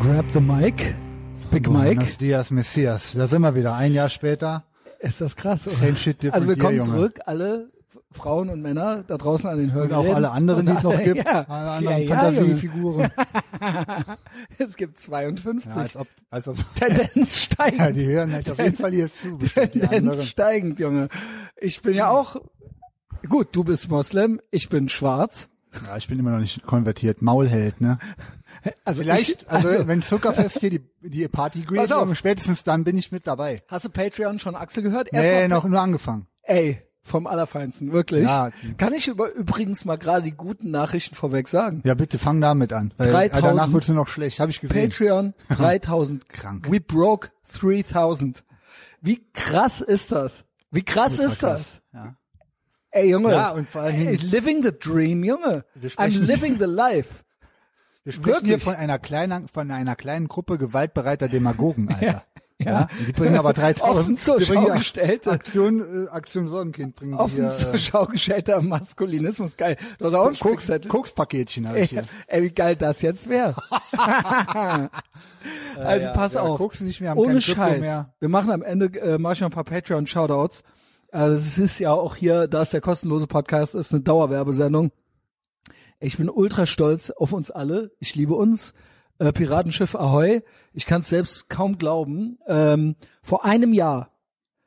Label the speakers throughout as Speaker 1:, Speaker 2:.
Speaker 1: Grab the Mic. Big Mike.
Speaker 2: Buenos Dias, Messias. Da sind wir wieder. Ein Jahr später.
Speaker 1: Ist das krass. oder?
Speaker 2: Same shit, different
Speaker 1: also wir
Speaker 2: year,
Speaker 1: kommen
Speaker 2: Junge.
Speaker 1: zurück, alle Frauen und Männer da draußen an den
Speaker 2: Und
Speaker 1: Hörgeräten.
Speaker 2: auch alle anderen, die es noch
Speaker 1: alle-
Speaker 2: gibt.
Speaker 1: Ja,
Speaker 2: Alle anderen
Speaker 1: ja,
Speaker 2: Fantasiefiguren.
Speaker 1: Ja, es gibt 52.
Speaker 2: Ja, als ob, als ob,
Speaker 1: Tendenz
Speaker 2: ja,
Speaker 1: steigend.
Speaker 2: die hören halt auf jeden Fall hier zu, bestimmt die
Speaker 1: Tendenz
Speaker 2: anderen.
Speaker 1: steigend, Junge. Ich bin ja auch, gut, du bist Moslem, ich bin schwarz.
Speaker 2: Ja, ich bin immer noch nicht konvertiert. Maulheld, ne?
Speaker 1: Also
Speaker 2: Vielleicht,
Speaker 1: ich,
Speaker 2: also, wenn Zuckerfest hier die, die Party
Speaker 1: Pass
Speaker 2: geht,
Speaker 1: auf.
Speaker 2: Junge, spätestens dann bin ich mit dabei.
Speaker 1: hast du Patreon schon Axel gehört? Erstmal-
Speaker 2: Nee, noch nur angefangen.
Speaker 1: Ey, vom Allerfeinsten, wirklich.
Speaker 2: Ja.
Speaker 1: Kann ich über, übrigens mal gerade die guten Nachrichten vorweg sagen?
Speaker 2: Ja, bitte fang damit an. Weil,
Speaker 1: 3000
Speaker 2: danach wird's nur noch schlecht, habe ich gesehen.
Speaker 1: Patreon 3000.
Speaker 2: Krank.
Speaker 1: We broke 3000. Wie krass ist das? Wie krass ist das?
Speaker 2: Ja.
Speaker 1: Ey, Junge.
Speaker 2: Ja, und vor allen
Speaker 1: Ey,
Speaker 2: Dingen-
Speaker 1: living the dream, Junge.
Speaker 2: Wir
Speaker 1: I'm
Speaker 2: sprechen-
Speaker 1: living the life.
Speaker 2: Wir sprechen hier
Speaker 1: Wirklich?
Speaker 2: von einer kleinen, von einer kleinen Gruppe gewaltbereiter Demagogen, Alter. Ja, die bringen aber 3000
Speaker 1: Offen zur
Speaker 2: die bringen
Speaker 1: Schau
Speaker 2: ja
Speaker 1: gestellte.
Speaker 2: Aktion, äh, Aktion Sorgenkind bringen die
Speaker 1: Offen
Speaker 2: hier.
Speaker 1: zur
Speaker 2: äh,
Speaker 1: Schau gestellter Maskulinismus. Geil. Du hast auch einen
Speaker 2: Koks,
Speaker 1: Spickzettel.
Speaker 2: Kokspaketchen habe ich
Speaker 1: Ey,
Speaker 2: hier.
Speaker 1: ey, wie geil das jetzt wäre. also
Speaker 2: ja,
Speaker 1: pass
Speaker 2: ja,
Speaker 1: auf.
Speaker 2: guckst du nicht mehr, haben
Speaker 1: Ohne
Speaker 2: keinen Schlüpfer
Speaker 1: Scheiß.
Speaker 2: mehr.
Speaker 1: Wir machen am Ende äh, mach ich noch ein paar Patreon Shoutouts. Äh, das ist ja auch hier, da ist der kostenlose Podcast, ist eine Dauerwerbesendung. Ich bin ultra stolz auf uns alle. Ich liebe uns. Äh, Piratenschiff Ahoi. Ich kann es selbst kaum glauben. Ähm, vor einem Jahr,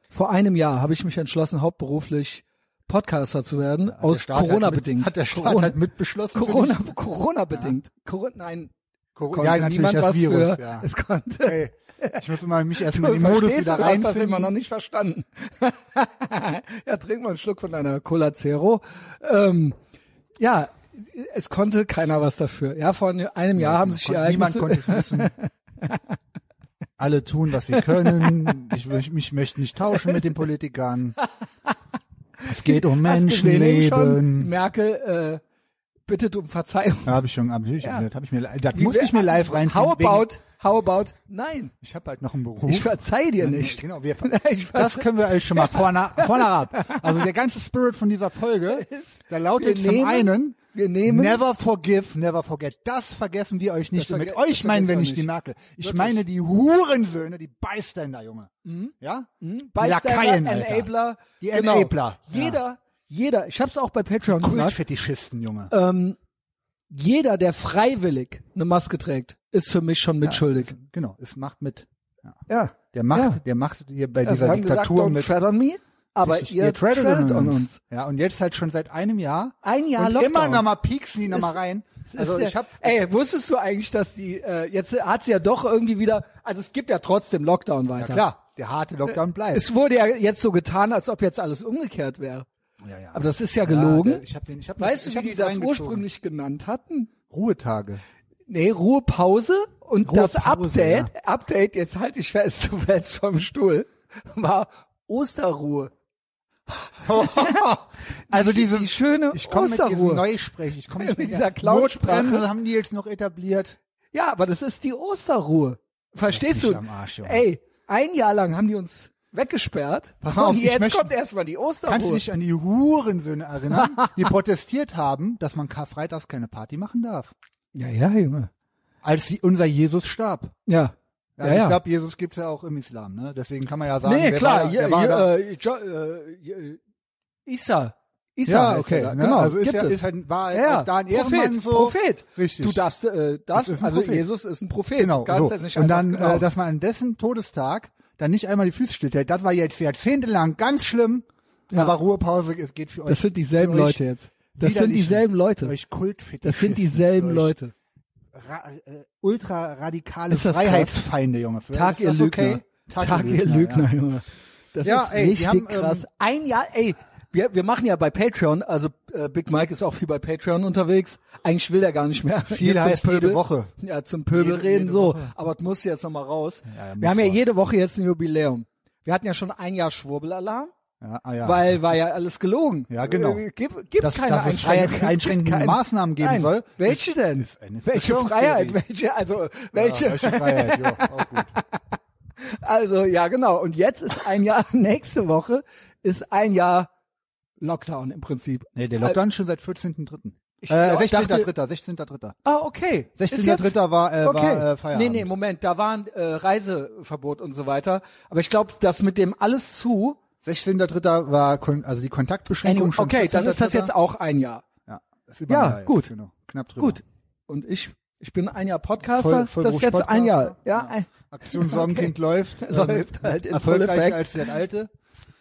Speaker 1: vor einem Jahr habe ich mich entschlossen, hauptberuflich Podcaster zu werden, aus
Speaker 2: Staat hat mit-
Speaker 1: Corona bedingt.
Speaker 2: Hat der Staat
Speaker 1: Corona,
Speaker 2: halt mitbeschlossen. für
Speaker 1: Corona,
Speaker 2: dich?
Speaker 1: Corona bedingt. Corona, nein,
Speaker 2: Corona
Speaker 1: konnte
Speaker 2: ja, natürlich
Speaker 1: niemand
Speaker 2: das
Speaker 1: was
Speaker 2: Virus.
Speaker 1: für.
Speaker 2: Ja.
Speaker 1: Es konnte.
Speaker 2: Ey, ich muss immer mich
Speaker 1: Du
Speaker 2: erstmal in den Modus
Speaker 1: verstehst,
Speaker 2: wieder
Speaker 1: du hast das immer
Speaker 2: reinfinden.
Speaker 1: noch nicht verstanden. ja, trink mal einen Schluck von deiner Cola Zero. Ähm, ja, es konnte keiner was dafür. Ja, vor einem Jahr haben sich die
Speaker 2: Kon- Niemand
Speaker 1: Ereignisse...
Speaker 2: konnte es wissen. Alle tun, was sie können. Ich, wö- ich möchte nicht tauschen mit den Politikern. Es geht um
Speaker 1: Hast gesehen eben schon,
Speaker 2: Menschenleben.
Speaker 1: Merkel äh, bittet um Verzeihung.
Speaker 2: Ja, habe ich schon, hab ich,
Speaker 1: Ja.
Speaker 2: hab ich mir, das musste ich mir live reinziehen.
Speaker 1: How
Speaker 2: wegen-
Speaker 1: about, how about, nein,
Speaker 2: Ich habe halt noch einen Beruf.
Speaker 1: ich verzeih dir nicht.
Speaker 2: Genau, wir,
Speaker 1: Ich ver-
Speaker 2: das können wir euch schon mal vorne, vorne ab. Also der ganze Spirit von dieser Folge, der lautet
Speaker 1: wir
Speaker 2: zum
Speaker 1: nehmen-
Speaker 2: einen,
Speaker 1: wir nehmen-
Speaker 2: never forgive, never forget. Das vergessen wir euch nicht.
Speaker 1: Das
Speaker 2: Und
Speaker 1: verge-
Speaker 2: mit
Speaker 1: das
Speaker 2: euch meinen
Speaker 1: vergessen
Speaker 2: wir
Speaker 1: wir
Speaker 2: nicht die
Speaker 1: nicht.
Speaker 2: Merkel. Ich meine die Hurensöhne, die Beiständer, Junge.
Speaker 1: Mhm.
Speaker 2: Ja?
Speaker 1: Beiständer,
Speaker 2: Lakaien, Alter.
Speaker 1: Enabler.
Speaker 2: Die
Speaker 1: genau.
Speaker 2: Enabler, ja.
Speaker 1: Jeder, jeder, ich hab's auch bei Patreon gesagt,
Speaker 2: Kultfetischisten, Junge.
Speaker 1: Äh. jeder, der freiwillig eine Maske trägt, ist für mich schon mitschuldig.
Speaker 2: Genau, es macht mit.
Speaker 1: Ja.
Speaker 2: Der macht,
Speaker 1: Ja.
Speaker 2: der macht hier bei
Speaker 1: Ja, wir
Speaker 2: dieser
Speaker 1: haben gesagt,
Speaker 2: Diktatur
Speaker 1: don't
Speaker 2: mit.
Speaker 1: tread on me, aber
Speaker 2: Richtig,
Speaker 1: ihr,
Speaker 2: ihr treadet
Speaker 1: treadet on uns.
Speaker 2: Ja, und jetzt halt schon seit einem Jahr.
Speaker 1: Ein Jahr
Speaker 2: und
Speaker 1: Lockdown.
Speaker 2: immer noch mal pieksen die noch
Speaker 1: ist-
Speaker 2: mal rein.
Speaker 1: Es
Speaker 2: Also
Speaker 1: ist ja-
Speaker 2: ich habe
Speaker 1: ey, wusstest du eigentlich, dass die, äh, jetzt hat sie ja doch irgendwie wieder, also es gibt ja trotzdem Lockdown
Speaker 2: Ja
Speaker 1: weiter.
Speaker 2: klar, der harte Lockdown bleibt.
Speaker 1: Es wurde ja jetzt so getan, als ob jetzt alles umgekehrt wäre.
Speaker 2: ja, ja.
Speaker 1: Aber das ist ja gelogen.
Speaker 2: der- ich hab den, ich hab
Speaker 1: weißt
Speaker 2: das,
Speaker 1: du,
Speaker 2: ich
Speaker 1: wie
Speaker 2: hab
Speaker 1: die
Speaker 2: das
Speaker 1: das
Speaker 2: reingezogen.
Speaker 1: ursprünglich genannt hatten?
Speaker 2: Ruhetage.
Speaker 1: Nee, Ruhepause und das
Speaker 2: Ruhepause,
Speaker 1: Update, Update, jetzt halte ich fest, du fällst vom Stuhl, war Osterruhe.
Speaker 2: Also diese
Speaker 1: Die schöne
Speaker 2: ich komme mit diesem
Speaker 1: Osterruhe.
Speaker 2: Neusprech, ich komme nicht
Speaker 1: Mit
Speaker 2: mit
Speaker 1: dieser Clown-Sprache.
Speaker 2: Notbremse haben die jetzt noch etabliert.
Speaker 1: ja, aber das ist die Osterruhe. Verstehst
Speaker 2: Leck mich
Speaker 1: du?
Speaker 2: am Arsch, Junge.
Speaker 1: Ey, ein Jahr lang haben die uns weggesperrt
Speaker 2: Pass mal
Speaker 1: und
Speaker 2: auf, ich
Speaker 1: jetzt
Speaker 2: möchte-
Speaker 1: kommt erstmal die
Speaker 2: Kannst du
Speaker 1: Osterruhe.
Speaker 2: dich an die Hurensöhne erinnern, die protestiert haben, dass man Karfreitags keine Party machen darf,
Speaker 1: Ja, ja, Junge.
Speaker 2: als die, unser Jesus starb.
Speaker 1: Ja.
Speaker 2: Also
Speaker 1: ja, ja.
Speaker 2: ich glaube, Jesus gibt's ja auch im Islam, ne? Deswegen kann man ja sagen,
Speaker 1: nee,
Speaker 2: wer
Speaker 1: klar,
Speaker 2: war,
Speaker 1: hier,
Speaker 2: wer war da?
Speaker 1: hier, äh, jo, äh, hier, Isa. Isa
Speaker 2: Ja,
Speaker 1: heißt
Speaker 2: okay,
Speaker 1: er da.
Speaker 2: ne?
Speaker 1: genau.
Speaker 2: Also ist
Speaker 1: gibt
Speaker 2: ja-
Speaker 1: es.
Speaker 2: ist halt- war halt
Speaker 1: ja,
Speaker 2: auch da ein Ehrenmann
Speaker 1: Prophet,
Speaker 2: so.
Speaker 1: Prophet.
Speaker 2: Richtig.
Speaker 1: Du darfst, äh, darfst,
Speaker 2: Das ist ein
Speaker 1: also
Speaker 2: Prophet.
Speaker 1: Jesus ist ein Prophet.
Speaker 2: Genau,
Speaker 1: Du kannst
Speaker 2: so.
Speaker 1: jetzt nicht
Speaker 2: und
Speaker 1: einfach-
Speaker 2: dann,
Speaker 1: genau.
Speaker 2: äh, dass man an dessen Todestag dann nicht einmal die Füße stillhält, das war jetzt jahrzehntelang ganz schlimm,
Speaker 1: Ja.
Speaker 2: aber Ruhepause, es geht für euch.
Speaker 1: Das sind dieselben
Speaker 2: für euch
Speaker 1: Leute jetzt. Das sind
Speaker 2: widerlichen,
Speaker 1: dieselben
Speaker 2: für
Speaker 1: Leute.
Speaker 2: Euch Kultfetischisten,
Speaker 1: Das sind
Speaker 2: für
Speaker 1: dieselben
Speaker 2: euch
Speaker 1: Leute.
Speaker 2: Ra äh, ultraradikale
Speaker 1: Ist das
Speaker 2: Freiheitsfeinde, Junge. Für-
Speaker 1: Tag
Speaker 2: ist
Speaker 1: ihr
Speaker 2: das
Speaker 1: Lügner.
Speaker 2: okay?
Speaker 1: Tag, ihr Lügner, Junge. Das
Speaker 2: Ja,
Speaker 1: ist
Speaker 2: ey, die
Speaker 1: richtig
Speaker 2: haben, ähm,
Speaker 1: krass. Ein Jahr, ey, wir, wir machen ja bei Patreon, also äh, Big Mike ist auch viel bei Patreon unterwegs. Eigentlich will er gar nicht mehr.
Speaker 2: Ja. Viel
Speaker 1: Jetzt zum
Speaker 2: heißt jede
Speaker 1: Pöbel.
Speaker 2: Woche.
Speaker 1: Ja, zum Pöbel
Speaker 2: Jede-
Speaker 1: reden
Speaker 2: jede
Speaker 1: so,
Speaker 2: Woche.
Speaker 1: aber das muss jetzt nochmal raus.
Speaker 2: Ja, ja,
Speaker 1: wir
Speaker 2: muss
Speaker 1: haben ja
Speaker 2: raus.
Speaker 1: jede Woche jetzt ein Jubiläum. Wir hatten ja schon ein Jahr Schwurbelalarm.
Speaker 2: Ja, ah, ja.
Speaker 1: Weil war ja alles gelogen.
Speaker 2: Ja, genau.
Speaker 1: Äh, Gib, gib
Speaker 2: Dass-
Speaker 1: keine
Speaker 2: dass es
Speaker 1: Einschränkungen.
Speaker 2: freiheitlich einschränkende
Speaker 1: Gibt keine-
Speaker 2: Maßnahmen geben
Speaker 1: Nein.
Speaker 2: soll,
Speaker 1: Welche denn?
Speaker 2: ist eine
Speaker 1: welche Freiheit?
Speaker 2: Verschwörungstheorie.
Speaker 1: Welche, also,
Speaker 2: ja,
Speaker 1: welche?
Speaker 2: welche Freiheit, ja, auch gut.
Speaker 1: Also, ja, genau. Und jetzt ist ein Jahr, nächste Woche ist ein Jahr Lockdown im Prinzip.
Speaker 2: Nee, der Lockdown schon seit 14.3.
Speaker 1: Ich
Speaker 2: Äh,
Speaker 1: glaub-
Speaker 2: 16.3., 16.3.
Speaker 1: Ah, okay. Ist jetzt-
Speaker 2: 16.3. war, äh, war äh, Feierabend.
Speaker 1: Nee, nee, Moment, da waren äh, Reiseverbot und so weiter. Aber ich glaube, dass mit dem alles zu.
Speaker 2: 16.3. war kon also die Kontaktbeschränkung schon.
Speaker 1: okay, dann ist das
Speaker 2: 14.3..
Speaker 1: jetzt auch ein Jahr.
Speaker 2: Ja, ist über
Speaker 1: Ja,
Speaker 2: ein Jahr jetzt,
Speaker 1: gut.
Speaker 2: Genau, knapp drüber.
Speaker 1: Gut. Und ich, ich bin ein Jahr Podcaster.
Speaker 2: Voll- voll
Speaker 1: das ist jetzt ein Jahr.
Speaker 2: Berufspodcaster.
Speaker 1: Ja, ein,
Speaker 2: Aktion Sorgenkind läuft. ähm,
Speaker 1: Läuft halt in vollem
Speaker 2: erfolgreicher
Speaker 1: Effekt.
Speaker 2: als der alte,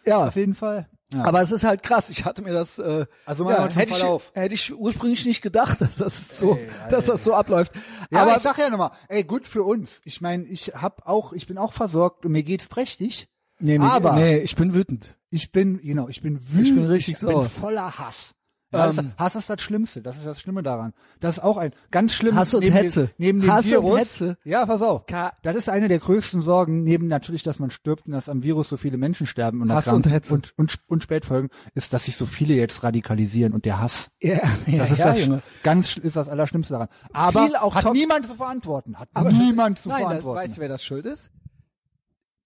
Speaker 1: ja.
Speaker 2: auf jeden Fall. Ja.
Speaker 1: Aber es ist halt krass. Ich hatte mir das. Äh,
Speaker 2: Also machen wir
Speaker 1: ja,
Speaker 2: mal zum
Speaker 1: hätte ich,
Speaker 2: Verlauf.
Speaker 1: hätte ich ursprünglich nicht gedacht, dass das so,
Speaker 2: Ey, Alter.
Speaker 1: dass das so abläuft.
Speaker 2: Ja, aber
Speaker 1: aber
Speaker 2: ich sag ja nochmal, ey, gut für uns. Ich meine, ich hab auch, ich bin auch versorgt und mir geht's prächtig.
Speaker 1: nee, nee,
Speaker 2: aber
Speaker 1: nee, ich bin wütend.
Speaker 2: ich bin, genau, ich bin wütend.
Speaker 1: bin richtig
Speaker 2: ich bin
Speaker 1: sauer.
Speaker 2: voller Hass. Ja,
Speaker 1: Ähm.
Speaker 2: das, Hass ist das Schlimmste. Das ist das Schlimme daran. Das ist auch ein ganz schlimmes
Speaker 1: Hass und
Speaker 2: neben
Speaker 1: Hetze.
Speaker 2: Dem, neben dem
Speaker 1: Hass und
Speaker 2: Virus.
Speaker 1: Hetze.
Speaker 2: Ja, pass auf.
Speaker 1: Ka-
Speaker 2: das ist eine der größten Sorgen, neben natürlich, dass man stirbt und dass am Virus so viele Menschen sterben und
Speaker 1: Hass
Speaker 2: erkranken
Speaker 1: und Hetze.
Speaker 2: und, und, und Spätfolgen, ist, dass sich so viele jetzt radikalisieren und der Hass.
Speaker 1: Ja, ja,
Speaker 2: Das ist
Speaker 1: ja,
Speaker 2: das
Speaker 1: Junge.
Speaker 2: ganz sch- ist das Allerschlimmste daran. Aber
Speaker 1: Viel auch
Speaker 2: hat
Speaker 1: Top-
Speaker 2: niemand zu verantworten. Hat
Speaker 1: Aber
Speaker 2: niemand zu
Speaker 1: Nein, das,
Speaker 2: verantworten.
Speaker 1: weißt du, wer das schuld ist?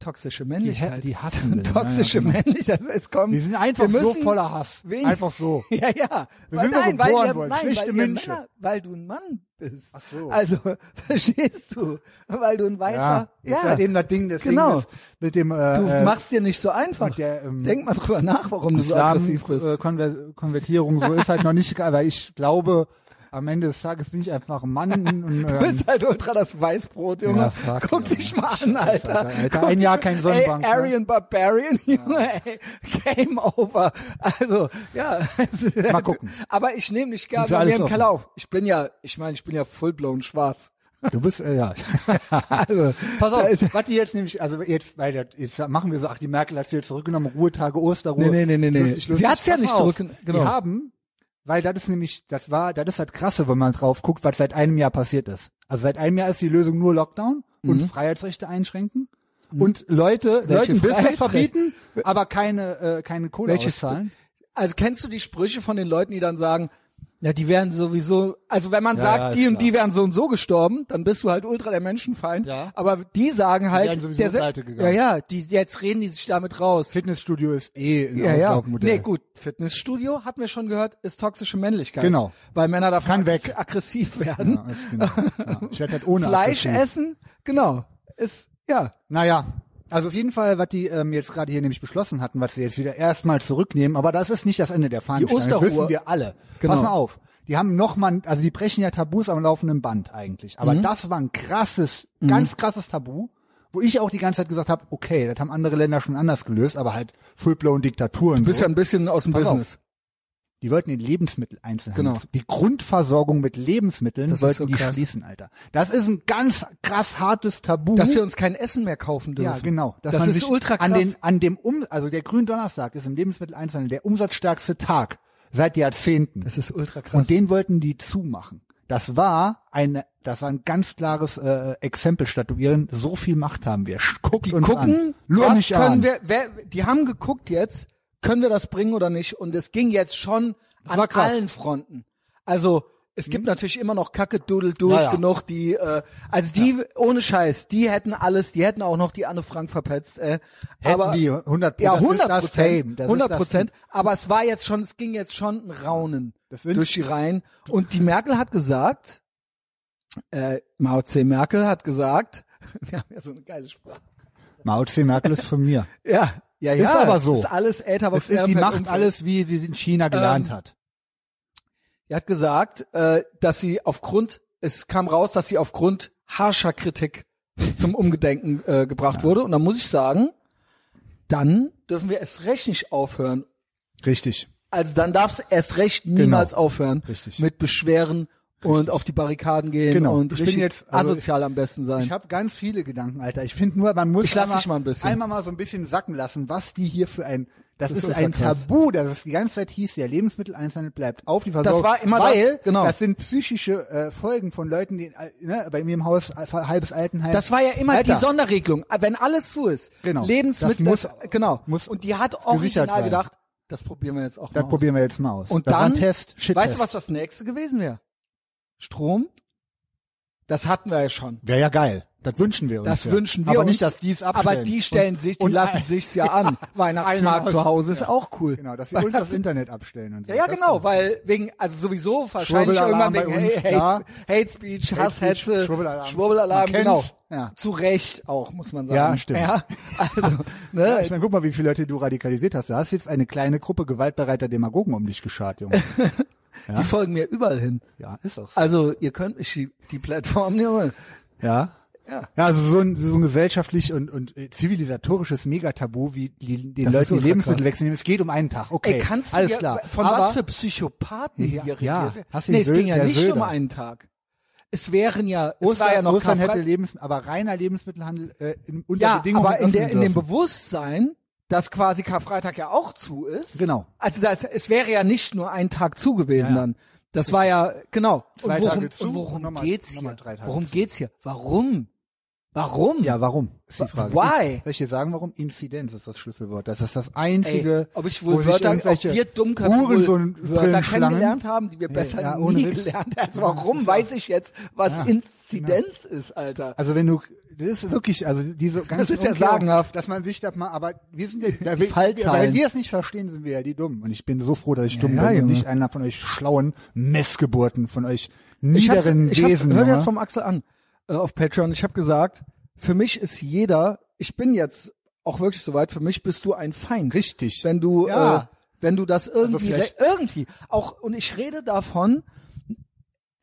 Speaker 1: Toxische
Speaker 2: die,
Speaker 1: Männlichkeit.
Speaker 2: hä- die hassen den.
Speaker 1: toxische
Speaker 2: Ja, ja, genau.
Speaker 1: Männlichkeit. Es kommt.
Speaker 2: Die sind einfach
Speaker 1: wir müssen,
Speaker 2: so voller Hass.
Speaker 1: Wen-
Speaker 2: Einfach so.
Speaker 1: Ja, ja.
Speaker 2: Wir
Speaker 1: weil,
Speaker 2: sind so
Speaker 1: nein, weil
Speaker 2: geboren
Speaker 1: ihr,
Speaker 2: worden,
Speaker 1: nein,
Speaker 2: schlechte
Speaker 1: weil ihr
Speaker 2: Menschen.
Speaker 1: Männer, weil du ein Mann bist.
Speaker 2: Ach so.
Speaker 1: Also, verstehst du? Weil du ein weißer.
Speaker 2: Das ist halt eben das Ding, deswegen
Speaker 1: Genau.
Speaker 2: ist mit dem äh,
Speaker 1: du
Speaker 2: äh,
Speaker 1: machst dir nicht so einfach.
Speaker 2: mit der, ähm,
Speaker 1: Denk mal drüber nach, warum du so
Speaker 2: Islam,
Speaker 1: aggressiv bist.
Speaker 2: äh, Konver Konvertierung, so ist halt noch nicht, aber ich glaube, am Ende des Tages bin ich einfach ein Mann und
Speaker 1: Du
Speaker 2: ähm,
Speaker 1: bist halt ultra das Weißbrot, Junge.
Speaker 2: Ja, fuck,
Speaker 1: Guck
Speaker 2: Junge.
Speaker 1: dich mal an, Alter.
Speaker 2: Alter, Alter,
Speaker 1: Guck
Speaker 2: ein
Speaker 1: dich-
Speaker 2: Jahr kein Sonnenbank,
Speaker 1: Ey,
Speaker 2: ne?
Speaker 1: Aryan Barbarian, Junge, ey, Game over. Also, ja.
Speaker 2: Mal gucken.
Speaker 1: Aber ich nehme nicht
Speaker 2: Sind
Speaker 1: gerne
Speaker 2: wir
Speaker 1: bei
Speaker 2: alles
Speaker 1: mir im
Speaker 2: offen?
Speaker 1: Keller auf. Ich bin ja, ich meine, ich bin ja fullblown schwarz.
Speaker 2: du bist äh, ja.
Speaker 1: Also,
Speaker 2: Pass
Speaker 1: da ist-
Speaker 2: auf, was die jetzt nämlich, also jetzt, weil das- jetzt machen wir so, ach, die Merkel hat sie jetzt zurückgenommen, Ruhetage,
Speaker 1: Nee,
Speaker 2: Osterruhe.
Speaker 1: nee, nee, nee, nee.
Speaker 2: Lustig, lustig.
Speaker 1: Sie hat's ja
Speaker 2: Pass mal
Speaker 1: nicht
Speaker 2: auf,
Speaker 1: zurück- genau.
Speaker 2: Die haben, weil das ist nämlich, das war, das ist halt krasse, wenn man drauf guckt, was seit einem Jahr passiert ist. Also seit einem Jahr ist die Lösung nur Lockdown und Freiheitsrechte einschränken. Und Leute,
Speaker 1: Mhm. Welche
Speaker 2: Leuten Business
Speaker 1: Freiheitsrechte?
Speaker 2: verbieten, aber keine, äh, keine Kohle
Speaker 1: Welches-
Speaker 2: auszahlen.
Speaker 1: also kennst du die Sprüche von den Leuten, die dann sagen, ja, die wären sowieso, also wenn man
Speaker 2: Ja,
Speaker 1: sagt,
Speaker 2: ja, ist
Speaker 1: die und
Speaker 2: klar.
Speaker 1: die wären so und so gestorben, dann bist du halt ultra der Menschenfeind.
Speaker 2: Ja.
Speaker 1: Aber die sagen halt,
Speaker 2: wären sowieso
Speaker 1: der, se-
Speaker 2: pleite gegangen.
Speaker 1: ja, ja, die, jetzt reden die sich damit raus.
Speaker 2: Fitnessstudio ist eh ein
Speaker 1: ja, ja.
Speaker 2: Auslaufmodell.
Speaker 1: Nee, gut, Fitnessstudio, hatten wir schon gehört, ist toxische Männlichkeit.
Speaker 2: Genau.
Speaker 1: Weil Männer davon
Speaker 2: Kann
Speaker 1: aggres-
Speaker 2: weg.
Speaker 1: aggressiv werden.
Speaker 2: Ja, ist genau. ja. Ich werde halt ohne
Speaker 1: Fleisch
Speaker 2: aggressiv.
Speaker 1: essen, genau. Ist, ja,
Speaker 2: Naja, also auf jeden Fall, was die ähm, jetzt gerade hier nämlich beschlossen hatten, was sie jetzt wieder erstmal zurücknehmen, aber das ist nicht das Ende der Fahnenstange, das
Speaker 1: Osterruhe.
Speaker 2: wissen wir alle.
Speaker 1: Genau.
Speaker 2: Pass mal auf. Die haben noch mal, also die brechen ja Tabus am laufenden Band eigentlich,
Speaker 1: Mhm.
Speaker 2: aber das war ein krasses, ganz krasses Tabu, wo ich auch die ganze Zeit gesagt habe, okay, das haben andere Länder schon anders gelöst, aber halt full-blown Diktaturen.
Speaker 1: du bist
Speaker 2: so.
Speaker 1: ja ein bisschen aus dem
Speaker 2: Pass auf.
Speaker 1: Business.
Speaker 2: Die wollten den Lebensmitteleinzelhandel,
Speaker 1: Genau.
Speaker 2: die Grundversorgung mit Lebensmitteln
Speaker 1: Das ist
Speaker 2: wollten
Speaker 1: so
Speaker 2: die
Speaker 1: krass.
Speaker 2: schließen, Alter. Das ist ein ganz krass hartes Tabu.
Speaker 1: Dass wir uns kein Essen mehr kaufen dürfen.
Speaker 2: Ja, genau. Dass
Speaker 1: Das
Speaker 2: man
Speaker 1: ist
Speaker 2: sich
Speaker 1: ultra krass.
Speaker 2: An, den, an dem um, also der Gründonnerstag ist im Lebensmitteleinzelhandel der umsatzstärkste Tag seit Jahrzehnten.
Speaker 1: das ist ultra krass.
Speaker 2: Und den wollten die zumachen. Das war eine, das war ein ganz klares äh, Exempel statuieren. So viel Macht haben wir. Sch- Guckt
Speaker 1: die
Speaker 2: uns
Speaker 1: gucken,
Speaker 2: an. Lur
Speaker 1: was
Speaker 2: mich
Speaker 1: können
Speaker 2: an.
Speaker 1: wir, wer, die haben geguckt jetzt, können wir das bringen oder nicht? Und es ging jetzt schon an
Speaker 2: war krass. Mhm.
Speaker 1: allen Fronten. Also es gibt natürlich immer noch Kacke Dudelduch
Speaker 2: Ja, ja.
Speaker 1: genug, die äh, also die ohne Scheiß, die hätten alles, die hätten auch noch die Anne Frank verpetzt. Äh.
Speaker 2: Hätten
Speaker 1: aber
Speaker 2: die 100
Speaker 1: ja
Speaker 2: das
Speaker 1: 100
Speaker 2: ist das Fame.
Speaker 1: Prozent,
Speaker 2: Das
Speaker 1: 100
Speaker 2: ist das,
Speaker 1: Prozent. Aber es war jetzt schon, es ging jetzt schon ein Raunen
Speaker 2: Das sind-
Speaker 1: durch die Reihen. Und die Merkel hat gesagt, äh, Mao C. Merkel hat gesagt, wir haben ja so eine geile Sprache.
Speaker 2: Mao C. Merkel ist von mir.
Speaker 1: Ja, ja, ja.
Speaker 2: Ist aber so.
Speaker 1: Ist alles älter, was
Speaker 2: Das ist, sie
Speaker 1: Ehrenfeld
Speaker 2: macht
Speaker 1: Umfeld.
Speaker 2: alles, wie sie es in China gelernt
Speaker 1: Ähm,
Speaker 2: hat.
Speaker 1: Er hat gesagt, äh, dass sie aufgrund, es kam raus, dass sie aufgrund harscher Kritik zum Umgedenken äh, gebracht wurde. Und dann muss ich sagen, dann dürfen wir erst recht nicht aufhören.
Speaker 2: Richtig.
Speaker 1: Also dann darf es erst recht niemals aufhören
Speaker 2: Genau. Richtig.
Speaker 1: mit Beschweren und auf die Barrikaden gehen
Speaker 2: Genau.
Speaker 1: und
Speaker 2: Ich bin
Speaker 1: richtig
Speaker 2: jetzt- also
Speaker 1: asozial am besten sein.
Speaker 2: Ich habe ganz viele Gedanken, Alter. Ich finde nur, man muss
Speaker 1: Ich lass
Speaker 2: einmal,
Speaker 1: dich mal ein bisschen.
Speaker 2: einmal mal so ein bisschen sacken lassen, was die hier für ein das,
Speaker 1: Das
Speaker 2: ist,
Speaker 1: ist ultra
Speaker 2: ein
Speaker 1: krass.
Speaker 2: Tabu, dass es die ganze Zeit hieß, der Lebensmitteleinzelhandel bleibt auf die Versorgung.
Speaker 1: war immer
Speaker 2: weil
Speaker 1: das, genau.
Speaker 2: das sind psychische äh, Folgen von Leuten, die äh, ne, bei mir im Haus äh, halbes Altenheim.
Speaker 1: Das war ja immer
Speaker 2: Alter,
Speaker 1: die Sonderregelung. Ah, Wenn alles zu ist,
Speaker 2: Genau.
Speaker 1: Lebensmittel,
Speaker 2: Das muss-
Speaker 1: genau.
Speaker 2: muss
Speaker 1: und die hat
Speaker 2: gesichert
Speaker 1: original
Speaker 2: sein.
Speaker 1: gedacht, das probieren wir jetzt auch
Speaker 2: Das
Speaker 1: mal.
Speaker 2: probieren wir jetzt mal
Speaker 1: aus.
Speaker 2: aus.
Speaker 1: Und
Speaker 2: das war
Speaker 1: dann,
Speaker 2: ein Test. Shit
Speaker 1: weißt du, was das nächste gewesen wäre? Strom. Das hatten wir ja schon.
Speaker 2: Wäre ja geil. Das wünschen wir uns.
Speaker 1: Das
Speaker 2: ja.
Speaker 1: wünschen wir
Speaker 2: aber
Speaker 1: uns.
Speaker 2: nicht, dass die es abstellen.
Speaker 1: Aber die stellen sich, die
Speaker 2: und-
Speaker 1: lassen sich's ja an. Weihnachtsmarkt
Speaker 2: einmal-
Speaker 1: zu Hause ist
Speaker 2: Ja.
Speaker 1: auch cool.
Speaker 2: Genau, dass sie uns das Internet abstellen und so.
Speaker 1: Ja, ja,
Speaker 2: Das
Speaker 1: genau,
Speaker 2: kommt.
Speaker 1: weil wegen, also sowieso wahrscheinlich
Speaker 2: Schwurbelalarm
Speaker 1: irgendwann wegen
Speaker 2: bei uns,
Speaker 1: Hate,
Speaker 2: klar.
Speaker 1: Hate, Hate Speech,
Speaker 2: Hate Speech,
Speaker 1: Hasshetze,
Speaker 2: Schwurbelalarm.
Speaker 1: Schwurbelalarm,
Speaker 2: Man kennt's.
Speaker 1: genau.
Speaker 2: Ja.
Speaker 1: Zu Recht auch, muss man sagen.
Speaker 2: Ja, stimmt.
Speaker 1: Ja, also, ne,
Speaker 2: Ich meine, guck mal, wie viele Leute du radikalisiert hast. Du hast jetzt eine kleine Gruppe gewaltbereiter Demagogen um dich geschart, Junge.
Speaker 1: die folgen mir überall hin.
Speaker 2: ja, ist auch so.
Speaker 1: Also, ihr könnt mich die, die Plattform nehmen.
Speaker 2: Ja.
Speaker 1: Ja.
Speaker 2: Ja, also so ein, so ein gesellschaftlich und, und äh, zivilisatorisches Megatabu, wie die, den
Speaker 1: Das ist
Speaker 2: Leuten die
Speaker 1: ultra
Speaker 2: Lebensmittel
Speaker 1: krass.
Speaker 2: wegzunehmen. Es geht um einen Tag. Okay,
Speaker 1: Ey, kannst du
Speaker 2: alles
Speaker 1: dir,
Speaker 2: klar.
Speaker 1: von
Speaker 2: Aber
Speaker 1: was für Psychopathen
Speaker 2: Ja,
Speaker 1: hier regiert?
Speaker 2: ja.
Speaker 1: werden?
Speaker 2: Hast du
Speaker 1: nee,
Speaker 2: den
Speaker 1: es ging
Speaker 2: Söder-
Speaker 1: ja
Speaker 2: der
Speaker 1: nicht um
Speaker 2: Söder?
Speaker 1: einen Tag. Es wären ja, es
Speaker 2: Ostern,
Speaker 1: war ja noch
Speaker 2: Ostern
Speaker 1: Karfreitag.
Speaker 2: hätte Lebens, aber reiner Lebensmittelhandel äh, in, unter
Speaker 1: Ja,
Speaker 2: Bedingungen
Speaker 1: aber in, der, in
Speaker 2: öffnen
Speaker 1: dem
Speaker 2: dürfen.
Speaker 1: Bewusstsein, dass quasi Karfreitag ja auch zu ist.
Speaker 2: Genau.
Speaker 1: Also das, es wäre ja nicht nur ein Tag zu gewesen
Speaker 2: Ja, ja.
Speaker 1: dann. Das war ja, genau.
Speaker 2: Zwei
Speaker 1: und worum,
Speaker 2: Tage zu
Speaker 1: und
Speaker 2: und
Speaker 1: worum
Speaker 2: nochmal-
Speaker 1: geht's hier?
Speaker 2: nochmal drei Tage
Speaker 1: worum
Speaker 2: zu.
Speaker 1: geht's hier? Warum? Warum?
Speaker 2: Ja, warum? Ist die Frage.
Speaker 1: Why?
Speaker 2: Soll ich dir sagen, warum? Inzidenz ist das Schlüsselwort. Das ist das
Speaker 1: Ey,
Speaker 2: einzige,
Speaker 1: ob ich
Speaker 2: wo
Speaker 1: wohl
Speaker 2: sich
Speaker 1: Wörter, ob
Speaker 2: irgendwelche
Speaker 1: wir Dummköpfe wohl
Speaker 2: Hurensohn
Speaker 1: Wörter
Speaker 2: Brillenschlangen-
Speaker 1: kennengelernt haben, die wir besser
Speaker 2: ja, ohne
Speaker 1: nie
Speaker 2: Witz.
Speaker 1: gelernt haben.
Speaker 2: Ja,
Speaker 1: Warum
Speaker 2: das ist
Speaker 1: weiß ich jetzt, was
Speaker 2: Ja,
Speaker 1: Inzidenz ist, Alter?
Speaker 2: Also wenn du, das ist wirklich, also diese ganze
Speaker 1: ist ja sagenhaft.
Speaker 2: dass man sich das mal, aber wir sind ja, weil wir-
Speaker 1: Fallzahlen.
Speaker 2: weil wir es nicht verstehen, sind wir ja die Dummen. Und ich bin so froh, dass ich dumm
Speaker 1: ja,
Speaker 2: bin und
Speaker 1: Junge.
Speaker 2: nicht einer von euch schlauen Messgeburten, von euch
Speaker 1: ich hab's,
Speaker 2: niederen
Speaker 1: ich hab's,
Speaker 2: Wesen.
Speaker 1: hör dir das
Speaker 2: Junge.
Speaker 1: vom Axel an äh, auf Patreon. Ich habe gesagt, für mich ist jeder, ich bin jetzt auch wirklich soweit, für mich bist du ein Feind.
Speaker 2: Richtig.
Speaker 1: Wenn du,
Speaker 2: Ja. Also
Speaker 1: äh, wenn du das irgendwie,
Speaker 2: vielleicht-
Speaker 1: irgendwie, auch, und ich rede davon,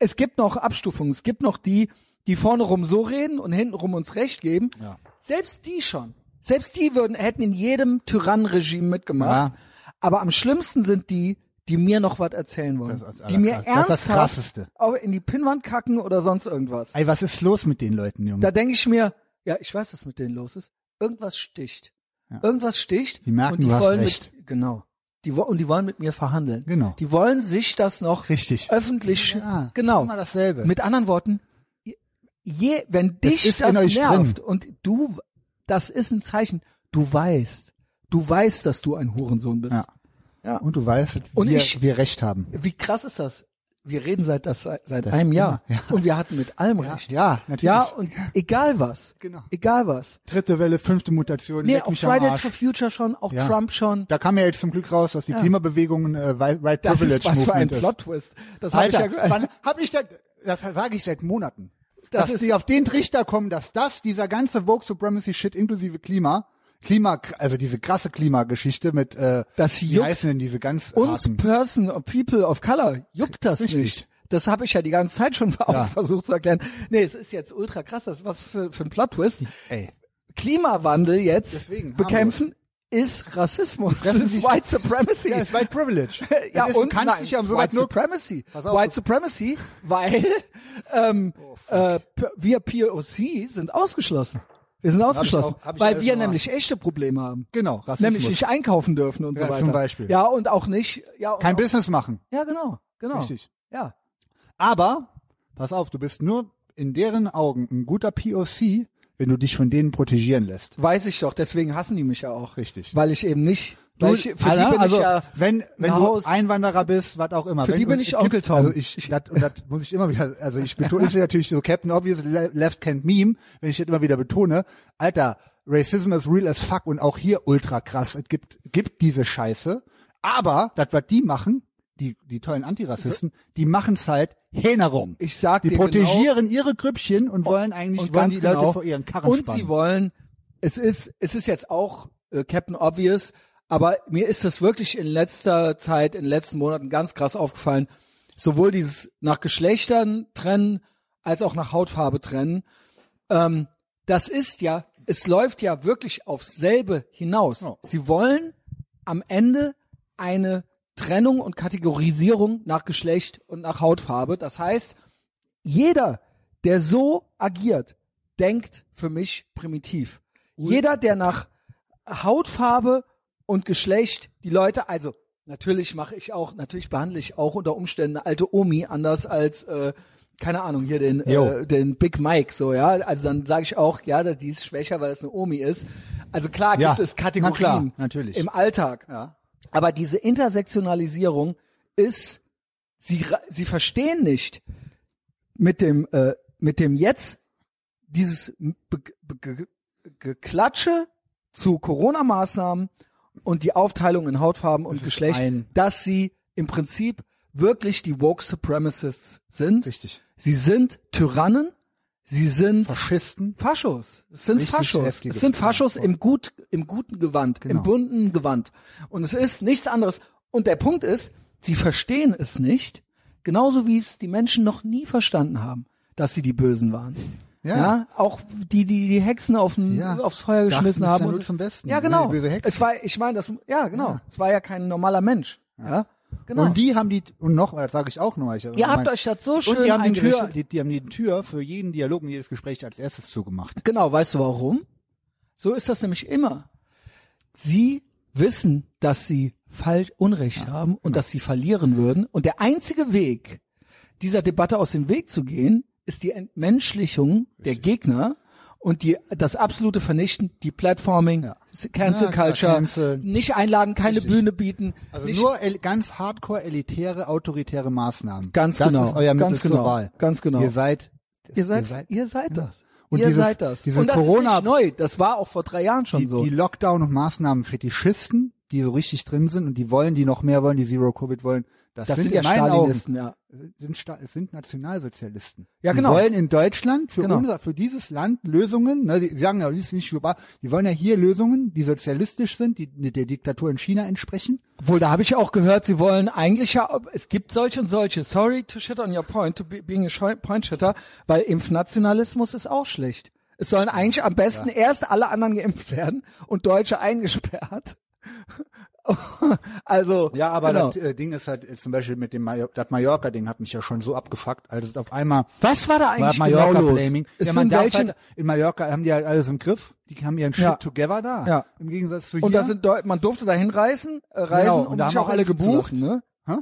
Speaker 1: es gibt noch Abstufungen, es gibt noch die, die vorne rum so reden und hinten rum uns recht geben.
Speaker 2: Ja.
Speaker 1: Selbst die schon. Selbst die würden, hätten in jedem Tyrannenregime mitgemacht. Aber am schlimmsten sind die, die mir noch was erzählen wollen.
Speaker 2: Das ist das
Speaker 1: die mir
Speaker 2: Allerkrass- das ist das
Speaker 1: ernsthaft
Speaker 2: Krasseste.
Speaker 1: au- in die Pinnwand kacken oder sonst irgendwas.
Speaker 2: Ey, was ist los mit den Leuten, Junge?
Speaker 1: Da denke ich mir, ja, ich weiß, was mit denen los ist. Irgendwas sticht. Irgendwas sticht.
Speaker 2: Die merken,
Speaker 1: und die
Speaker 2: du hast
Speaker 1: wollen
Speaker 2: recht.
Speaker 1: Mit, genau. Die, wo- und die wollen mit mir verhandeln.
Speaker 2: Genau.
Speaker 1: Die wollen sich das noch
Speaker 2: Richtig.
Speaker 1: öffentlich,
Speaker 2: Ja,
Speaker 1: genau.
Speaker 2: immer dasselbe.
Speaker 1: Mit anderen Worten, je, wenn dich
Speaker 2: ist
Speaker 1: das
Speaker 2: in euch
Speaker 1: nervt und du, das ist ein Zeichen, du weißt, du weißt, dass du ein Hurensohn bist.
Speaker 2: Ja.
Speaker 1: Ja.
Speaker 2: und du weißt,
Speaker 1: Und
Speaker 2: wir,
Speaker 1: ich-
Speaker 2: wir Recht haben.
Speaker 1: Wie krass ist das? Wir reden seit, das, seit seit
Speaker 2: Das-
Speaker 1: einem Jahr.
Speaker 2: ja,
Speaker 1: Und wir hatten mit allem
Speaker 2: Ja,
Speaker 1: recht.
Speaker 2: ja natürlich.
Speaker 1: Ja, und egal was.
Speaker 2: Genau.
Speaker 1: Egal was.
Speaker 2: Dritte Welle, fünfte Mutation,
Speaker 1: Nee,
Speaker 2: leck
Speaker 1: auch
Speaker 2: mich am
Speaker 1: Fridays
Speaker 2: Arsch.
Speaker 1: for Future schon, auch
Speaker 2: Ja.
Speaker 1: Trump schon.
Speaker 2: Da kam ja jetzt zum Glück raus, dass die Klimabewegung äh, Right
Speaker 1: Das ist
Speaker 2: Privilege
Speaker 1: was für ein
Speaker 2: Movement ist.
Speaker 1: Plot-Twist. Das habe ich ja
Speaker 2: Alter,
Speaker 1: ge-
Speaker 2: wann hab ich das, das sage ich seit Monaten,
Speaker 1: Das
Speaker 2: dass
Speaker 1: ist-
Speaker 2: die auf den Trichter kommen, dass das, dieser ganze Vogue Supremacy Shit inklusive Klima, Klima, also diese krasse Klimageschichte mit, äh,
Speaker 1: Das
Speaker 2: wie
Speaker 1: juckt
Speaker 2: heißen denn diese ganz
Speaker 1: Uns
Speaker 2: harten-
Speaker 1: Person of People of Color juckt das
Speaker 2: Richtig.
Speaker 1: nicht. Das habe ich ja die ganze Zeit schon auch
Speaker 2: Ja.
Speaker 1: versucht zu erklären. Nee, es ist jetzt ultra krass, das ist was für, für ein Plot-Twist.
Speaker 2: Ey.
Speaker 1: Klimawandel jetzt
Speaker 2: Deswegen,
Speaker 1: bekämpfen ist Rassismus. Das
Speaker 2: fressen
Speaker 1: ist
Speaker 2: sich-
Speaker 1: White Supremacy.
Speaker 2: Ja, ist White Privilege.
Speaker 1: ja,
Speaker 2: Das ist,
Speaker 1: und
Speaker 2: du kannst
Speaker 1: nein,
Speaker 2: dich ja um so weit
Speaker 1: White
Speaker 2: nur,
Speaker 1: Supremacy.
Speaker 2: Pass auf,
Speaker 1: White
Speaker 2: du- Oh,
Speaker 1: Supremacy, weil ähm, äh, p- wir POC sind ausgeschlossen. Wir sind ausgeschlossen,
Speaker 2: auch- hab ich
Speaker 1: weil
Speaker 2: alles
Speaker 1: wir
Speaker 2: noch mal.
Speaker 1: nämlich echte Probleme haben.
Speaker 2: genau, Rassismus.
Speaker 1: Nämlich nicht einkaufen dürfen und
Speaker 2: Ja,
Speaker 1: so weiter.
Speaker 2: zum Beispiel.
Speaker 1: Ja, und auch nicht. Ja, und
Speaker 2: kein
Speaker 1: auch,
Speaker 2: Business machen.
Speaker 1: Ja, genau, genau.
Speaker 2: Richtig.
Speaker 1: Ja.
Speaker 2: Aber, pass auf, du bist nur in deren Augen ein guter POC, wenn du dich von denen protegieren lässt.
Speaker 1: Weiß ich doch, deswegen hassen die mich ja auch.
Speaker 2: Richtig.
Speaker 1: Weil ich eben nicht. weil ich, für
Speaker 2: Alter,
Speaker 1: die bin
Speaker 2: also,
Speaker 1: ich ja.
Speaker 2: wenn, wenn
Speaker 1: ein
Speaker 2: du
Speaker 1: Haus.
Speaker 2: Einwanderer bist, was auch immer.
Speaker 1: Für
Speaker 2: wenn,
Speaker 1: die bin
Speaker 2: und
Speaker 1: ich
Speaker 2: es gibt-
Speaker 1: Onkel Tom.
Speaker 2: Also ich, das, und das muss ich immer wieder, also ich betone, ist natürlich so Captain Obvious le- Left Hand Meme, wenn ich das immer wieder betone. Alter, Racism is real as fuck und auch hier ultra krass. Es gibt, gibt diese Scheiße. Aber, das, was die machen, die, die tollen Antirassisten, die machen's halt herum.
Speaker 1: Ich sag
Speaker 2: Die
Speaker 1: dir genau, Oh,
Speaker 2: protegieren ihre Grüppchen und wollen eigentlich,
Speaker 1: und
Speaker 2: wollen
Speaker 1: ganz
Speaker 2: die
Speaker 1: genau.
Speaker 2: Leute vor ihren Karren
Speaker 1: Und
Speaker 2: spannen.
Speaker 1: sie wollen, es ist, es ist jetzt auch äh, Captain Obvious, aber mir ist das wirklich in letzter Zeit, in den letzten Monaten ganz krass aufgefallen. Sowohl dieses nach Geschlechtern trennen, als auch nach Hautfarbe trennen. Ähm, das ist ja, es läuft ja wirklich aufs selbe hinaus.
Speaker 2: Ja.
Speaker 1: Sie wollen am Ende eine Trennung und Kategorisierung nach Geschlecht und nach Hautfarbe. Das heißt, jeder, der so agiert, denkt für mich primitiv. Jeder, der nach Hautfarbe und Geschlecht die Leute, also natürlich mache ich auch, natürlich behandle ich auch unter Umständen eine alte Omi anders als äh, keine Ahnung hier den
Speaker 2: Jo.
Speaker 1: äh, den Big Mike so ja, also dann sage ich auch ja, die ist schwächer, weil es eine Omi ist. Also klar
Speaker 2: Ja,
Speaker 1: gibt es
Speaker 2: na
Speaker 1: Kategorien
Speaker 2: klar, natürlich.
Speaker 1: im Alltag,
Speaker 2: Ja.
Speaker 1: aber diese Intersektionalisierung ist sie, ra- sie verstehen nicht mit dem, äh, mit dem jetzt dieses Be Be Ge Geklatsche zu Corona-Maßnahmen und die Aufteilung in Hautfarben und
Speaker 2: ist
Speaker 1: Geschlecht,
Speaker 2: ein-
Speaker 1: dass sie im Prinzip wirklich die woke Supremacists sind.
Speaker 2: Richtig.
Speaker 1: Sie sind Tyrannen, sie sind
Speaker 2: Faschisten.
Speaker 1: Faschos. Es sind
Speaker 2: Richtig
Speaker 1: Faschos.
Speaker 2: heftige
Speaker 1: Es sind Faschos
Speaker 2: Fragen.
Speaker 1: im, gut, im guten Gewand,
Speaker 2: Genau.
Speaker 1: im bunten Gewand. Und es ist nichts anderes. Und der Punkt ist, sie verstehen es nicht, genauso wie es die Menschen noch nie verstanden haben, dass sie die Bösen waren.
Speaker 2: Ja.
Speaker 1: auch die die die Hexen auf den,
Speaker 2: Ja.
Speaker 1: aufs Feuer
Speaker 2: Dachten,
Speaker 1: geschmissen
Speaker 2: es
Speaker 1: haben
Speaker 2: sei
Speaker 1: und
Speaker 2: nur
Speaker 1: so.
Speaker 2: zum Besten.
Speaker 1: Ja,
Speaker 2: Wir sind
Speaker 1: genau.
Speaker 2: böse Hexen.
Speaker 1: es war ich meine, das ja, genau.
Speaker 2: Ja.
Speaker 1: Es war ja kein normaler Mensch, ja. Genau.
Speaker 2: Und die haben die, und noch, das sage ich auch nur. Ich,
Speaker 1: Ihr habt euch das so schön
Speaker 2: Und die haben die Tür,
Speaker 1: eingerichtet.
Speaker 2: die, die haben die Tür für jeden Dialog und jedes Gespräch als erstes zugemacht.
Speaker 1: Genau, weißt du warum? So ist das nämlich immer. Sie wissen, dass sie falsch Unrecht haben
Speaker 2: genau.
Speaker 1: und dass sie verlieren würden. Und der einzige Weg, dieser Debatte aus dem Weg zu gehen, ist die Entmenschlichung der Gegner und die, das absolute Vernichten, die Platforming,
Speaker 2: Ja.
Speaker 1: Cancel
Speaker 2: Ja, klar,
Speaker 1: Culture,
Speaker 2: canceln.
Speaker 1: nicht einladen, keine
Speaker 2: Richtig.
Speaker 1: Bühne bieten,
Speaker 2: Also
Speaker 1: nicht
Speaker 2: nur el ganz hardcore elitäre, autoritäre Maßnahmen.
Speaker 1: Ganz
Speaker 2: das
Speaker 1: genau,
Speaker 2: Das ist euer
Speaker 1: ganz
Speaker 2: Mittel
Speaker 1: genau,
Speaker 2: zur Wahl.
Speaker 1: ganz genau.
Speaker 2: Ihr seid,
Speaker 1: Ihr seid, ihr seid, das.
Speaker 2: Und
Speaker 1: ihr
Speaker 2: dieses-
Speaker 1: seid das.
Speaker 2: diese
Speaker 1: Und das
Speaker 2: Corona-
Speaker 1: ist nicht neu. Das war auch vor drei Jahren schon
Speaker 2: die,
Speaker 1: so.
Speaker 2: die Lockdown- und Maßnahmen-Fetischisten, die so richtig drin sind und die wollen, die noch mehr wollen, die Zero-Covid wollen. Das,
Speaker 1: das sind, ja
Speaker 2: in meinen Augen
Speaker 1: Stalinisten, ja.
Speaker 2: sind, Sta- es sind Nationalsozialisten.
Speaker 1: Ja, genau.
Speaker 2: Die wollen in Deutschland für
Speaker 1: Genau.
Speaker 2: unser, für dieses Land Lösungen, ne, die die sagen ja, das ist nicht global, die wollen ja hier Lösungen, die sozialistisch sind, die die der Diktatur in China entsprechen.
Speaker 1: Obwohl, da habe ich auch gehört, sie wollen eigentlich ja, es gibt solche und solche. Sorry to shit on your point, to be, being a shi- point shitter, weil Impfnationalismus ist auch schlecht. Es sollen eigentlich am besten erst alle anderen geimpft werden und Deutsche eingesperrt. also,
Speaker 2: Ja, aber
Speaker 1: genau.
Speaker 2: das äh, Ding ist halt äh, zum Beispiel mit dem Major das Mallorca-Ding hat mich ja schon so abgefuckt, als auf einmal
Speaker 1: was war da
Speaker 2: war
Speaker 1: eigentlich genau los?
Speaker 2: Mallorca-Blaming.
Speaker 1: Es
Speaker 2: Ja,
Speaker 1: sind
Speaker 2: man darf
Speaker 1: welche-
Speaker 2: halt, in Mallorca haben die halt alles im Griff, die haben ihren Shit
Speaker 1: Ja.
Speaker 2: together da.
Speaker 1: Ja.
Speaker 2: Im Gegensatz zu hier.
Speaker 1: und da sind Deu man durfte da hinreisen, äh, reisen
Speaker 2: Genau,
Speaker 1: und
Speaker 2: und da
Speaker 1: sich
Speaker 2: haben auch alle
Speaker 1: impfen zu
Speaker 2: gebucht.
Speaker 1: lassen, ne?
Speaker 2: Hä?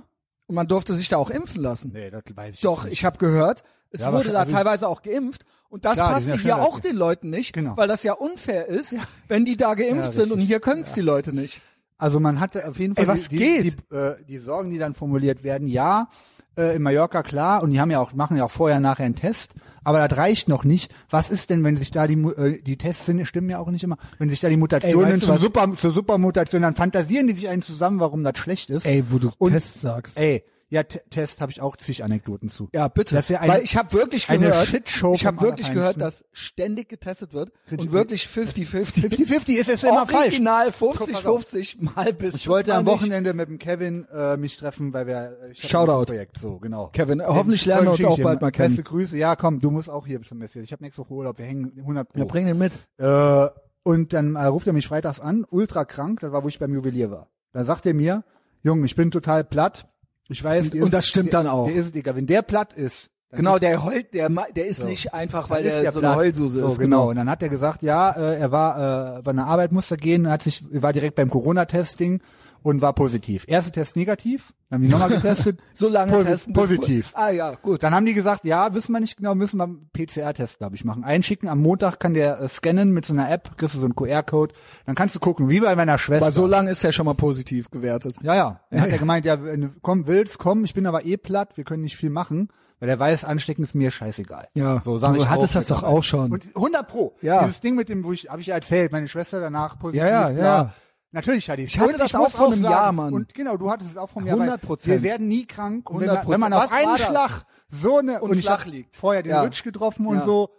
Speaker 1: Und man durfte sich da auch impfen lassen.
Speaker 2: Nee, das weiß ich
Speaker 1: Doch,
Speaker 2: nicht.
Speaker 1: ich habe gehört, es
Speaker 2: Ja, aber
Speaker 1: wurde
Speaker 2: schon-
Speaker 1: da
Speaker 2: also-
Speaker 1: teilweise auch geimpft und das
Speaker 2: Klar, die
Speaker 1: passte
Speaker 2: sind ja
Speaker 1: hier
Speaker 2: schneller
Speaker 1: auch
Speaker 2: als
Speaker 1: den Leuten nicht,
Speaker 2: Genau.
Speaker 1: weil das ja unfair ist, wenn die da geimpft
Speaker 2: Ja,
Speaker 1: sind und
Speaker 2: richtig.
Speaker 1: hier können es die Leute nicht.
Speaker 2: Also man hat auf jeden Fall
Speaker 1: Ey, was
Speaker 2: die,
Speaker 1: geht?
Speaker 2: Die, die, äh, die Sorgen, die dann formuliert werden, ja, äh, in Mallorca klar, und die haben ja auch, machen ja auch vorher nachher einen Test, aber das reicht noch nicht. Was ist denn, wenn sich da die Mu- äh, die Tests sind, stimmen ja auch nicht immer, wenn sich da die Mutationen
Speaker 1: Ey, weißt du
Speaker 2: zum
Speaker 1: was?
Speaker 2: Super, zur Supermutation, dann fantasieren die sich einen zusammen, warum das schlecht ist.
Speaker 1: Ey, wo du
Speaker 2: Und-
Speaker 1: Test sagst.
Speaker 2: Ey, ja, T Test habe ich auch zig Anekdoten zu.
Speaker 1: ja, bitte.
Speaker 2: Das ist ja eine,
Speaker 1: weil ich habe wirklich
Speaker 2: eine
Speaker 1: gehört,
Speaker 2: Shitshow
Speaker 1: ich habe
Speaker 2: vom
Speaker 1: wirklich gehört, dass
Speaker 2: Allerfeinsten.
Speaker 1: ständig getestet wird und
Speaker 2: Richtig.
Speaker 1: wirklich 50-50.
Speaker 2: 50-50 ist es immer falsch.
Speaker 1: Original
Speaker 2: Guck mal auf.
Speaker 1: 50-50 mal bis.
Speaker 2: Ich wollte am
Speaker 1: mal nicht.
Speaker 2: Wochenende mit dem Kevin äh, mich treffen, weil wir äh, ich hab
Speaker 1: Shoutout.
Speaker 2: ein Projekt so genau.
Speaker 1: Kevin,
Speaker 2: Den
Speaker 1: Äh, hoffentlich lernen wir uns
Speaker 2: schicke ich
Speaker 1: auch
Speaker 2: dir
Speaker 1: bald mal kennen.
Speaker 2: Beste Grüße. Ja, komm, du musst auch hier zum Messias. Ich habe nächste Woche Urlaub. Wir hängen 100
Speaker 1: Ja,
Speaker 2: Pro.
Speaker 1: bring den mit.
Speaker 2: äh, und dann äh, ruft er mich freitags an, ultra krank. Das war, wo ich beim Juwelier war. Dann sagt er mir, Junge, ich bin total platt. Ich weiß. dir
Speaker 1: Und
Speaker 2: ist-
Speaker 1: das stimmt
Speaker 2: dir-
Speaker 1: dann auch.
Speaker 2: Dir ist es egal. Wenn der platt ist, dann
Speaker 1: Genau,
Speaker 2: ist,
Speaker 1: der heult, der, ma- der ist nicht einfach, weil
Speaker 2: dann ist
Speaker 1: der so eine
Speaker 2: platt.
Speaker 1: Heulsuse
Speaker 2: so,
Speaker 1: ist.
Speaker 2: Genau. Und dann hat er gesagt, ja, äh, er war äh, bei einer Arbeit musste gehen, hat sich war direkt beim Corona-Testing und war positiv. Erster Test negativ, dann haben die nochmal getestet.
Speaker 1: So lange
Speaker 2: Posi-
Speaker 1: testen. bis-
Speaker 2: Positiv.
Speaker 1: Ah ja, gut.
Speaker 2: Dann haben die gesagt, ja, wissen wir nicht genau, müssen wir einen PCR-Test, glaube ich, machen. Einschicken, am Montag kann der äh, scannen mit so einer App, kriegst du so einen QR-Code, dann kannst du gucken, wie bei meiner Schwester.
Speaker 1: Aber so lange ist er schon mal positiv gewertet.
Speaker 2: ja, ja. Dann hat er gemeint, ja, wenn du komm, willst, komm, ich bin aber eh platt, wir können nicht viel machen, weil der weiß, anstecken ist mir scheißegal.
Speaker 1: Ja.
Speaker 2: so sag
Speaker 1: Du
Speaker 2: ich
Speaker 1: hattest
Speaker 2: auch
Speaker 1: das doch
Speaker 2: mittlerweile.
Speaker 1: auch schon.
Speaker 2: Und 100 Pro.
Speaker 1: Ja.
Speaker 2: Dieses Ding mit dem, wo ich, habe ich ja erzählt, meine Schwester danach positiv.
Speaker 1: Ja, ja,
Speaker 2: bla.
Speaker 1: ja.
Speaker 2: Natürlich hatte ich
Speaker 1: Ich hatte
Speaker 2: und
Speaker 1: das
Speaker 2: ich muss
Speaker 1: auch vor einem
Speaker 2: sagen,
Speaker 1: Jahr, Mann.
Speaker 2: Und genau, du hattest es auch vom Jahr.
Speaker 1: 100%.
Speaker 2: weil Wir werden nie krank. Und wenn, man,
Speaker 1: 100%.
Speaker 2: wenn man auf
Speaker 1: Was
Speaker 2: einen
Speaker 1: war das?
Speaker 2: Schlag so eine
Speaker 1: Und
Speaker 2: ich hab
Speaker 1: flach liegt.
Speaker 2: vorher den
Speaker 1: Ja.
Speaker 2: Rutsch getroffen und
Speaker 1: Ja.
Speaker 2: so,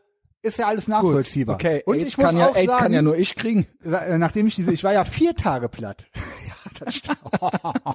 Speaker 2: ist ja alles nachvollziehbar.
Speaker 1: Okay,
Speaker 2: und
Speaker 1: AIDS,
Speaker 2: ich muss
Speaker 1: kann, ja,
Speaker 2: auch
Speaker 1: AIDS
Speaker 2: sagen,
Speaker 1: kann ja nur ich kriegen.
Speaker 2: Sa- äh, nachdem ich diese, ich war ja vier Tage platt. ja, das stimmt.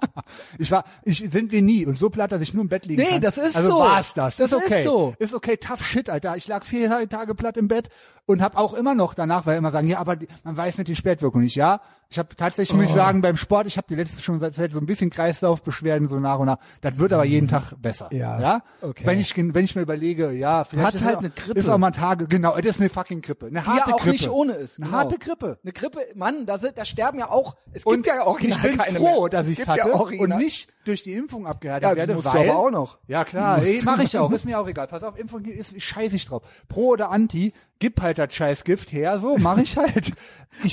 Speaker 2: ich war, ich sind wir nie und so platt, dass ich nur im Bett liegen
Speaker 1: Nee,
Speaker 2: kann.
Speaker 1: das ist
Speaker 2: also
Speaker 1: so.
Speaker 2: war's das.
Speaker 1: Das
Speaker 2: ist okay.
Speaker 1: ist so.
Speaker 2: Ist okay, tough shit, Alter. Ich lag vier Tage platt im Bett und habe auch immer noch danach, weil immer sagen, ja, aber die- man weiß mit den Spätwirkungen nicht, ja. Ich habe tatsächlich, muss ich
Speaker 1: Oh.
Speaker 2: sagen, beim Sport, ich habe die letzte schon seit seit so ein bisschen Kreislaufbeschwerden so nach und nach. Das wird aber jeden Tag besser.
Speaker 1: Ja, okay.
Speaker 2: Wenn ich, wenn ich mir überlege, ja, vielleicht
Speaker 1: Hat's
Speaker 2: ist
Speaker 1: halt
Speaker 2: auch,
Speaker 1: eine Grippe.
Speaker 2: Ist auch mal Tage, genau, das ist eine fucking Grippe. Eine harte
Speaker 1: ja auch
Speaker 2: Grippe.
Speaker 1: nicht ohne ist.
Speaker 2: Eine
Speaker 1: genau.
Speaker 2: harte Grippe.
Speaker 1: Eine Grippe, Mann, da, sind, da sterben ja auch, es gibt
Speaker 2: Und
Speaker 1: ja auch
Speaker 2: ich bin
Speaker 1: keine
Speaker 2: froh,
Speaker 1: mehr.
Speaker 2: dass
Speaker 1: Es
Speaker 2: ich
Speaker 1: gibt
Speaker 2: hatte
Speaker 1: ja
Speaker 2: und
Speaker 1: original-
Speaker 2: nicht durch die Impfung abgehärtet
Speaker 1: Ja, die
Speaker 2: werde,
Speaker 1: musst du
Speaker 2: weil
Speaker 1: aber auch noch.
Speaker 2: Ja klar,
Speaker 1: Die musst
Speaker 2: ey,
Speaker 1: du
Speaker 2: mache ich auch, ist mir auch egal. Pass auf, Impfung ist scheiße ich drauf. Pro oder Anti, gib halt das scheiß Gift her, so mache ich halt. Ich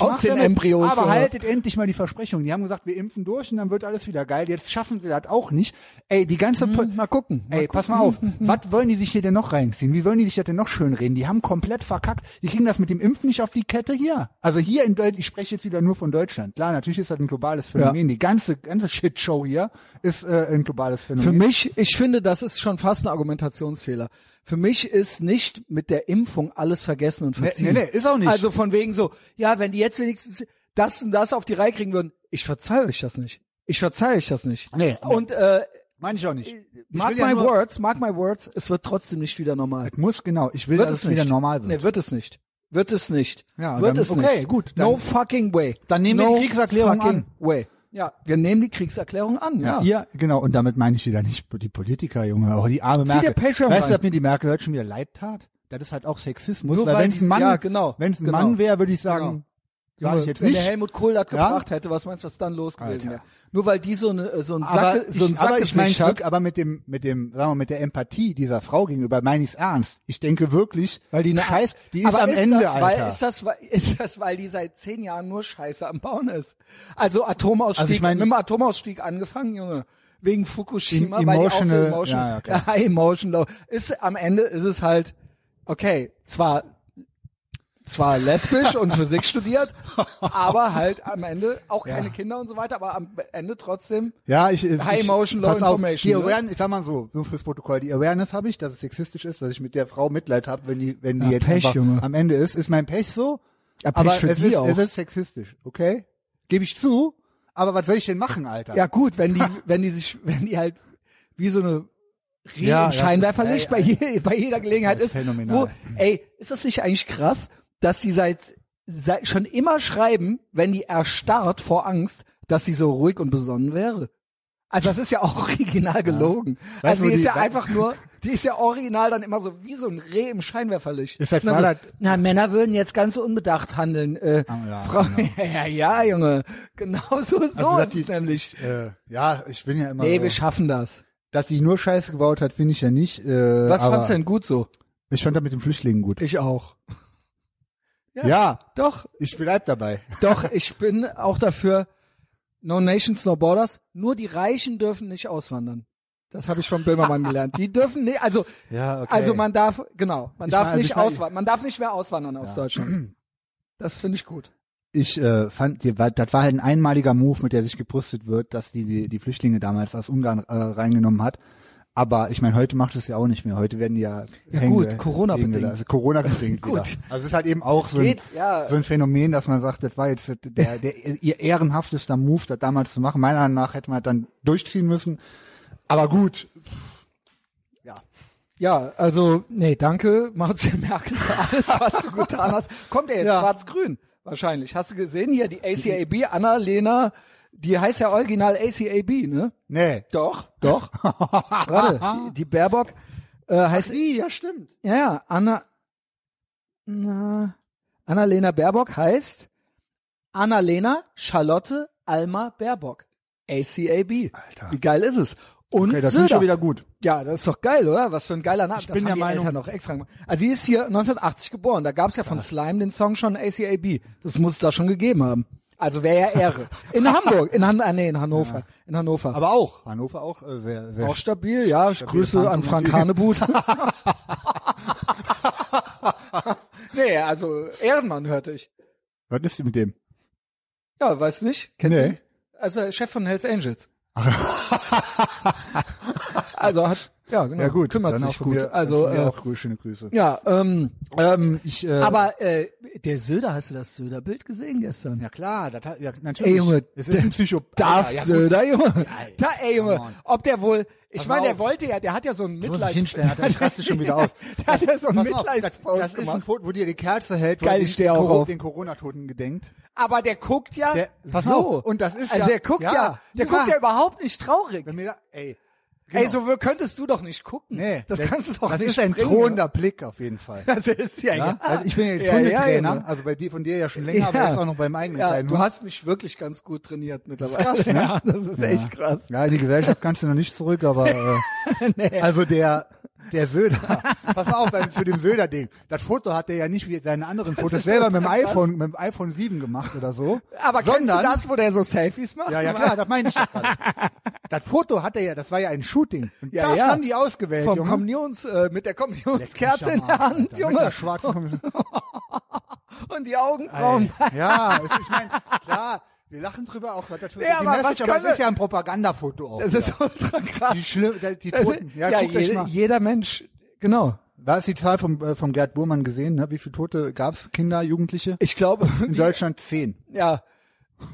Speaker 1: Aus
Speaker 2: mach's
Speaker 1: den Embryos,
Speaker 2: Aber
Speaker 1: oder?
Speaker 2: haltet endlich mal die Versprechung. Die haben gesagt, wir impfen durch und dann wird alles wieder geil. Jetzt schaffen sie das auch nicht. Ey, die ganze... Po-
Speaker 1: Mal gucken.
Speaker 2: Ey, pass mal auf. Was wollen die sich hier denn noch reinziehen? Wie wollen die sich das denn noch schön reden? Die haben komplett verkackt. Die kriegen das mit dem Impfen nicht auf die Kette hier. Also hier in Deutschland, ich spreche jetzt wieder nur von Deutschland. Klar, natürlich ist das ein globales Phänomen. Die ganze, ganze Shitshow hier ist äh, ein globales Phänomen.
Speaker 1: Für mich, ich finde, das ist schon fast ein Argumentationsfehler. Für mich ist nicht mit der Impfung alles vergessen und verziehen.
Speaker 2: nee, nee, ist auch nicht.
Speaker 1: Also von wegen so, ja, wenn die jetzt wenigstens das und das auf die Reihe kriegen würden, ich verzeihe euch das nicht. Ich verzeihe euch das nicht.
Speaker 2: Nee, nee.
Speaker 1: Und äh,
Speaker 2: Meine ich auch nicht. Ich
Speaker 1: mark
Speaker 2: will ja
Speaker 1: my
Speaker 2: nur-
Speaker 1: words, mark my words, es wird trotzdem nicht wieder normal.
Speaker 2: Muss, genau. Ich will, dass es wieder normal wird.
Speaker 1: Nee, wird es nicht. Wird es nicht.
Speaker 2: Ja,
Speaker 1: wird
Speaker 2: dann-
Speaker 1: es nicht.
Speaker 2: okay, gut, dann-
Speaker 1: no fucking way.
Speaker 2: Dann nehmen wir
Speaker 1: no
Speaker 2: die Kriegserklärung
Speaker 1: fucking Way. Ja, wir nehmen die Kriegserklärung an. Ja.
Speaker 2: Ja. Ihr, genau, und damit meine ich wieder nicht die Politiker, Junge, oh, die arme
Speaker 1: Zieh dir
Speaker 2: Merkel.
Speaker 1: Patreon
Speaker 2: weißt
Speaker 1: rein.
Speaker 2: du, dass mir die Merkel heute schon wieder leid tat? Das ist halt auch Sexismus,
Speaker 1: Nur
Speaker 2: weil,
Speaker 1: weil
Speaker 2: wenn es
Speaker 1: die-
Speaker 2: ein Mann,
Speaker 1: ja, genau,
Speaker 2: wenn es ein
Speaker 1: genau.
Speaker 2: Mann wäre, würde ich sagen, sage ich jetzt
Speaker 1: wenn
Speaker 2: nicht.
Speaker 1: der Helmut Kohl das
Speaker 2: Ja?
Speaker 1: gebracht hätte, was meinst du, was dann los gewesen wäre?
Speaker 2: Alter.
Speaker 1: Nur weil die so, eine, äh, so ein
Speaker 2: aber
Speaker 1: Sack, so ein
Speaker 2: ich, aber ich meine,
Speaker 1: Sackgesicht hat,
Speaker 2: wirklich- aber mit dem, mit dem, sagen wir, mal, mit der Empathie dieser Frau gegenüber meine ich es ernst. Ich denke wirklich,
Speaker 1: weil die eine
Speaker 2: Scheiß, die ist
Speaker 1: aber
Speaker 2: am
Speaker 1: ist
Speaker 2: Ende,
Speaker 1: das, weil,
Speaker 2: Alter.
Speaker 1: Ist das, weil, ist das, weil die seit zehn Jahren nur Scheiße am Bauen ist? Also Atomausstieg,
Speaker 2: Also ich mein-
Speaker 1: mit dem Atomausstieg angefangen, Junge. Wegen Fukushima,
Speaker 2: Em-
Speaker 1: weil die auch so
Speaker 2: emotional-
Speaker 1: emotional,
Speaker 2: ja, ja, klar.
Speaker 1: emotional, ist, am Ende ist es halt, okay, zwar, zwar lesbisch und Physik studiert, aber halt am Ende auch keine Kinder und so weiter, aber am Ende trotzdem
Speaker 2: Ja, ich, ich
Speaker 1: High emotion, low
Speaker 2: pass auf,
Speaker 1: information,
Speaker 2: Die
Speaker 1: ne?
Speaker 2: Awareness, ich sag mal so, nur fürs Protokoll, die Awareness habe ich, dass es sexistisch ist, dass ich mit der Frau Mitleid habe, wenn die, wenn die
Speaker 1: Ja,
Speaker 2: jetzt
Speaker 1: Pech,
Speaker 2: einfach
Speaker 1: Junge.
Speaker 2: am Ende ist. Ist mein Pech so?
Speaker 1: Ja, Pech
Speaker 2: aber
Speaker 1: für
Speaker 2: es
Speaker 1: die
Speaker 2: ist,
Speaker 1: auch.
Speaker 2: es ist sexistisch, okay? Gebe ich zu. Aber was soll ich denn machen, Alter?
Speaker 1: Ja gut, wenn die, wenn die sich, wenn die halt wie so eine Reh
Speaker 2: Ja,
Speaker 1: im
Speaker 2: das
Speaker 1: Scheinwerferlicht
Speaker 2: ist-
Speaker 1: bei, je, bei jeder Gelegenheit
Speaker 2: halt
Speaker 1: ist.
Speaker 2: phänomenal.
Speaker 1: Wo, ey, ist das nicht eigentlich krass, dass sie seit, seit schon immer schreiben, wenn die erstarrt vor Angst, dass sie so ruhig und besonnen wäre? Also das ist ja auch original gelogen.
Speaker 2: Weißt
Speaker 1: also
Speaker 2: du,
Speaker 1: die ist
Speaker 2: die-
Speaker 1: ja einfach nur, die ist ja original dann immer so wie so ein Reh im Scheinwerferlicht.
Speaker 2: Ist halt
Speaker 1: Immer so,
Speaker 2: Twilight-
Speaker 1: na, Männer würden jetzt ganz unbedacht handeln. Äh,
Speaker 2: Ah, ja,
Speaker 1: Frau,
Speaker 2: genau. Also,
Speaker 1: ja, ja, Junge, genau so, so
Speaker 2: dass
Speaker 1: ist es
Speaker 2: die-
Speaker 1: nämlich.
Speaker 2: Äh, ja, ich bin ja immer
Speaker 1: Nee,
Speaker 2: so.
Speaker 1: wir schaffen das.
Speaker 2: Dass die nur Scheiße gebaut hat, finde ich ja nicht. Äh,
Speaker 1: Was
Speaker 2: aber
Speaker 1: fandst du denn gut so?
Speaker 2: Ich fand das mit den Flüchtlingen gut.
Speaker 1: Ich auch. ja.
Speaker 2: ja.
Speaker 1: Doch,
Speaker 2: ich bleib dabei.
Speaker 1: doch, ich bin auch dafür, no nations, no borders, nur die Reichen dürfen nicht auswandern. Das habe ich von Böhmermann gelernt. Die dürfen nicht, also,
Speaker 2: Ja, okay.
Speaker 1: also man darf, genau, man
Speaker 2: Ich
Speaker 1: darf
Speaker 2: meine, also
Speaker 1: nicht
Speaker 2: ich meine-
Speaker 1: auswandern, man darf nicht mehr auswandern aus Deutschland. Das finde ich gut.
Speaker 2: ich äh, fand, die, war- das war halt ein einmaliger Move, mit der sich gebrüstet wird, dass die die, die Flüchtlinge damals aus Ungarn äh, reingenommen hat. Aber ich meine, heute macht es ja auch nicht mehr. Heute werden die ja,
Speaker 1: Ja
Speaker 2: hängen-
Speaker 1: gut, Corona-bedingt.
Speaker 2: hängen gelassen. Also Corona bedingt.
Speaker 1: Gut.
Speaker 2: gut. Wieder. Also es ist halt eben auch so ein,
Speaker 1: Geht, ja.
Speaker 2: so ein Phänomen, dass man sagt, das war jetzt der, der ihr ehrenhaftester Move, das damals zu machen. Meiner Meinung nach hätte man das dann durchziehen müssen. Aber gut,
Speaker 1: Ja, also, nee, danke, Marzia Merkel, für alles, was du getan hast. Kommt er jetzt
Speaker 2: Ja.
Speaker 1: schwarz-grün? Wahrscheinlich. Hast du gesehen hier die ACAB, Anna-Lena, die heißt ja original ACAB, ne?
Speaker 2: nee.
Speaker 1: Doch, doch. Warte, die, die Baerbock äh, heißt,
Speaker 2: Die, ja stimmt.
Speaker 1: ja, ja, Anna, na, Annalena Baerbock heißt Annalena Charlotte Alma Baerbock. ACAB.
Speaker 2: Alter.
Speaker 1: Wie geil ist es? Und
Speaker 2: Okay, das finde
Speaker 1: Söder.
Speaker 2: ich schon wieder gut.
Speaker 1: Ja, das ist doch geil, oder? Was für ein geiler Name.
Speaker 2: Ich
Speaker 1: das
Speaker 2: bin
Speaker 1: haben
Speaker 2: der
Speaker 1: die
Speaker 2: Meinung-
Speaker 1: Eltern noch extra gemacht. Also sie ist hier 1980 geboren. Da gab's ja von Slime den Song schon ACAB. Das muss es da schon gegeben haben. Also wäre ja Ehre. In Hamburg, in Han ah, nee, in Hannover, in Hannover.
Speaker 2: Aber auch. Hannover auch äh, sehr, sehr
Speaker 1: auch stabil, ja. Grüße an Frank Hanebut. nee, also Ehrenmann hörte ich.
Speaker 2: Was ist mit dem?
Speaker 1: Ja, weiß nicht. Kennst
Speaker 2: Nee.
Speaker 1: du? ihn? Also er ist Chef von Hells Angels. also hat ja genau.
Speaker 2: Ja gut,
Speaker 1: kümmert
Speaker 2: dann auch
Speaker 1: sich
Speaker 2: von
Speaker 1: gut.
Speaker 2: Mir,
Speaker 1: also
Speaker 2: von mir
Speaker 1: äh,
Speaker 2: auch gut, schöne Grüße.
Speaker 1: ja, ähm,
Speaker 2: Ähm, ich, äh,
Speaker 1: aber äh, der Söder, hast du das Söder-Bild gesehen gestern?
Speaker 2: ja klar, das hat, ja, natürlich.
Speaker 1: Ey, Junge,
Speaker 2: es ist ein Psychopath.
Speaker 1: Darf
Speaker 2: ja, gut.
Speaker 1: Söder, Junge.
Speaker 2: ey,
Speaker 1: Da, ey, Junge,
Speaker 2: come on.
Speaker 1: ob der wohl, ich
Speaker 2: Pass
Speaker 1: meine,
Speaker 2: mal
Speaker 1: der
Speaker 2: auf.
Speaker 1: wollte ja, der hat ja so ein
Speaker 2: Ich muss mich
Speaker 1: Mitleids...
Speaker 2: hinstellen, Alter, ich raste schon wieder aus.
Speaker 1: Der hat ja so einen
Speaker 2: Pass auf,
Speaker 1: Mitleidspost
Speaker 2: Das ist ein
Speaker 1: gemacht.
Speaker 2: Foto, wo dir die Kerze hält,
Speaker 1: Geil,
Speaker 2: weil
Speaker 1: ich stehe auch auf.
Speaker 2: den Corona-Toten gedenkt.
Speaker 1: Aber der guckt ja
Speaker 2: Der- pass
Speaker 1: so.
Speaker 2: auf, und das ist
Speaker 1: also
Speaker 2: ja-
Speaker 1: der guckt ja,
Speaker 2: ja,
Speaker 1: der
Speaker 2: ja.
Speaker 1: guckt ja überhaupt nicht traurig.
Speaker 2: Wenn mir da, ey,
Speaker 1: Ey, so wir- könntest du doch nicht gucken.
Speaker 2: nee,
Speaker 1: das
Speaker 2: der-
Speaker 1: kannst du doch
Speaker 2: Das
Speaker 1: nicht
Speaker 2: ist ein
Speaker 1: bringen.
Speaker 2: drohender Blick auf jeden Fall.
Speaker 1: Das ist ja,
Speaker 2: Ja?
Speaker 1: ja.
Speaker 2: Also ich bin ja jetzt
Speaker 1: Ja,
Speaker 2: Hundetrainer,
Speaker 1: ja,
Speaker 2: also bei dir, von dir ja schon länger, aber
Speaker 1: Ja.
Speaker 2: jetzt auch noch beim eigenen
Speaker 1: ja,
Speaker 2: kleinen
Speaker 1: du
Speaker 2: Hund.
Speaker 1: hast mich wirklich ganz gut trainiert mittlerweile.
Speaker 2: krass, ne?
Speaker 1: Ja, das ist echt krass.
Speaker 2: Ja, in die Gesellschaft kannst du noch nicht zurück, aber äh, also der der Söder. Pass mal auf beim, zu dem Söder-Ding. Das Foto hat der ja nicht wie seine anderen Fotos selber mit dem iPhone, mit dem iPhone 7 gemacht oder so.
Speaker 1: Aber kennst du
Speaker 2: sondern,
Speaker 1: das, wo der so Selfies macht?
Speaker 2: Ja, ja, klar, das meine ich ja gerade. Das Foto hat er ja, das war ja ein Shooting. Und
Speaker 1: Ja,
Speaker 2: das
Speaker 1: ja.
Speaker 2: haben die ausgewählt,
Speaker 1: Vom
Speaker 2: Junge.
Speaker 1: Kommunions, äh, mit der Kommunionskerze in der Hand,
Speaker 2: Mit
Speaker 1: Junge.
Speaker 2: der schwarzen
Speaker 1: Und die Augenbrauen.
Speaker 2: Ey, Ja, es- ich meine, klar, wir lachen drüber auch. Das hat natürlich
Speaker 1: Ja,
Speaker 2: die
Speaker 1: aber
Speaker 2: Message,
Speaker 1: was
Speaker 2: aber
Speaker 1: können
Speaker 2: das ist ja ein Propagandafoto auch.
Speaker 1: Das ist ultra krass.
Speaker 2: Die, Schlimm, die, die
Speaker 1: Das
Speaker 2: Toten.
Speaker 1: ist,
Speaker 2: Ja,
Speaker 1: ja,
Speaker 2: guckt euch
Speaker 1: jede,
Speaker 2: mal.
Speaker 1: jeder Mensch, genau.
Speaker 2: Da ist die Zahl vom, äh, vom Gerd Burmann gesehen, ne? wie viele Tote gab's? Kinder, Jugendliche?
Speaker 1: Ich glaube,
Speaker 2: In Deutschland zehn.
Speaker 1: ja,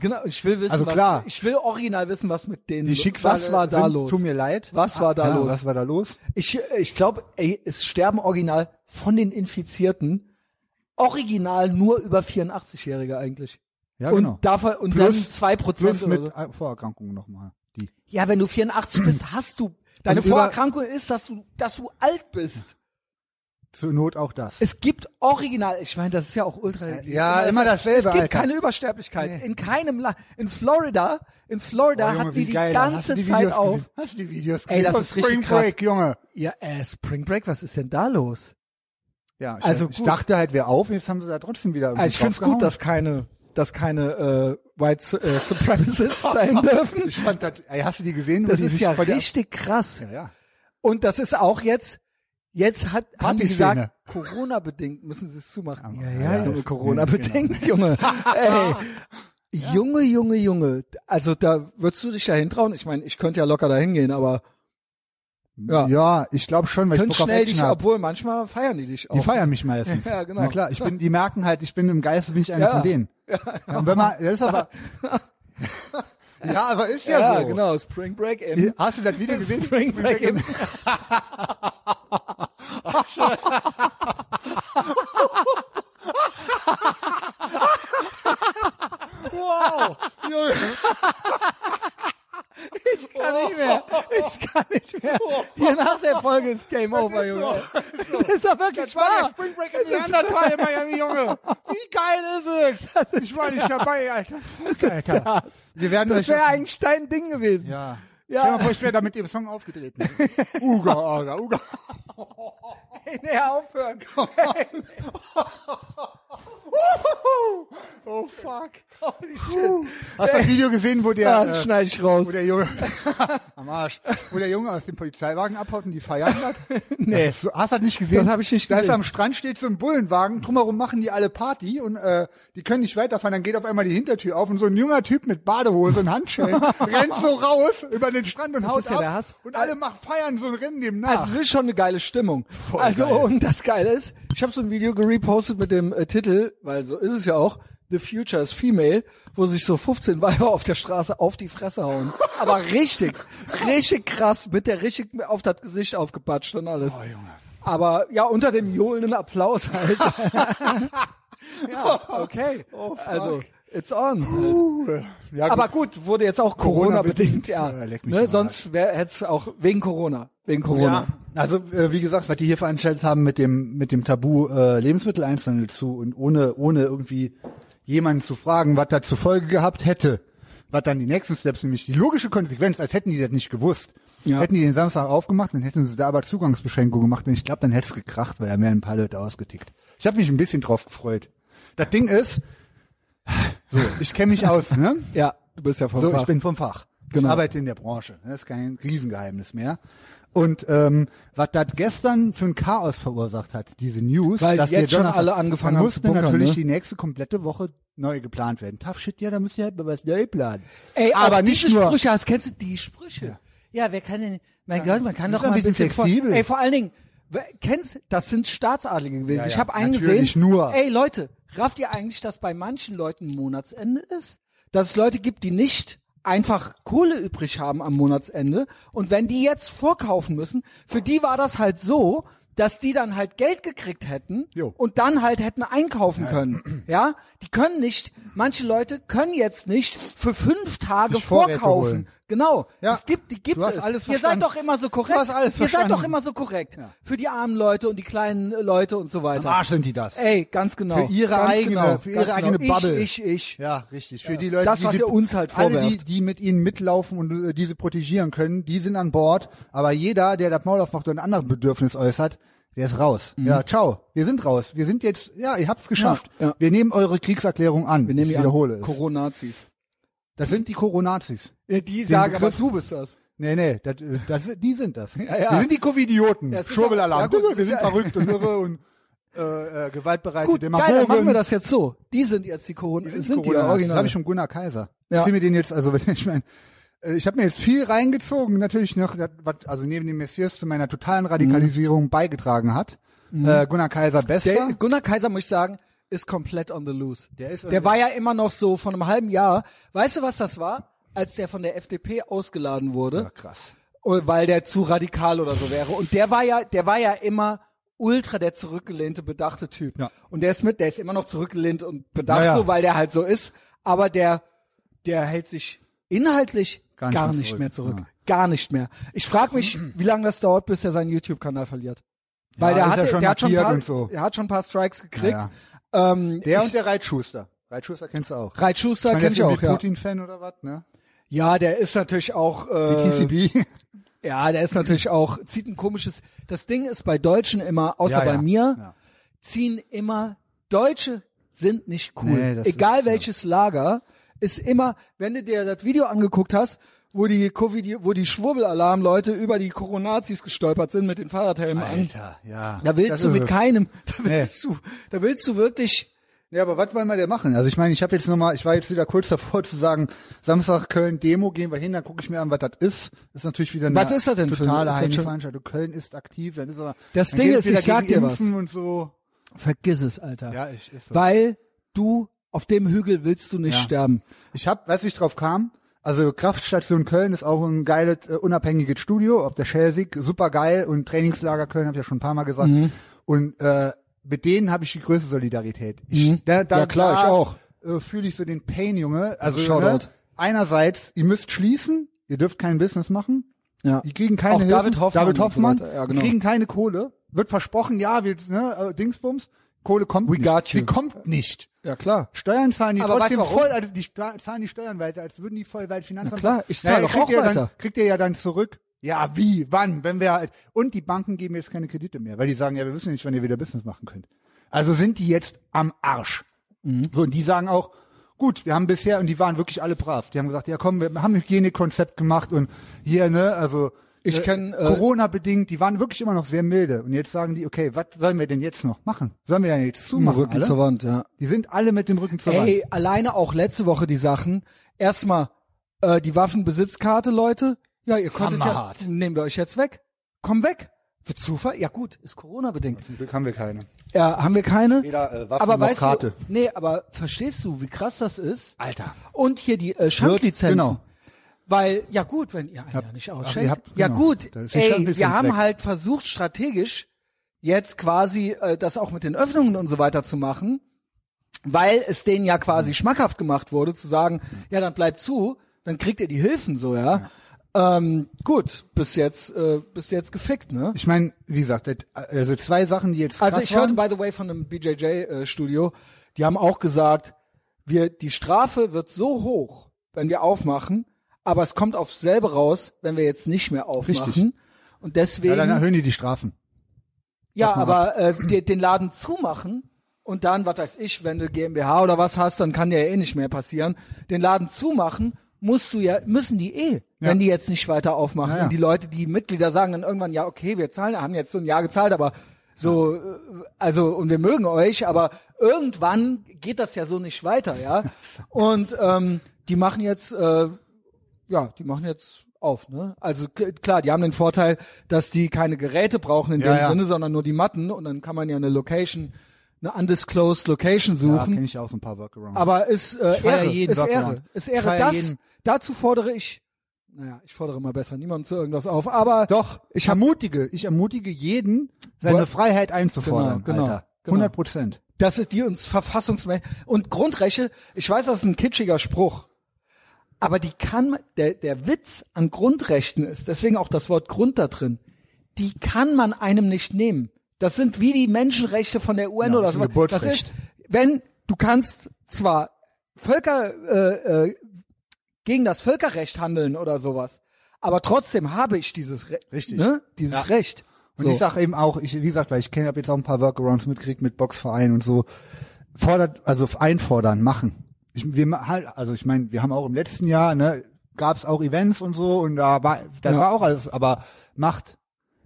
Speaker 1: genau. Ich will wissen,
Speaker 2: Also
Speaker 1: was,
Speaker 2: klar.
Speaker 1: ich will original wissen, was mit denen,
Speaker 2: Die Schicksale
Speaker 1: was war da
Speaker 2: sind,
Speaker 1: los?
Speaker 2: tut mir leid.
Speaker 1: Was war da
Speaker 2: ja,
Speaker 1: los?
Speaker 2: Was war da los?
Speaker 1: Ich, ich glaube, ey, es sterben original von den Infizierten original nur über 84-Jährige eigentlich.
Speaker 2: Ja,
Speaker 1: und
Speaker 2: genau.
Speaker 1: davon, und
Speaker 2: Plus-
Speaker 1: dann zwei Prozent
Speaker 2: Plus
Speaker 1: oder
Speaker 2: mit
Speaker 1: so.
Speaker 2: äh, Vorerkrankungen nochmal. Die.
Speaker 1: Ja, wenn du 84 bist, hast du, deine
Speaker 2: Und über-
Speaker 1: Vorerkrankung ist, dass du, dass du alt bist.
Speaker 2: Zur Not auch das.
Speaker 1: Es gibt original, ich meine, das ist ja auch ultra.
Speaker 2: Ja, immer dasselbe,
Speaker 1: Es gibt
Speaker 2: Alter.
Speaker 1: keine Übersterblichkeit.
Speaker 2: Nee.
Speaker 1: In keinem Land. In Florida, in Florida
Speaker 2: Boah, Oh, Junge,
Speaker 1: hatten die
Speaker 2: wie
Speaker 1: die
Speaker 2: geil, hast du
Speaker 1: ganze
Speaker 2: die
Speaker 1: Zeit
Speaker 2: Videos
Speaker 1: auf.
Speaker 2: Gesehen? Hast du die Videos
Speaker 1: Ey, das
Speaker 2: gesehen?
Speaker 1: ist richtig
Speaker 2: Spring
Speaker 1: krass.
Speaker 2: Break, Junge.
Speaker 1: Ja, äh, Spring Break, was ist denn da los?
Speaker 2: Ja, ich,
Speaker 1: Also
Speaker 2: ich
Speaker 1: gut.
Speaker 2: dachte halt, wer auf, jetzt haben sie da trotzdem wieder.
Speaker 1: Also ich
Speaker 2: drauf
Speaker 1: finde es gut,
Speaker 2: gehauen.
Speaker 1: dass keine, dass keine äh, White Su- äh, Supremacists sein dürfen.
Speaker 2: Ich fand das, ey, hast du die gesehen? wo
Speaker 1: Das
Speaker 2: die
Speaker 1: ist
Speaker 2: sich
Speaker 1: ja
Speaker 2: bei der-
Speaker 1: richtig krass.
Speaker 2: Ja, ja.
Speaker 1: Und das ist auch jetzt, jetzt hat, haben die
Speaker 2: Partyszene.
Speaker 1: gesagt, Corona-bedingt müssen sie es zumachen.
Speaker 2: Ja, ja, genau. das-
Speaker 1: Junge,
Speaker 2: nee,
Speaker 1: Corona-bedingt, Junge. Ey. Junge, Junge, Junge. Also da würdest du dich dahin trauen. Ich meine, ich könnte ja locker dahin gehen, aber Ja.
Speaker 2: Ja, ich glaube schon, weil
Speaker 1: könnt
Speaker 2: ich Bock auf
Speaker 1: schnell dich,
Speaker 2: Action hab.
Speaker 1: obwohl manchmal feiern die dich auch.
Speaker 2: Die feiern mich meistens.
Speaker 1: Ja, genau.
Speaker 2: Na klar, ich bin, die merken halt, ich bin im Geiste, bin ich einer
Speaker 1: Ja. genau.
Speaker 2: von denen. Ja, und wenn man, das ist aber, ja, aber ist ja,
Speaker 1: ja,
Speaker 2: so.
Speaker 1: genau, Spring Break im
Speaker 2: Ihr- Hast du das Video gesehen?
Speaker 1: Spring Break im
Speaker 2: Wow! Junge.
Speaker 1: kann nicht mehr. Ich kann nicht mehr. Hier nach der Folge ist Game Over, Junge. Das ist doch wirklich
Speaker 2: Das war
Speaker 1: wahr.
Speaker 2: der Spring Break in die anderen Teil in Miami, Junge. Wie geil ist es? ich war nicht dabei, Alter. Fuck, Alter. Wir werden
Speaker 1: Das
Speaker 2: euch
Speaker 1: wäre
Speaker 2: das-
Speaker 1: eigentlich dein Ding gewesen.
Speaker 2: Ja.
Speaker 1: Ja.
Speaker 2: Stell dir mal vor, ich wäre da mit dem Song aufgetreten. Uga, Uga, Uga.
Speaker 1: Hey, nee,
Speaker 2: eh,
Speaker 1: aufhören.
Speaker 2: Oh fuck. Puh. Hast du das Video gesehen, wo der,
Speaker 1: Ja, das
Speaker 2: äh,
Speaker 1: schneide ich raus.
Speaker 2: wo der Junge am Arsch, wo der Junge aus dem Polizeiwagen abhaut und die feiern hat?
Speaker 1: Nee.
Speaker 2: So, hast du das nicht gesehen?
Speaker 1: Das hab ich nicht
Speaker 2: Da ist
Speaker 1: gesehen.
Speaker 2: am Strand steht so ein Bullenwagen, drumherum machen die alle Party und äh, die können nicht weiterfahren, dann geht auf einmal die Hintertür auf und so ein junger Typ mit Badehose und Handschellen rennt so raus über den Strand und haut
Speaker 1: ist ja
Speaker 2: ab
Speaker 1: der Hass.
Speaker 2: und alle machen feiern so ein Rennen dem nach.
Speaker 1: Also es ist schon eine geile Stimmung.
Speaker 2: Voll
Speaker 1: also
Speaker 2: geil.
Speaker 1: und das Geile ist, ich habe so ein Video gerepostet mit dem äh, Titel, weil so ist es ja auch, The Future is Female, wo sich so 15 Weiber auf der Straße auf die Fresse hauen. Aber richtig, richtig krass, mit der richtig auf das Gesicht aufgepatscht und alles.
Speaker 2: Oh, Junge.
Speaker 1: Aber ja, unter dem johlenden Applaus halt. ja, okay. also, it's on.
Speaker 2: ja, Oh, gut.
Speaker 1: Aber gut, wurde jetzt auch Corona-bedingt,
Speaker 2: Corona-bedingt,
Speaker 1: ja.
Speaker 2: ja, leck mich am
Speaker 1: ne,
Speaker 2: Arsch.
Speaker 1: sonst hätte es auch wegen Corona. Wegen Corona.
Speaker 2: Ja, also äh, wie gesagt, was die hier veranstaltet haben mit dem mit dem Tabu äh, Lebensmitteleinzelhandel zu und ohne ohne irgendwie jemanden zu fragen, was da zur Folge gehabt hätte, was dann die nächsten Steps nämlich die logische Konsequenz, als hätten die das nicht gewusst.
Speaker 1: Ja.
Speaker 2: Hätten die den Samstag aufgemacht, dann hätten sie da aber Zugangsbeschränkungen gemacht und ich glaube, dann hätte es gekracht, weil da wären ein paar Leute ausgetickt. Ich habe mich ein bisschen drauf gefreut. Das Ding ist, so, ich kenne mich aus, ne?
Speaker 1: Ja, du bist ja vom
Speaker 2: So,
Speaker 1: Fach.
Speaker 2: ich bin vom Fach.
Speaker 1: Genau.
Speaker 2: Ich arbeite in der Branche. Das ist kein Riesengeheimnis mehr. Und ähm, was das gestern für ein Chaos verursacht hat, diese News,
Speaker 1: Weil
Speaker 2: dass
Speaker 1: jetzt
Speaker 2: wir
Speaker 1: schon
Speaker 2: Donnerstag-
Speaker 1: alle angefangen
Speaker 2: dann
Speaker 1: haben
Speaker 2: musste
Speaker 1: zu bunkern,
Speaker 2: natürlich
Speaker 1: ne?
Speaker 2: die nächste komplette Woche neu geplant werden. Tough shit, ja, da müsst ihr halt mal was neu planen.
Speaker 1: Ey,
Speaker 2: aber
Speaker 1: auch
Speaker 2: nicht
Speaker 1: diese
Speaker 2: nur.
Speaker 1: Sprüche, hast, kennst du die Sprüche? Ja, wer kann denn, mein Gott, man kann
Speaker 2: Ist
Speaker 1: doch
Speaker 2: doch
Speaker 1: mal
Speaker 2: ein
Speaker 1: ein bisschen,
Speaker 2: bisschen flexibel.
Speaker 1: Vor, ey, vor allen Dingen, wer- kennst, das sind Staatsadlige gewesen.
Speaker 2: Ja,
Speaker 1: Ich
Speaker 2: ja,
Speaker 1: habe einen
Speaker 2: natürlich
Speaker 1: gesehen.
Speaker 2: nur.
Speaker 1: Ey, Leute, rafft ihr eigentlich, dass bei manchen Leuten Monatsende ist? Dass es Leute gibt, die nicht einfach Kohle übrig haben am Monatsende und wenn die jetzt vorkaufen müssen, für die war das halt so, dass die dann halt Geld gekriegt hätten
Speaker 2: Jo.
Speaker 1: und dann halt hätten einkaufen können. Ja, die können nicht, manche Leute können jetzt nicht für fünf Tage
Speaker 2: Vorräte
Speaker 1: vorkaufen.
Speaker 2: holen.
Speaker 1: Genau.
Speaker 2: Ja.
Speaker 1: Es gibt, die gibt
Speaker 2: Du hast
Speaker 1: es.
Speaker 2: alles
Speaker 1: Ihr seid
Speaker 2: verstanden.
Speaker 1: doch immer so korrekt.
Speaker 2: Du hast alles
Speaker 1: Ihr seid
Speaker 2: verstanden.
Speaker 1: doch immer so korrekt.
Speaker 2: Ja.
Speaker 1: Für die armen Leute und die kleinen äh, Leute und so weiter.
Speaker 2: Am Arsch sind die das.
Speaker 1: Ey, ganz genau.
Speaker 2: Für ihre
Speaker 1: ganz
Speaker 2: eigene-
Speaker 1: genau.
Speaker 2: für
Speaker 1: ganz
Speaker 2: ihre eigene
Speaker 1: genau.
Speaker 2: Bubble.
Speaker 1: Ich, ich, ich.
Speaker 2: Ja, richtig. Für die Leute,
Speaker 1: Das,
Speaker 2: die
Speaker 1: was
Speaker 2: sie,
Speaker 1: ihr uns halt
Speaker 2: alle die,
Speaker 1: vorwerft.
Speaker 2: die mit ihnen mitlaufen und äh, diese protegieren können, die sind an Bord. Aber jeder, der das Maul aufmacht und ein anderes Bedürfnis äußert, der ist raus.
Speaker 1: Mhm.
Speaker 2: Ja, ciao. Wir sind raus. Wir sind jetzt, ja, ihr habt's geschafft.
Speaker 1: Ja, ja.
Speaker 2: Wir nehmen eure Kriegserklärung an.
Speaker 1: Wir nehmen die
Speaker 2: ich
Speaker 1: an.
Speaker 2: wiederhole es.
Speaker 1: Coronazis.
Speaker 2: das sind die Coronazis.
Speaker 1: Die
Speaker 2: sagen,
Speaker 1: sagen,
Speaker 2: aber
Speaker 1: aber du bist das.
Speaker 2: Nee, nee, das, äh, das, die sind das.
Speaker 1: Ja, ja.
Speaker 2: Wir sind die Covidioten.
Speaker 1: Ja, es ist
Speaker 2: Schwurbelalarm.
Speaker 1: ja- ja, gut, es
Speaker 2: wir
Speaker 1: ist
Speaker 2: sind
Speaker 1: ja-
Speaker 2: verrückt und irre und äh, äh, gewaltbereite
Speaker 1: Gut, geil,
Speaker 2: Demagogen.
Speaker 1: dann machen wir das jetzt so. Die sind jetzt die Corona,
Speaker 2: Die sind,
Speaker 1: sind die
Speaker 2: Corona. Das
Speaker 1: original.
Speaker 2: habe ich schon Gunnar Kaiser.
Speaker 1: Ja.
Speaker 2: Ich zieh mir den jetzt, also wenn ich meine, äh, ich habe mir jetzt viel reingezogen, natürlich noch, das, was also neben dem Messias zu meiner totalen Radikalisierung beigetragen hat. Äh, Gunnar Kaiser bester.
Speaker 1: Mhm. Der Gunnar Kaiser, muss ich sagen, ist komplett on the loose.
Speaker 2: Der ist-
Speaker 1: der war ja immer noch so von einem halben Jahr. Weißt du, was das war? Als der von der FDP ausgeladen wurde,
Speaker 2: ja, krass.
Speaker 1: und Oh, weil der zu radikal oder so wäre. Und der war ja, der war ja immer ultra der zurückgelehnte, bedachte Typ.
Speaker 2: Ja.
Speaker 1: Und der ist mit, der ist immer noch zurückgelehnt und bedacht
Speaker 2: Naja.
Speaker 1: so, weil der halt so ist. Aber der, der hält sich inhaltlich
Speaker 2: Gar
Speaker 1: gar,
Speaker 2: nicht mehr
Speaker 1: nicht
Speaker 2: zurück.
Speaker 1: mehr zurück.
Speaker 2: Ja.
Speaker 1: Gar nicht mehr. Ich frage mich, wie lange das dauert, bis er seinen YouTube-Kanal verliert. Weil
Speaker 2: Ja,
Speaker 1: der,
Speaker 2: ist
Speaker 1: hat,
Speaker 2: ja schon
Speaker 1: der, hat schon ein
Speaker 2: markiert
Speaker 1: paar,
Speaker 2: und so.
Speaker 1: der hat schon ein paar Strikes gekriegt.
Speaker 2: Ja,
Speaker 1: Ähm,
Speaker 2: Der
Speaker 1: ich,
Speaker 2: und der Reitschuster. Reitschuster kennst du auch.
Speaker 1: Reit Schuster
Speaker 2: Man
Speaker 1: kenne
Speaker 2: ist
Speaker 1: ich auch,
Speaker 2: irgendwie
Speaker 1: ja.
Speaker 2: Putin-Fan oder was, ne?
Speaker 1: Ja, der ist natürlich auch äh,
Speaker 2: TCB.
Speaker 1: Ja, der ist natürlich auch, zieht ein komisches, das Ding ist bei Deutschen immer, außer
Speaker 2: Ja, ja.
Speaker 1: bei mir,
Speaker 2: Ja.
Speaker 1: ziehen immer, Deutsche sind nicht cool.
Speaker 2: Nee, das
Speaker 1: Egal
Speaker 2: ist-
Speaker 1: welches Lager, ist immer, wenn du dir das Video angeguckt hast, wo die Covid, wo die Schwurbelalarm-Leute über die Coronazis gestolpert sind mit den Fahrradhelmen an.
Speaker 2: Alter, ja.
Speaker 1: Da willst
Speaker 2: Das
Speaker 1: du
Speaker 2: ist
Speaker 1: mit
Speaker 2: es.
Speaker 1: keinem, da
Speaker 2: Nee.
Speaker 1: willst du, da willst du wirklich,
Speaker 2: Ja, aber was wollen wir denn machen? Also ich meine, ich habe jetzt nochmal, ich war jetzt wieder kurz davor zu sagen, Samstag Köln Demo, gehen wir hin, dann gucke ich mir an, was das ist. Ist natürlich wieder eine
Speaker 1: Was ist das denn für- ist
Speaker 2: totale
Speaker 1: das
Speaker 2: heimische
Speaker 1: schon-
Speaker 2: Veranstaltung. Köln ist aktiv, dann ist aber
Speaker 1: Das
Speaker 2: dann
Speaker 1: Ding
Speaker 2: geht's
Speaker 1: ist,
Speaker 2: wieder
Speaker 1: ich sag
Speaker 2: gegen
Speaker 1: dir was.
Speaker 2: Impfen und so.
Speaker 1: vergiss es, Alter.
Speaker 2: Ja, ich ist so.
Speaker 1: Weil du, auf dem Hügel willst du nicht
Speaker 2: Ja.
Speaker 1: sterben.
Speaker 2: Ich habe, weißt du, wie ich drauf kam? Also Kraftstation Köln ist auch ein geiles äh, unabhängiges Studio auf der Schelsig, super geil und Trainingslager Köln habe ich ja schon ein paar mal gesagt.
Speaker 1: Mhm.
Speaker 2: Und äh, mit denen habe ich die größte Solidarität. Ich,
Speaker 1: Mhm.
Speaker 2: da, da,
Speaker 1: Ja, klar, ich
Speaker 2: da,
Speaker 1: auch.
Speaker 2: Äh, Fühle ich so den Pain, Junge. Also ne,
Speaker 1: Shoutout.
Speaker 2: einerseits, ihr müsst schließen, ihr dürft kein Business machen,
Speaker 1: Ja.
Speaker 2: die kriegen keine
Speaker 1: Auch
Speaker 2: Hilfen.
Speaker 1: David Hoffmann
Speaker 2: David
Speaker 1: und so
Speaker 2: Hoffmann
Speaker 1: weiter. Ja, genau.
Speaker 2: Die kriegen keine Kohle. Wird versprochen, ja, wir ne, äh, Dingsbums. Kohle kommt
Speaker 1: We
Speaker 2: nicht.
Speaker 1: got you.
Speaker 2: Sie kommt nicht.
Speaker 1: Ja, klar.
Speaker 2: Steuern zahlen die
Speaker 1: Aber
Speaker 2: trotzdem
Speaker 1: weißt du warum?
Speaker 2: voll, also die Sta- zahlen die Steuern weiter, als würden die voll weit Finanzamt.
Speaker 1: Na klar, ich zahle
Speaker 2: Naja,
Speaker 1: doch
Speaker 2: kriegt
Speaker 1: auch
Speaker 2: ihr
Speaker 1: weiter.
Speaker 2: Dann, kriegt ihr ja dann zurück. Ja, wie, wann, wenn wir halt, und die Banken geben jetzt keine Kredite mehr, weil die sagen, ja, wir wissen ja nicht, wann ihr wieder Business machen könnt. Also sind die jetzt am Arsch.
Speaker 1: Mhm.
Speaker 2: So, und die sagen auch, gut, wir haben bisher, und die waren wirklich alle brav. Die haben gesagt, ja komm, wir haben Hygienekonzept gemacht und hier, ne, also,
Speaker 1: Ich
Speaker 2: äh,
Speaker 1: kenn, äh,
Speaker 2: Corona-bedingt, die waren wirklich immer noch sehr milde. Und jetzt sagen die, okay, was sollen wir denn jetzt noch machen? Sollen wir denn jetzt zumachen?
Speaker 1: Rücken
Speaker 2: alle?
Speaker 1: zur Wand, ja.
Speaker 2: Die sind alle mit dem Rücken zur Wand.
Speaker 1: Ey, alleine auch letzte Woche die Sachen. Erstmal äh, die Waffenbesitzkarte, Leute. Ja, ihr konntet
Speaker 2: Hammerhart.
Speaker 1: ja. Nehmen wir euch jetzt weg. Komm weg. Für Zufall? Ja gut, ist Corona bedingt.
Speaker 2: Zum Glück haben wir keine.
Speaker 1: Ja, haben wir keine.
Speaker 2: Weder, äh, Waffen
Speaker 1: aber
Speaker 2: noch
Speaker 1: weißt
Speaker 2: Karte.
Speaker 1: du, nee, aber verstehst du, wie krass das ist?
Speaker 2: Alter.
Speaker 1: Und hier die äh, Schanklizenzen.
Speaker 2: genau.
Speaker 1: Weil, ja gut, wenn ihr einen ja nicht
Speaker 2: ach, ihr
Speaker 1: ausschenkt.
Speaker 2: habt-
Speaker 1: ja
Speaker 2: genau.
Speaker 1: gut,
Speaker 2: Da ist die
Speaker 1: ey,
Speaker 2: Schanklizenz
Speaker 1: wir haben
Speaker 2: weg.
Speaker 1: halt versucht, strategisch jetzt quasi äh, das auch mit den Öffnungen und so weiter zu machen, weil es denen ja
Speaker 2: Mhm.
Speaker 1: quasi schmackhaft gemacht wurde, zu sagen, ja, dann bleibt zu, dann kriegt ihr die Hilfen so, ja. Ähm, gut, bis jetzt, äh, bis jetzt gefickt, ne?
Speaker 2: Ich meine, wie gesagt, das- also zwei Sachen, die jetzt
Speaker 1: Also
Speaker 2: krass
Speaker 1: ich hörte,
Speaker 2: waren.
Speaker 1: by the way, von einem BJJ-Studio, äh, die haben auch gesagt, wir, die Strafe wird so hoch, wenn wir aufmachen, aber es kommt aufs selbe raus, wenn wir jetzt nicht mehr aufmachen.
Speaker 2: Richtig.
Speaker 1: Und
Speaker 2: ja,
Speaker 1: deswegen,
Speaker 2: dann
Speaker 1: ja,
Speaker 2: erhöhen die die Strafen. Warte mal
Speaker 1: aber äh, de- den Laden zumachen und dann, was weiß ich, wenn du GmbH oder was hast, dann kann dir ja eh nicht mehr passieren. Den Laden zumachen musst du ja, müssen die eh, wenn die jetzt nicht weiter aufmachen.
Speaker 2: Ja, ja.
Speaker 1: Und die Leute, die Mitglieder sagen dann irgendwann, ja, okay, wir zahlen, haben jetzt so ein Jahr gezahlt, aber so, äh, also, und wir mögen euch, aber irgendwann geht das ja so nicht weiter, ja. Und ähm, die machen jetzt, äh, ja, die machen jetzt auf, ne? Also k- klar, die haben den Vorteil, dass die keine Geräte brauchen in
Speaker 2: Ja,
Speaker 1: dem
Speaker 2: ja.
Speaker 1: Sinne, sondern nur die Matten und dann kann man ja eine Location, eine undisclosed Location
Speaker 2: Da
Speaker 1: suchen.
Speaker 2: kenne ich auch so ein paar Workarounds.
Speaker 1: Aber ist äh,
Speaker 2: Ich feier
Speaker 1: Ehre,
Speaker 2: jeden
Speaker 1: ist Ehre,
Speaker 2: Background.
Speaker 1: ist
Speaker 2: Ich
Speaker 1: Ehre.
Speaker 2: feier
Speaker 1: Das,
Speaker 2: jeden.
Speaker 1: dazu fordere ich, naja, ich fordere mal besser niemanden zu irgendwas auf, aber
Speaker 2: Doch, ich
Speaker 1: ich hab,
Speaker 2: ermutige, ich ermutige jeden, seine
Speaker 1: Wo-
Speaker 2: Freiheit einzufordern,
Speaker 1: Genau, genau,
Speaker 2: Alter.
Speaker 1: genau.
Speaker 2: 100 Prozent.
Speaker 1: dass es die uns verfassungsmäßig und Grundrechte, ich weiß, das ist ein kitschiger Spruch, Aber die kann, man- der, der Witz an Grundrechten ist, deswegen auch das Wort Grund da drin, die kann man einem nicht nehmen. Das sind wie die Menschenrechte von der UN
Speaker 2: Ja,
Speaker 1: oder
Speaker 2: das ist
Speaker 1: so.
Speaker 2: ein
Speaker 1: Das ist,
Speaker 2: Geburtsrecht.
Speaker 1: wenn du kannst zwar Völker, äh, äh, gegen das Völkerrecht handeln oder sowas, aber trotzdem habe ich dieses, Re
Speaker 2: Richtig.
Speaker 1: Ne? dieses
Speaker 2: Ja.
Speaker 1: Recht.
Speaker 2: Und
Speaker 1: So.
Speaker 2: ich sag eben auch, ich, wie gesagt, weil ich kenne, habe jetzt auch ein paar Workarounds mitgekriegt mit Boxvereinen und so. Fordert, also einfordern, machen. Ich, wir, ma- halt, also ich meine, wir haben auch im letzten Jahr, ne, gab es auch Events und so und da war, da
Speaker 1: Ja.
Speaker 2: war auch alles, aber macht.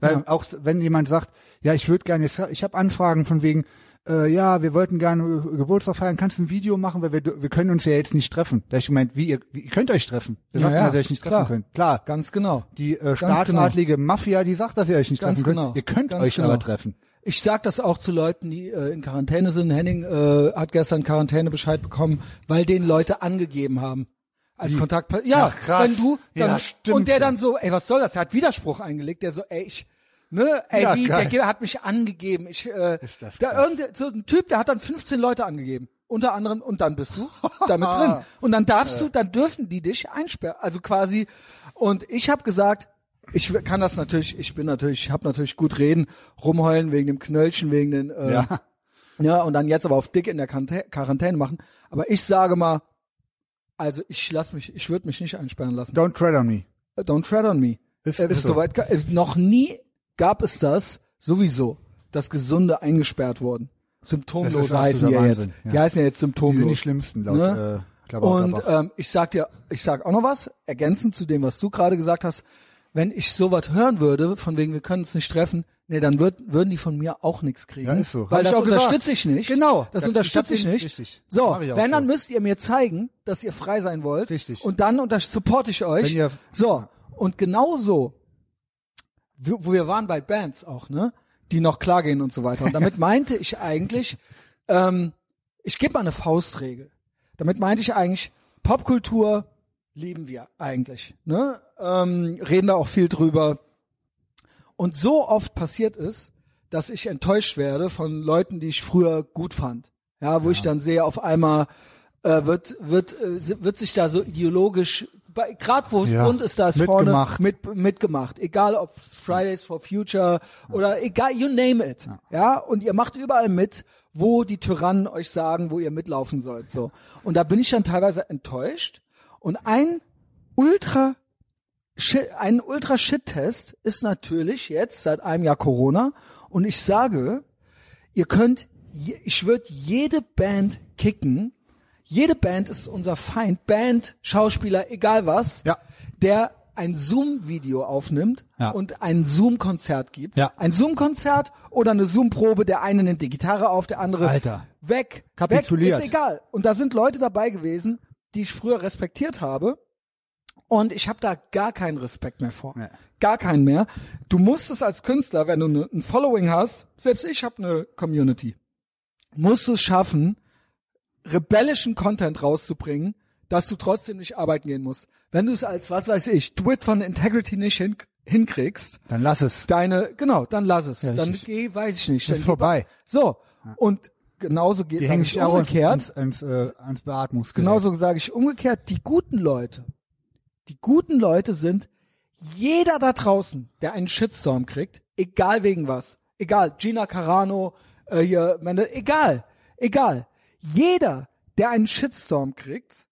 Speaker 2: Weil
Speaker 1: Ja.
Speaker 2: auch wenn jemand sagt, ja, ich würde gerne jetzt, ich habe Anfragen von wegen, äh, ja, wir wollten gerne Geburtstag feiern, kannst du ein Video machen, weil wir, wir können uns ja jetzt nicht treffen. Da hab ich gemeint, wie ihr, wie, ihr könnt euch treffen. Wir
Speaker 1: Ja,
Speaker 2: sagten,
Speaker 1: ja,
Speaker 2: dass ihr euch nicht treffen
Speaker 1: klar.
Speaker 2: könnt. Klar,
Speaker 1: Ganz genau.
Speaker 2: die äh,
Speaker 1: genau.
Speaker 2: staatsadlige Mafia, die sagt, dass ihr euch nicht
Speaker 1: Ganz
Speaker 2: treffen könnt.
Speaker 1: genau.
Speaker 2: Ihr könnt
Speaker 1: Ganz
Speaker 2: euch
Speaker 1: genau.
Speaker 2: aber treffen.
Speaker 1: Ich sag das auch zu Leuten, die äh, in Quarantäne sind. Henning äh, hat gestern Quarantänebescheid bekommen, weil den Leute angegeben haben als Kontaktperson. Ja,
Speaker 2: Ach, krass.
Speaker 1: wenn du dann,
Speaker 2: Ja, stimmt,
Speaker 1: und der
Speaker 2: ja.
Speaker 1: dann so, ey, was soll das? Er hat Widerspruch eingelegt, der so, ey, ich ne, ey,
Speaker 2: Ja,
Speaker 1: wie,
Speaker 2: geil.
Speaker 1: der Ge- hat mich angegeben. Ich äh,
Speaker 2: Ist das
Speaker 1: da
Speaker 2: krass.
Speaker 1: irgendein so ein Typ, der hat dann 15 Leute angegeben. Unter anderem und dann bist du damit drin. Und dann darfst du, dann dürfen die dich einsperren. Also quasi und ich habe gesagt, ich kann das natürlich, ich bin natürlich, ich habe natürlich gut reden, rumheulen wegen dem Knöllchen, wegen den äh,
Speaker 2: Ja.
Speaker 1: ja, und dann jetzt aber auf dick in der Quarantä- Quarantäne machen. Aber ich sage mal, also ich lass mich, ich würde mich nicht einsperren lassen.
Speaker 2: Don't tread on me.
Speaker 1: Don't tread on me.
Speaker 2: Ist-
Speaker 1: äh,
Speaker 2: ist so.
Speaker 1: soweit, ga- äh, noch nie gab es das sowieso, dass Gesunde eingesperrt wurden.
Speaker 2: Das ist
Speaker 1: Symptomlose
Speaker 2: absoluter
Speaker 1: heißen die ja jetzt.
Speaker 2: Wahnsinn, ja.
Speaker 1: Die heißen ja jetzt
Speaker 2: Die
Speaker 1: symptomlos.
Speaker 2: sind die schlimmsten laut
Speaker 1: Ne?
Speaker 2: äh, Klabauterbach.
Speaker 1: Und ähm, ich sag dir, ich sag auch noch was, ergänzend zu dem, was du gerade gesagt hast, wenn ich sowas hören würde, von wegen wir können uns nicht treffen, nee, dann würd, würden die von mir auch nichts kriegen.
Speaker 2: Ja, ist so.
Speaker 1: Weil
Speaker 2: Hab ich
Speaker 1: das
Speaker 2: auch gesagt.
Speaker 1: unterstütze ich nicht.
Speaker 2: Genau.
Speaker 1: Das
Speaker 2: Ja,
Speaker 1: unterstütze
Speaker 2: ich
Speaker 1: ich
Speaker 2: hab den-
Speaker 1: nicht.
Speaker 2: richtig.
Speaker 1: So,
Speaker 2: Mach ich auch
Speaker 1: wenn, dann
Speaker 2: so.
Speaker 1: müsst ihr mir zeigen, dass ihr frei sein wollt.
Speaker 2: Richtig.
Speaker 1: Und dann unter supporte ich euch.
Speaker 2: Wenn ihr-
Speaker 1: so, und genauso, wo wo wir waren bei Bands auch, ne? Die noch klar gehen und so weiter. Und damit meinte ich eigentlich, ähm, ich gebe mal eine Faustregel. Damit meinte ich eigentlich, Popkultur lieben wir eigentlich. Ne? Ähm, reden da auch viel drüber. Und so oft passiert es, dass ich enttäuscht werde von Leuten, die ich früher gut fand. Ja, wo ich dann sehe, auf einmal äh, wird, wird, äh, si- wird sich da so ideologisch, gerade wo es
Speaker 2: Ja,
Speaker 1: bunt ist, da ist
Speaker 2: mitgemacht.
Speaker 1: vorne mit, mitgemacht. Egal ob Fridays for Future oder egal, you name it. Ja. und ihr macht überall mit, wo die Tyrannen euch sagen, wo ihr mitlaufen sollt. So. Und da bin ich dann teilweise enttäuscht. Und ein ultra Shi- ein Ultra-Shit-Test ist natürlich jetzt seit einem Jahr Corona und ich sage, ihr könnt, je- ich würde jede Band kicken. Jede Band ist unser Feind. Band, Schauspieler, egal was,
Speaker 2: Ja.
Speaker 1: der ein Zoom-Video aufnimmt
Speaker 2: Ja.
Speaker 1: und ein Zoom-Konzert gibt.
Speaker 2: Ja.
Speaker 1: Ein Zoom-Konzert oder eine Zoom-Probe, der eine nimmt die Gitarre auf, der andere
Speaker 2: Alter.
Speaker 1: weg.
Speaker 2: Kapituliert.
Speaker 1: Weg, ist egal. Und da sind Leute dabei gewesen, die ich früher respektiert habe. Und ich habe da gar keinen Respekt mehr vor.
Speaker 2: Nee.
Speaker 1: Gar keinen mehr. Du musst es als Künstler, wenn du ne, ein Following hast, selbst ich habe eine Community, musst du es schaffen, rebellischen Content rauszubringen, dass du trotzdem nicht arbeiten gehen musst. Wenn du es als, was weiß ich, Twit von Integrity nicht hin, hinkriegst,
Speaker 2: dann lass es.
Speaker 1: deine, genau, dann lass es.
Speaker 2: Ja,
Speaker 1: dann
Speaker 2: richtig.
Speaker 1: geh, weiß ich nicht.
Speaker 2: Das
Speaker 1: Dann
Speaker 2: ist
Speaker 1: geh-
Speaker 2: vorbei.
Speaker 1: So. Und genauso geht
Speaker 2: Die
Speaker 1: es
Speaker 2: hängen sich
Speaker 1: eigentlich
Speaker 2: auch ans,
Speaker 1: umgekehrt.
Speaker 2: ans, ans, äh, ans Beatmungsgerät.
Speaker 1: Genauso Genau sage ich umgekehrt, die guten Leute, die guten Leute sind jeder da draußen, der einen Shitstorm kriegt, egal wegen was, egal, Gina Carano, äh, hier, Mendel, egal, egal, jeder, der einen Shitstorm kriegt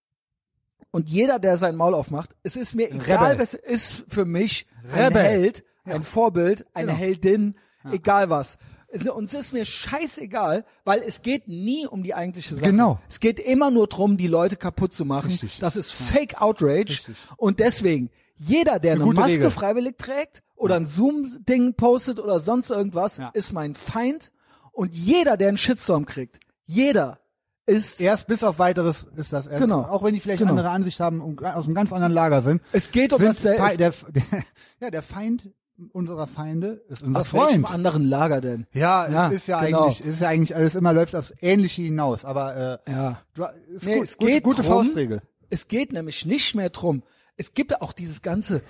Speaker 1: und jeder, der sein Maul aufmacht, es ist mir egal,
Speaker 2: Rebel.
Speaker 1: was ist für mich ein
Speaker 2: Rebel.
Speaker 1: Held, ein Vorbild, eine
Speaker 2: Genau.
Speaker 1: Heldin, egal was. Es- Uns ist mir scheißegal, weil es geht nie um die eigentliche Sache.
Speaker 2: Genau.
Speaker 1: Es geht immer nur drum, die Leute kaputt zu machen.
Speaker 2: Richtig.
Speaker 1: Das ist Fake Outrage.
Speaker 2: Richtig.
Speaker 1: Und deswegen, jeder, der eine
Speaker 2: gute
Speaker 1: Maske
Speaker 2: Regel.
Speaker 1: freiwillig trägt oder ein Zoom-Ding postet oder sonst irgendwas,
Speaker 2: Ja.
Speaker 1: ist mein Feind. Und jeder, der einen Shitstorm kriegt, jeder ist,
Speaker 2: Erst bis auf weiteres ist das erst.
Speaker 1: Genau.
Speaker 2: Auch wenn die vielleicht
Speaker 1: Genau.
Speaker 2: andere Ansicht haben und aus einem ganz anderen Lager sind.
Speaker 1: es geht um
Speaker 2: sind
Speaker 1: das Sel-
Speaker 2: Fe- der, der, ja, der Feind unserer Feinde ist unser
Speaker 1: aus um welchem
Speaker 2: Freund.
Speaker 1: anderen Lager denn?
Speaker 2: Ja, es
Speaker 1: Ja,
Speaker 2: ist ja
Speaker 1: genau.
Speaker 2: eigentlich, es ist ja eigentlich alles immer läuft aufs Ähnliche hinaus, aber äh,
Speaker 1: Ja.
Speaker 2: du, ist
Speaker 1: Nee,
Speaker 2: gut,
Speaker 1: es
Speaker 2: gute-
Speaker 1: geht
Speaker 2: gute
Speaker 1: drum,
Speaker 2: Faustregel.
Speaker 1: Es geht nämlich nicht mehr drum. Es gibt auch dieses ganze.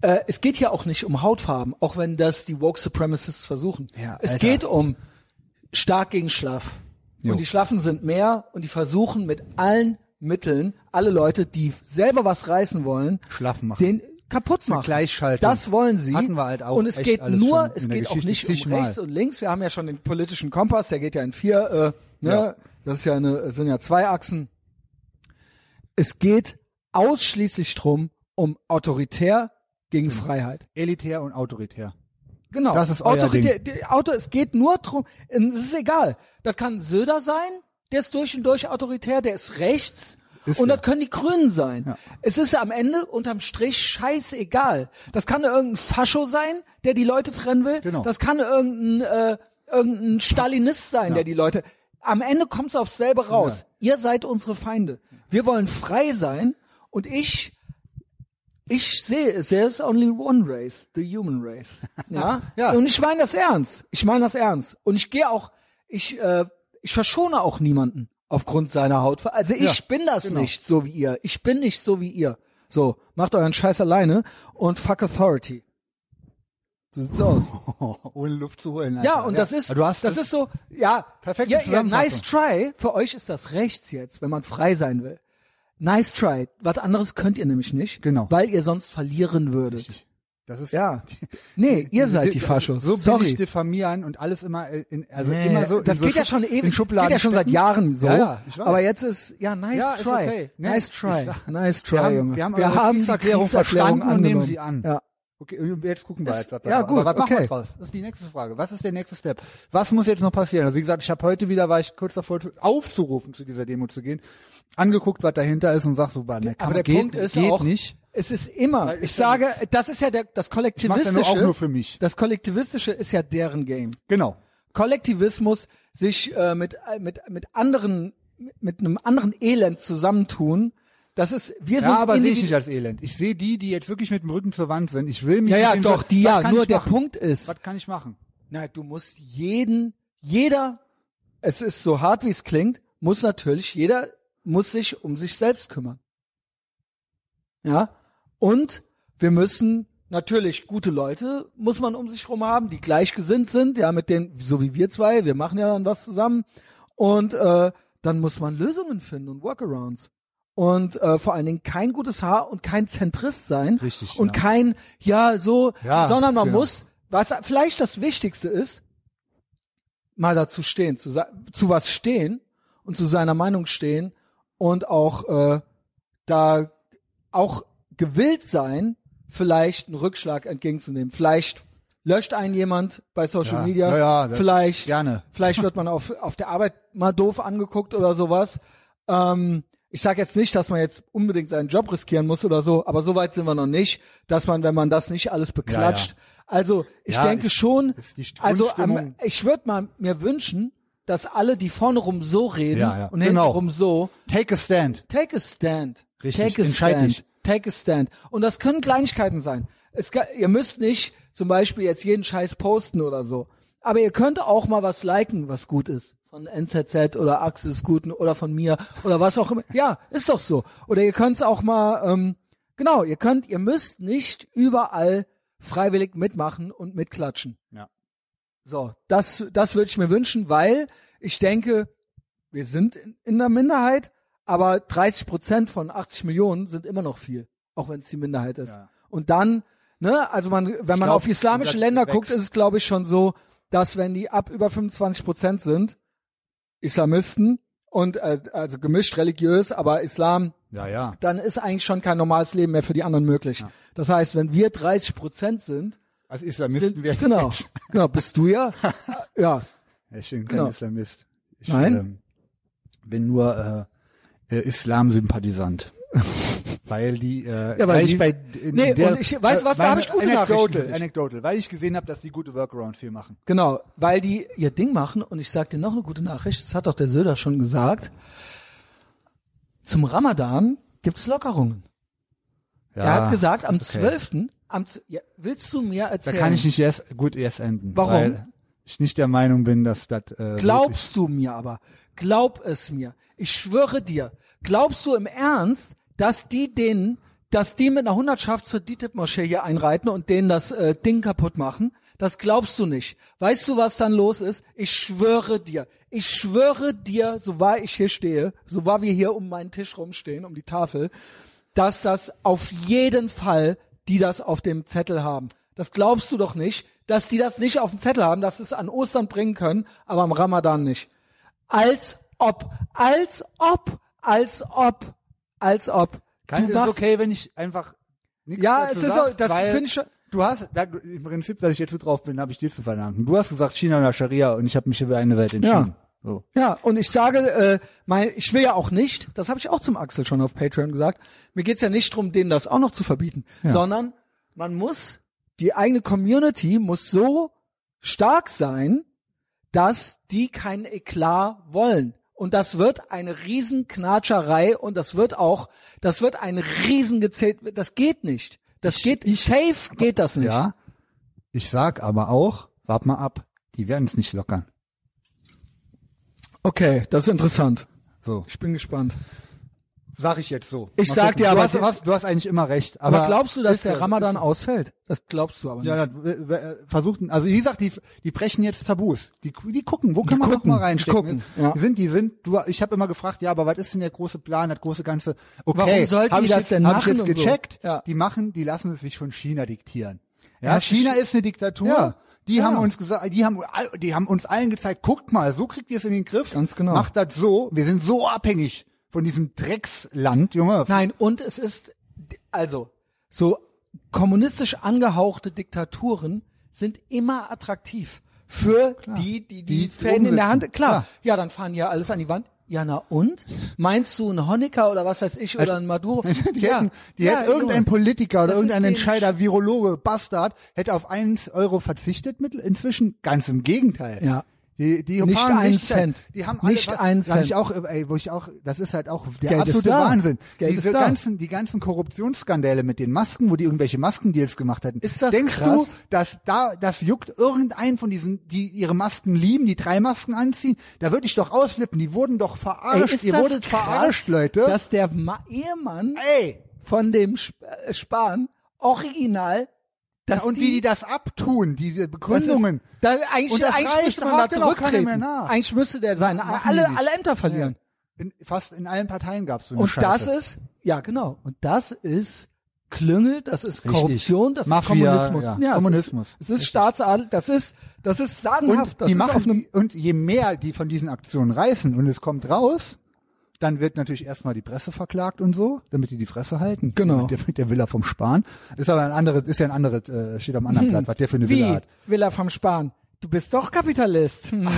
Speaker 1: Äh, es geht ja auch nicht um Hautfarben, auch wenn das die woke Supremacists versuchen.
Speaker 2: Ja,
Speaker 1: es
Speaker 2: Alter.
Speaker 1: geht um stark gegen schlaff.
Speaker 2: Jo.
Speaker 1: Und die Schlaffen sind mehr und die versuchen mit allen Mitteln alle Leute, die selber was reißen wollen,
Speaker 2: Schlafen machen.
Speaker 1: den kaputt
Speaker 2: Eine
Speaker 1: machen.
Speaker 2: Gleichschaltung.
Speaker 1: Das wollen sie.
Speaker 2: Hatten wir halt auch
Speaker 1: Und es
Speaker 2: echt
Speaker 1: geht
Speaker 2: alles schon
Speaker 1: nur,
Speaker 2: in
Speaker 1: es
Speaker 2: der
Speaker 1: geht auch
Speaker 2: Geschichte
Speaker 1: nicht um
Speaker 2: zigmal.
Speaker 1: rechts und links. Wir haben ja schon den politischen Kompass, der geht ja in vier, äh, ne?
Speaker 2: Ja.
Speaker 1: das ist ja eine, es sind ja zwei Achsen. Es geht ausschließlich drum um autoritär gegen
Speaker 2: Genau.
Speaker 1: Freiheit.
Speaker 2: Elitär und autoritär.
Speaker 1: Genau.
Speaker 2: Das ist euer
Speaker 1: Autorität, die- Auto, es geht nur drum, ähm, es ist egal. Das kann Söder sein, der ist durch und durch autoritär, der ist rechts.
Speaker 2: Ist
Speaker 1: und
Speaker 2: er.
Speaker 1: das können die Grünen sein.
Speaker 2: Ja.
Speaker 1: Es ist am Ende unterm Strich scheißegal. Das kann irgendein Fascho sein, der die Leute trennen will.
Speaker 2: Genau.
Speaker 1: Das kann irgendein, äh, irgendein Stalinist sein, der die Leute. Am Ende kommt's aufs selbe raus. Ihr seid unsere Feinde. Wir wollen frei sein und ich ich sehe es, there's only one race, the human race. Ja?
Speaker 2: Ja.
Speaker 1: Und ich meine das ernst. Ich meine das ernst. Und ich gehe auch, ich, äh, ich verschone auch niemanden aufgrund seiner Hautfarbe. Also ich
Speaker 2: Ja,
Speaker 1: bin das
Speaker 2: genau.
Speaker 1: nicht so wie ihr. Ich bin nicht so wie ihr. So, macht euren Scheiß alleine und fuck authority. So sieht's aus.
Speaker 2: Ohne Luft zu holen.
Speaker 1: Ja,
Speaker 2: Alter.
Speaker 1: und das ist,
Speaker 2: Also Du hast
Speaker 1: das ist so, ja,
Speaker 2: Perfekte
Speaker 1: ja, ja, nice
Speaker 2: Zusammenfassung.
Speaker 1: try. Für euch ist das rechts jetzt, wenn man frei sein will. Nice try. Was anderes könnt ihr nämlich nicht,
Speaker 2: Genau.
Speaker 1: weil ihr sonst verlieren würdet.
Speaker 2: Das ist
Speaker 1: Ja. Nee, ihr seid die
Speaker 2: Also,
Speaker 1: Faschos.
Speaker 2: So billig
Speaker 1: Sorry.
Speaker 2: diffamieren und alles immer in, also
Speaker 1: Nee,
Speaker 2: immer so.
Speaker 1: das
Speaker 2: in so
Speaker 1: geht ja
Speaker 2: Schub-
Speaker 1: schon
Speaker 2: In
Speaker 1: ewig. Das
Speaker 2: Schubladen
Speaker 1: geht ja schon seit
Speaker 2: stecken.
Speaker 1: Jahren so.
Speaker 2: Ja, ja, ich weiß.
Speaker 1: Aber jetzt ist, ja, nice
Speaker 2: Ja, ist
Speaker 1: try.
Speaker 2: okay. Nee,
Speaker 1: nice
Speaker 2: ich
Speaker 1: try.
Speaker 2: sag-
Speaker 1: nice try,
Speaker 2: Wir haben-
Speaker 1: Junge.
Speaker 2: wir haben eure Kriegserklärung verstanden und nehmen sie
Speaker 1: angenommen.
Speaker 2: an.
Speaker 1: Ja.
Speaker 2: Okay, und jetzt gucken wir
Speaker 1: Ist-
Speaker 2: halt, was
Speaker 1: ja,
Speaker 2: da
Speaker 1: gut,
Speaker 2: Aber was machen
Speaker 1: okay.
Speaker 2: wir draus? Das ist die nächste Frage. Was ist der nächste Step? Was muss jetzt noch passieren? Also wie gesagt, ich habe heute wieder, war ich kurz davor zu, aufzurufen, zu dieser Demo zu gehen, angeguckt, was dahinter ist und sag so, bah, ne, kann
Speaker 1: Aber
Speaker 2: man-
Speaker 1: der
Speaker 2: geht,
Speaker 1: Punkt ist
Speaker 2: geht
Speaker 1: auch,
Speaker 2: nicht.
Speaker 1: es ist immer,
Speaker 2: Weil
Speaker 1: ich
Speaker 2: ist ja
Speaker 1: sage,
Speaker 2: nix.
Speaker 1: das ist ja der, das
Speaker 2: mach's
Speaker 1: Kollektivistische.
Speaker 2: ja nur auch nur für mich.
Speaker 1: Das Kollektivistische ist ja deren Game.
Speaker 2: Genau.
Speaker 1: Kollektivismus sich äh, mit, äh, mit, mit anderen, mit einem anderen Elend zusammentun, das ist, wir sind
Speaker 2: Ja, aber sehe ich
Speaker 1: individu-
Speaker 2: nicht als elend. Ich sehe die, die jetzt wirklich mit dem Rücken zur Wand sind. Ich will mich
Speaker 1: Ja, ja,
Speaker 2: mit denen
Speaker 1: doch,
Speaker 2: ver-
Speaker 1: die
Speaker 2: was
Speaker 1: ja.
Speaker 2: kann
Speaker 1: Nur
Speaker 2: ich
Speaker 1: der
Speaker 2: machen?
Speaker 1: Punkt ist,
Speaker 2: Was kann ich machen?
Speaker 1: Nein, du musst jeden, jeder, es ist so hart wie es klingt, muss natürlich jeder muss sich um sich selbst kümmern. Ja? Und wir müssen natürlich gute Leute muss man um sich rum haben, die gleichgesinnt sind, ja, mit denen, so wie wir zwei, wir machen ja dann was zusammen. Und äh, dann muss man Lösungen finden und Workarounds. Und äh, vor allen Dingen kein gutes Haar und kein Zentrist sein.
Speaker 2: Richtig,
Speaker 1: Und
Speaker 2: ja.
Speaker 1: kein, ja, so,
Speaker 2: Ja,
Speaker 1: sondern man
Speaker 2: genau.
Speaker 1: muss, was vielleicht das Wichtigste ist, mal dazu stehen, zu, sa- zu was stehen und zu seiner Meinung stehen und auch äh, da auch gewillt sein, vielleicht einen Rückschlag entgegenzunehmen. Vielleicht löscht einen jemand bei Social
Speaker 2: Ja,
Speaker 1: Media,
Speaker 2: ja, ja, das-
Speaker 1: vielleicht
Speaker 2: gerne.
Speaker 1: vielleicht wird man auf, auf der Arbeit mal doof angeguckt oder sowas. Ähm, ich sage jetzt nicht, dass man jetzt unbedingt seinen Job riskieren muss oder so, aber so weit sind wir noch nicht, dass man, wenn man das nicht alles beklatscht.
Speaker 2: Ja,
Speaker 1: Also ich
Speaker 2: Ja,
Speaker 1: denke
Speaker 2: ich-
Speaker 1: schon,
Speaker 2: ist die
Speaker 1: also am,
Speaker 2: Grundstimmung.
Speaker 1: ich würde mal mir wünschen, dass alle, die vorne rum so reden
Speaker 2: Ja, ja,
Speaker 1: und hinten
Speaker 2: genau.
Speaker 1: rum so,
Speaker 2: Take a stand.
Speaker 1: Take a stand.
Speaker 2: Richtig,
Speaker 1: Take a
Speaker 2: entscheid
Speaker 1: stand.
Speaker 2: dich.
Speaker 1: Take a stand. Und das können Kleinigkeiten sein. Es, ga- ihr müsst nicht zum Beispiel jetzt jeden Scheiß posten oder so. Aber ihr könnt auch mal was liken, was gut ist. Von NZZ oder Axis Guten oder von mir oder was auch immer. Ja, ist doch so. Oder ihr könnt es auch mal, ähm, genau, ihr könnt, ihr müsst nicht überall freiwillig mitmachen und mitklatschen.
Speaker 2: Ja.
Speaker 1: So, das, das würde ich mir wünschen, weil ich denke, wir sind in, in der Minderheit, aber 30 Prozent von 80 Millionen sind immer noch viel, auch wenn es die Minderheit ist.
Speaker 2: Ja.
Speaker 1: Und dann, ne, also man, wenn man
Speaker 2: glaub,
Speaker 1: auf islamische
Speaker 2: das
Speaker 1: Länder
Speaker 2: wächst.
Speaker 1: guckt, ist es glaube ich schon so, dass wenn die ab über 25 Prozent sind, Islamisten und äh, also gemischt religiös, aber Islam
Speaker 2: Ja, ja.
Speaker 1: dann ist eigentlich schon kein normales Leben mehr für die anderen möglich. Das heißt, wenn wir 30 Prozent sind,
Speaker 2: Als
Speaker 1: sind
Speaker 2: Islamisten wäre ich
Speaker 1: genau,
Speaker 2: jetzt-
Speaker 1: genau, bist du ja, ja,
Speaker 2: Ja, Ich bin kein
Speaker 1: Genau.
Speaker 2: Islamist. Ich,
Speaker 1: Nein?
Speaker 2: Ähm, bin nur äh, äh, Islamsympathisant. weil die, äh,
Speaker 1: Ja, weil die-
Speaker 2: ich bei in
Speaker 1: Nee,
Speaker 2: der,
Speaker 1: und ich- weißt du was, da
Speaker 2: meine-
Speaker 1: hab ich gute Nachrichten für
Speaker 2: Anecdotal,
Speaker 1: dich.
Speaker 2: Anecdotal, weil ich gesehen habe, dass die gute Workarounds hier machen.
Speaker 1: genau, weil die ihr Ding machen und ich sag dir noch eine gute Nachricht, das hat doch der Söder schon gesagt. Zum Ramadan gibt's Lockerungen. er hat gesagt, am 12. Am, Z- ja, willst du mir
Speaker 2: Da
Speaker 1: erzählen?
Speaker 2: kann ich nicht yes, gut yes enden.
Speaker 1: Warum?
Speaker 2: Weil ich nicht der Meinung bin, dass das äh, wirklich-
Speaker 1: Glaubst du mir aber? Glaub es mir. Ich schwöre dir. Glaubst du im Ernst, dass die denen, dass die mit einer Hundertschaft zur DITIB-Moschee hier einreiten und denen das äh, Ding kaputt machen? Das glaubst du nicht. Weißt du, was dann los ist? Ich schwöre dir, ich schwöre dir, so wahr ich hier stehe, so wahr wir hier um meinen Tisch rumstehen, um die Tafel, dass das auf jeden Fall die das auf dem Zettel haben. Das glaubst du doch nicht, dass die das nicht auf dem Zettel haben, dass sie es an Ostern bringen können, aber am Ramadan nicht. Als ob, als ob, als ob, als ob.
Speaker 2: Kann,
Speaker 1: Du
Speaker 2: ist
Speaker 1: machst-
Speaker 2: okay, wenn ich einfach nichts
Speaker 1: Ja,
Speaker 2: dazu
Speaker 1: es ist
Speaker 2: sag,
Speaker 1: so, das
Speaker 2: weil
Speaker 1: finde ich schon-
Speaker 2: Du hast, da, im Prinzip, dass ich jetzt so drauf bin, habe ich dir zu verdanken. Du hast gesagt China oder Scharia und ich habe mich über eine Seite entschieden. So.
Speaker 1: Ja, und ich sage, äh, mein, ich will ja auch nicht, das habe ich auch zum Axel schon auf Patreon gesagt, mir geht's ja nicht drum, denen das auch noch zu verbieten, sondern man muss, die eigene Community muss so stark sein, dass die keinen Eklat wollen. Und das wird eine Riesenknatscherei und das wird auch, das wird ein Riesengezählt, das geht nicht. Das geht, safe geht das nicht.
Speaker 2: Ja. Ich sag aber auch, wart mal ab, die werden es nicht lockern.
Speaker 1: Okay, das ist interessant.
Speaker 2: So.
Speaker 1: Ich bin gespannt.
Speaker 2: Sag ich jetzt so.
Speaker 1: Ich
Speaker 2: Mal
Speaker 1: sag
Speaker 2: gucken.
Speaker 1: dir aber-
Speaker 2: Du hast, du hast, du hast eigentlich immer recht. Aber,
Speaker 1: Aber, glaubst du, dass
Speaker 2: ist
Speaker 1: der
Speaker 2: so,
Speaker 1: Ramadan ausfällt? Das glaubst du aber nicht.
Speaker 2: Ja, das, w- w- versucht, also wie gesagt, die, die brechen jetzt Tabus. Die, die gucken, wo kann man
Speaker 1: gucken,
Speaker 2: noch mal reinstecken?
Speaker 1: die gucken, ja.
Speaker 2: Die sind, die sind, du, ich habe immer gefragt, ja, aber was ist denn der große Plan, das große ganze, okay,
Speaker 1: Warum sollten
Speaker 2: hab
Speaker 1: die
Speaker 2: ich
Speaker 1: das
Speaker 2: jetzt,
Speaker 1: denn
Speaker 2: hab ich
Speaker 1: machen
Speaker 2: jetzt
Speaker 1: und so?
Speaker 2: gecheckt,
Speaker 1: Ja.
Speaker 2: die machen, die lassen es sich von China diktieren. Ja,
Speaker 1: Ja,
Speaker 2: China ist eine Diktatur.
Speaker 1: Ja.
Speaker 2: Die
Speaker 1: Ja.
Speaker 2: haben uns gesagt, die haben, all- die haben uns allen gezeigt, guckt mal, so kriegt ihr es in den Griff.
Speaker 1: Ganz genau.
Speaker 2: Macht das so, wir sind so abhängig von diesem Drecksland, Junge.
Speaker 1: Nein, und es ist, also, so kommunistisch angehauchte Diktaturen sind immer attraktiv für die, die die,
Speaker 2: Die
Speaker 1: Fäden in der
Speaker 2: umsetzen.
Speaker 1: Hand, klar,
Speaker 2: Klar.
Speaker 1: ja, dann fahren die ja alles an die Wand. Ja, na und? Meinst du, ein Honecker oder was weiß ich
Speaker 2: Also,
Speaker 1: oder ein Maduro?
Speaker 2: Die
Speaker 1: ja,
Speaker 2: hätten, die
Speaker 1: ja,
Speaker 2: hätten irgendein
Speaker 1: Junge.
Speaker 2: Politiker oder
Speaker 1: Das ist
Speaker 2: irgendein
Speaker 1: denen
Speaker 2: Entscheider, Virologe, Bastard, hätte auf 1 Euro verzichtet mit, inzwischen. Ganz im Gegenteil.
Speaker 1: Ja.
Speaker 2: Die, die
Speaker 1: Nicht
Speaker 2: fahren
Speaker 1: einen
Speaker 2: nicht
Speaker 1: Cent.
Speaker 2: Die haben alle,
Speaker 1: Nicht
Speaker 2: was-
Speaker 1: einen
Speaker 2: sag
Speaker 1: Cent.
Speaker 2: Ich auch, äh, ey, wo ich auch, das ist halt auch der
Speaker 1: Geld ist
Speaker 2: absolute
Speaker 1: da.
Speaker 2: Wahnsinn.
Speaker 1: Das Geld
Speaker 2: Diese
Speaker 1: ist da.
Speaker 2: ganzen, die ganzen Korruptionsskandale mit den Masken, wo die irgendwelche Maskendeals gemacht hatten.
Speaker 1: Ist das
Speaker 2: Denkst
Speaker 1: krass?
Speaker 2: du, dass da, das juckt irgendeinen von diesen, die ihre Masken lieben, die drei Masken anziehen? Da würde ich doch ausflippen. Die wurden doch
Speaker 1: Ey,
Speaker 2: verarscht.
Speaker 1: ist
Speaker 2: Ihr
Speaker 1: das
Speaker 2: wurdet
Speaker 1: krass,
Speaker 2: verarscht, Leute.
Speaker 1: Dass der Ma Ehemann
Speaker 2: ey.
Speaker 1: von dem Sp äh, Spahn original, dass
Speaker 2: Ja, und
Speaker 1: die,
Speaker 2: wie die das abtun, diese
Speaker 1: Das ist-
Speaker 2: Begründungen.
Speaker 1: Da, eigentlich
Speaker 2: Und das
Speaker 1: eigentlich
Speaker 2: reicht,
Speaker 1: müsste
Speaker 2: da
Speaker 1: man da
Speaker 2: hakt dann auch keiner
Speaker 1: zurücktreten.
Speaker 2: mehr nach.
Speaker 1: Eigentlich müsste der seine
Speaker 2: Machen
Speaker 1: alle,
Speaker 2: die nicht.
Speaker 1: alle Ämter verlieren.
Speaker 2: in, fast in allen Parteien gab es so eine
Speaker 1: Und das
Speaker 2: Scheiße.
Speaker 1: ist, ja genau, und das ist Klüngel, das ist
Speaker 2: Richtig.
Speaker 1: Korruption, das
Speaker 2: Mafia,
Speaker 1: ist Kommunismus.
Speaker 2: ja,
Speaker 1: es
Speaker 2: Kommunismus.
Speaker 1: Ist, es ist Staatsadel, das ist, das ist sagenhaft.
Speaker 2: und
Speaker 1: das
Speaker 2: die
Speaker 1: ist
Speaker 2: machen
Speaker 1: auf einem,
Speaker 2: die, und je mehr die von diesen Aktionen reißen und es kommt raus, dann wird natürlich erstmal die Presse verklagt und so, damit die die Fresse halten.
Speaker 1: Genau.
Speaker 2: Mit der, mit der Villa vom Spahn. Ist aber ein anderes, ist ja ein anderes, äh, steht am anderen Blatt, was der für eine Villa
Speaker 1: Hm. wie
Speaker 2: hat.
Speaker 1: Villa vom Spahn. Du bist doch Kapitalist. Hm.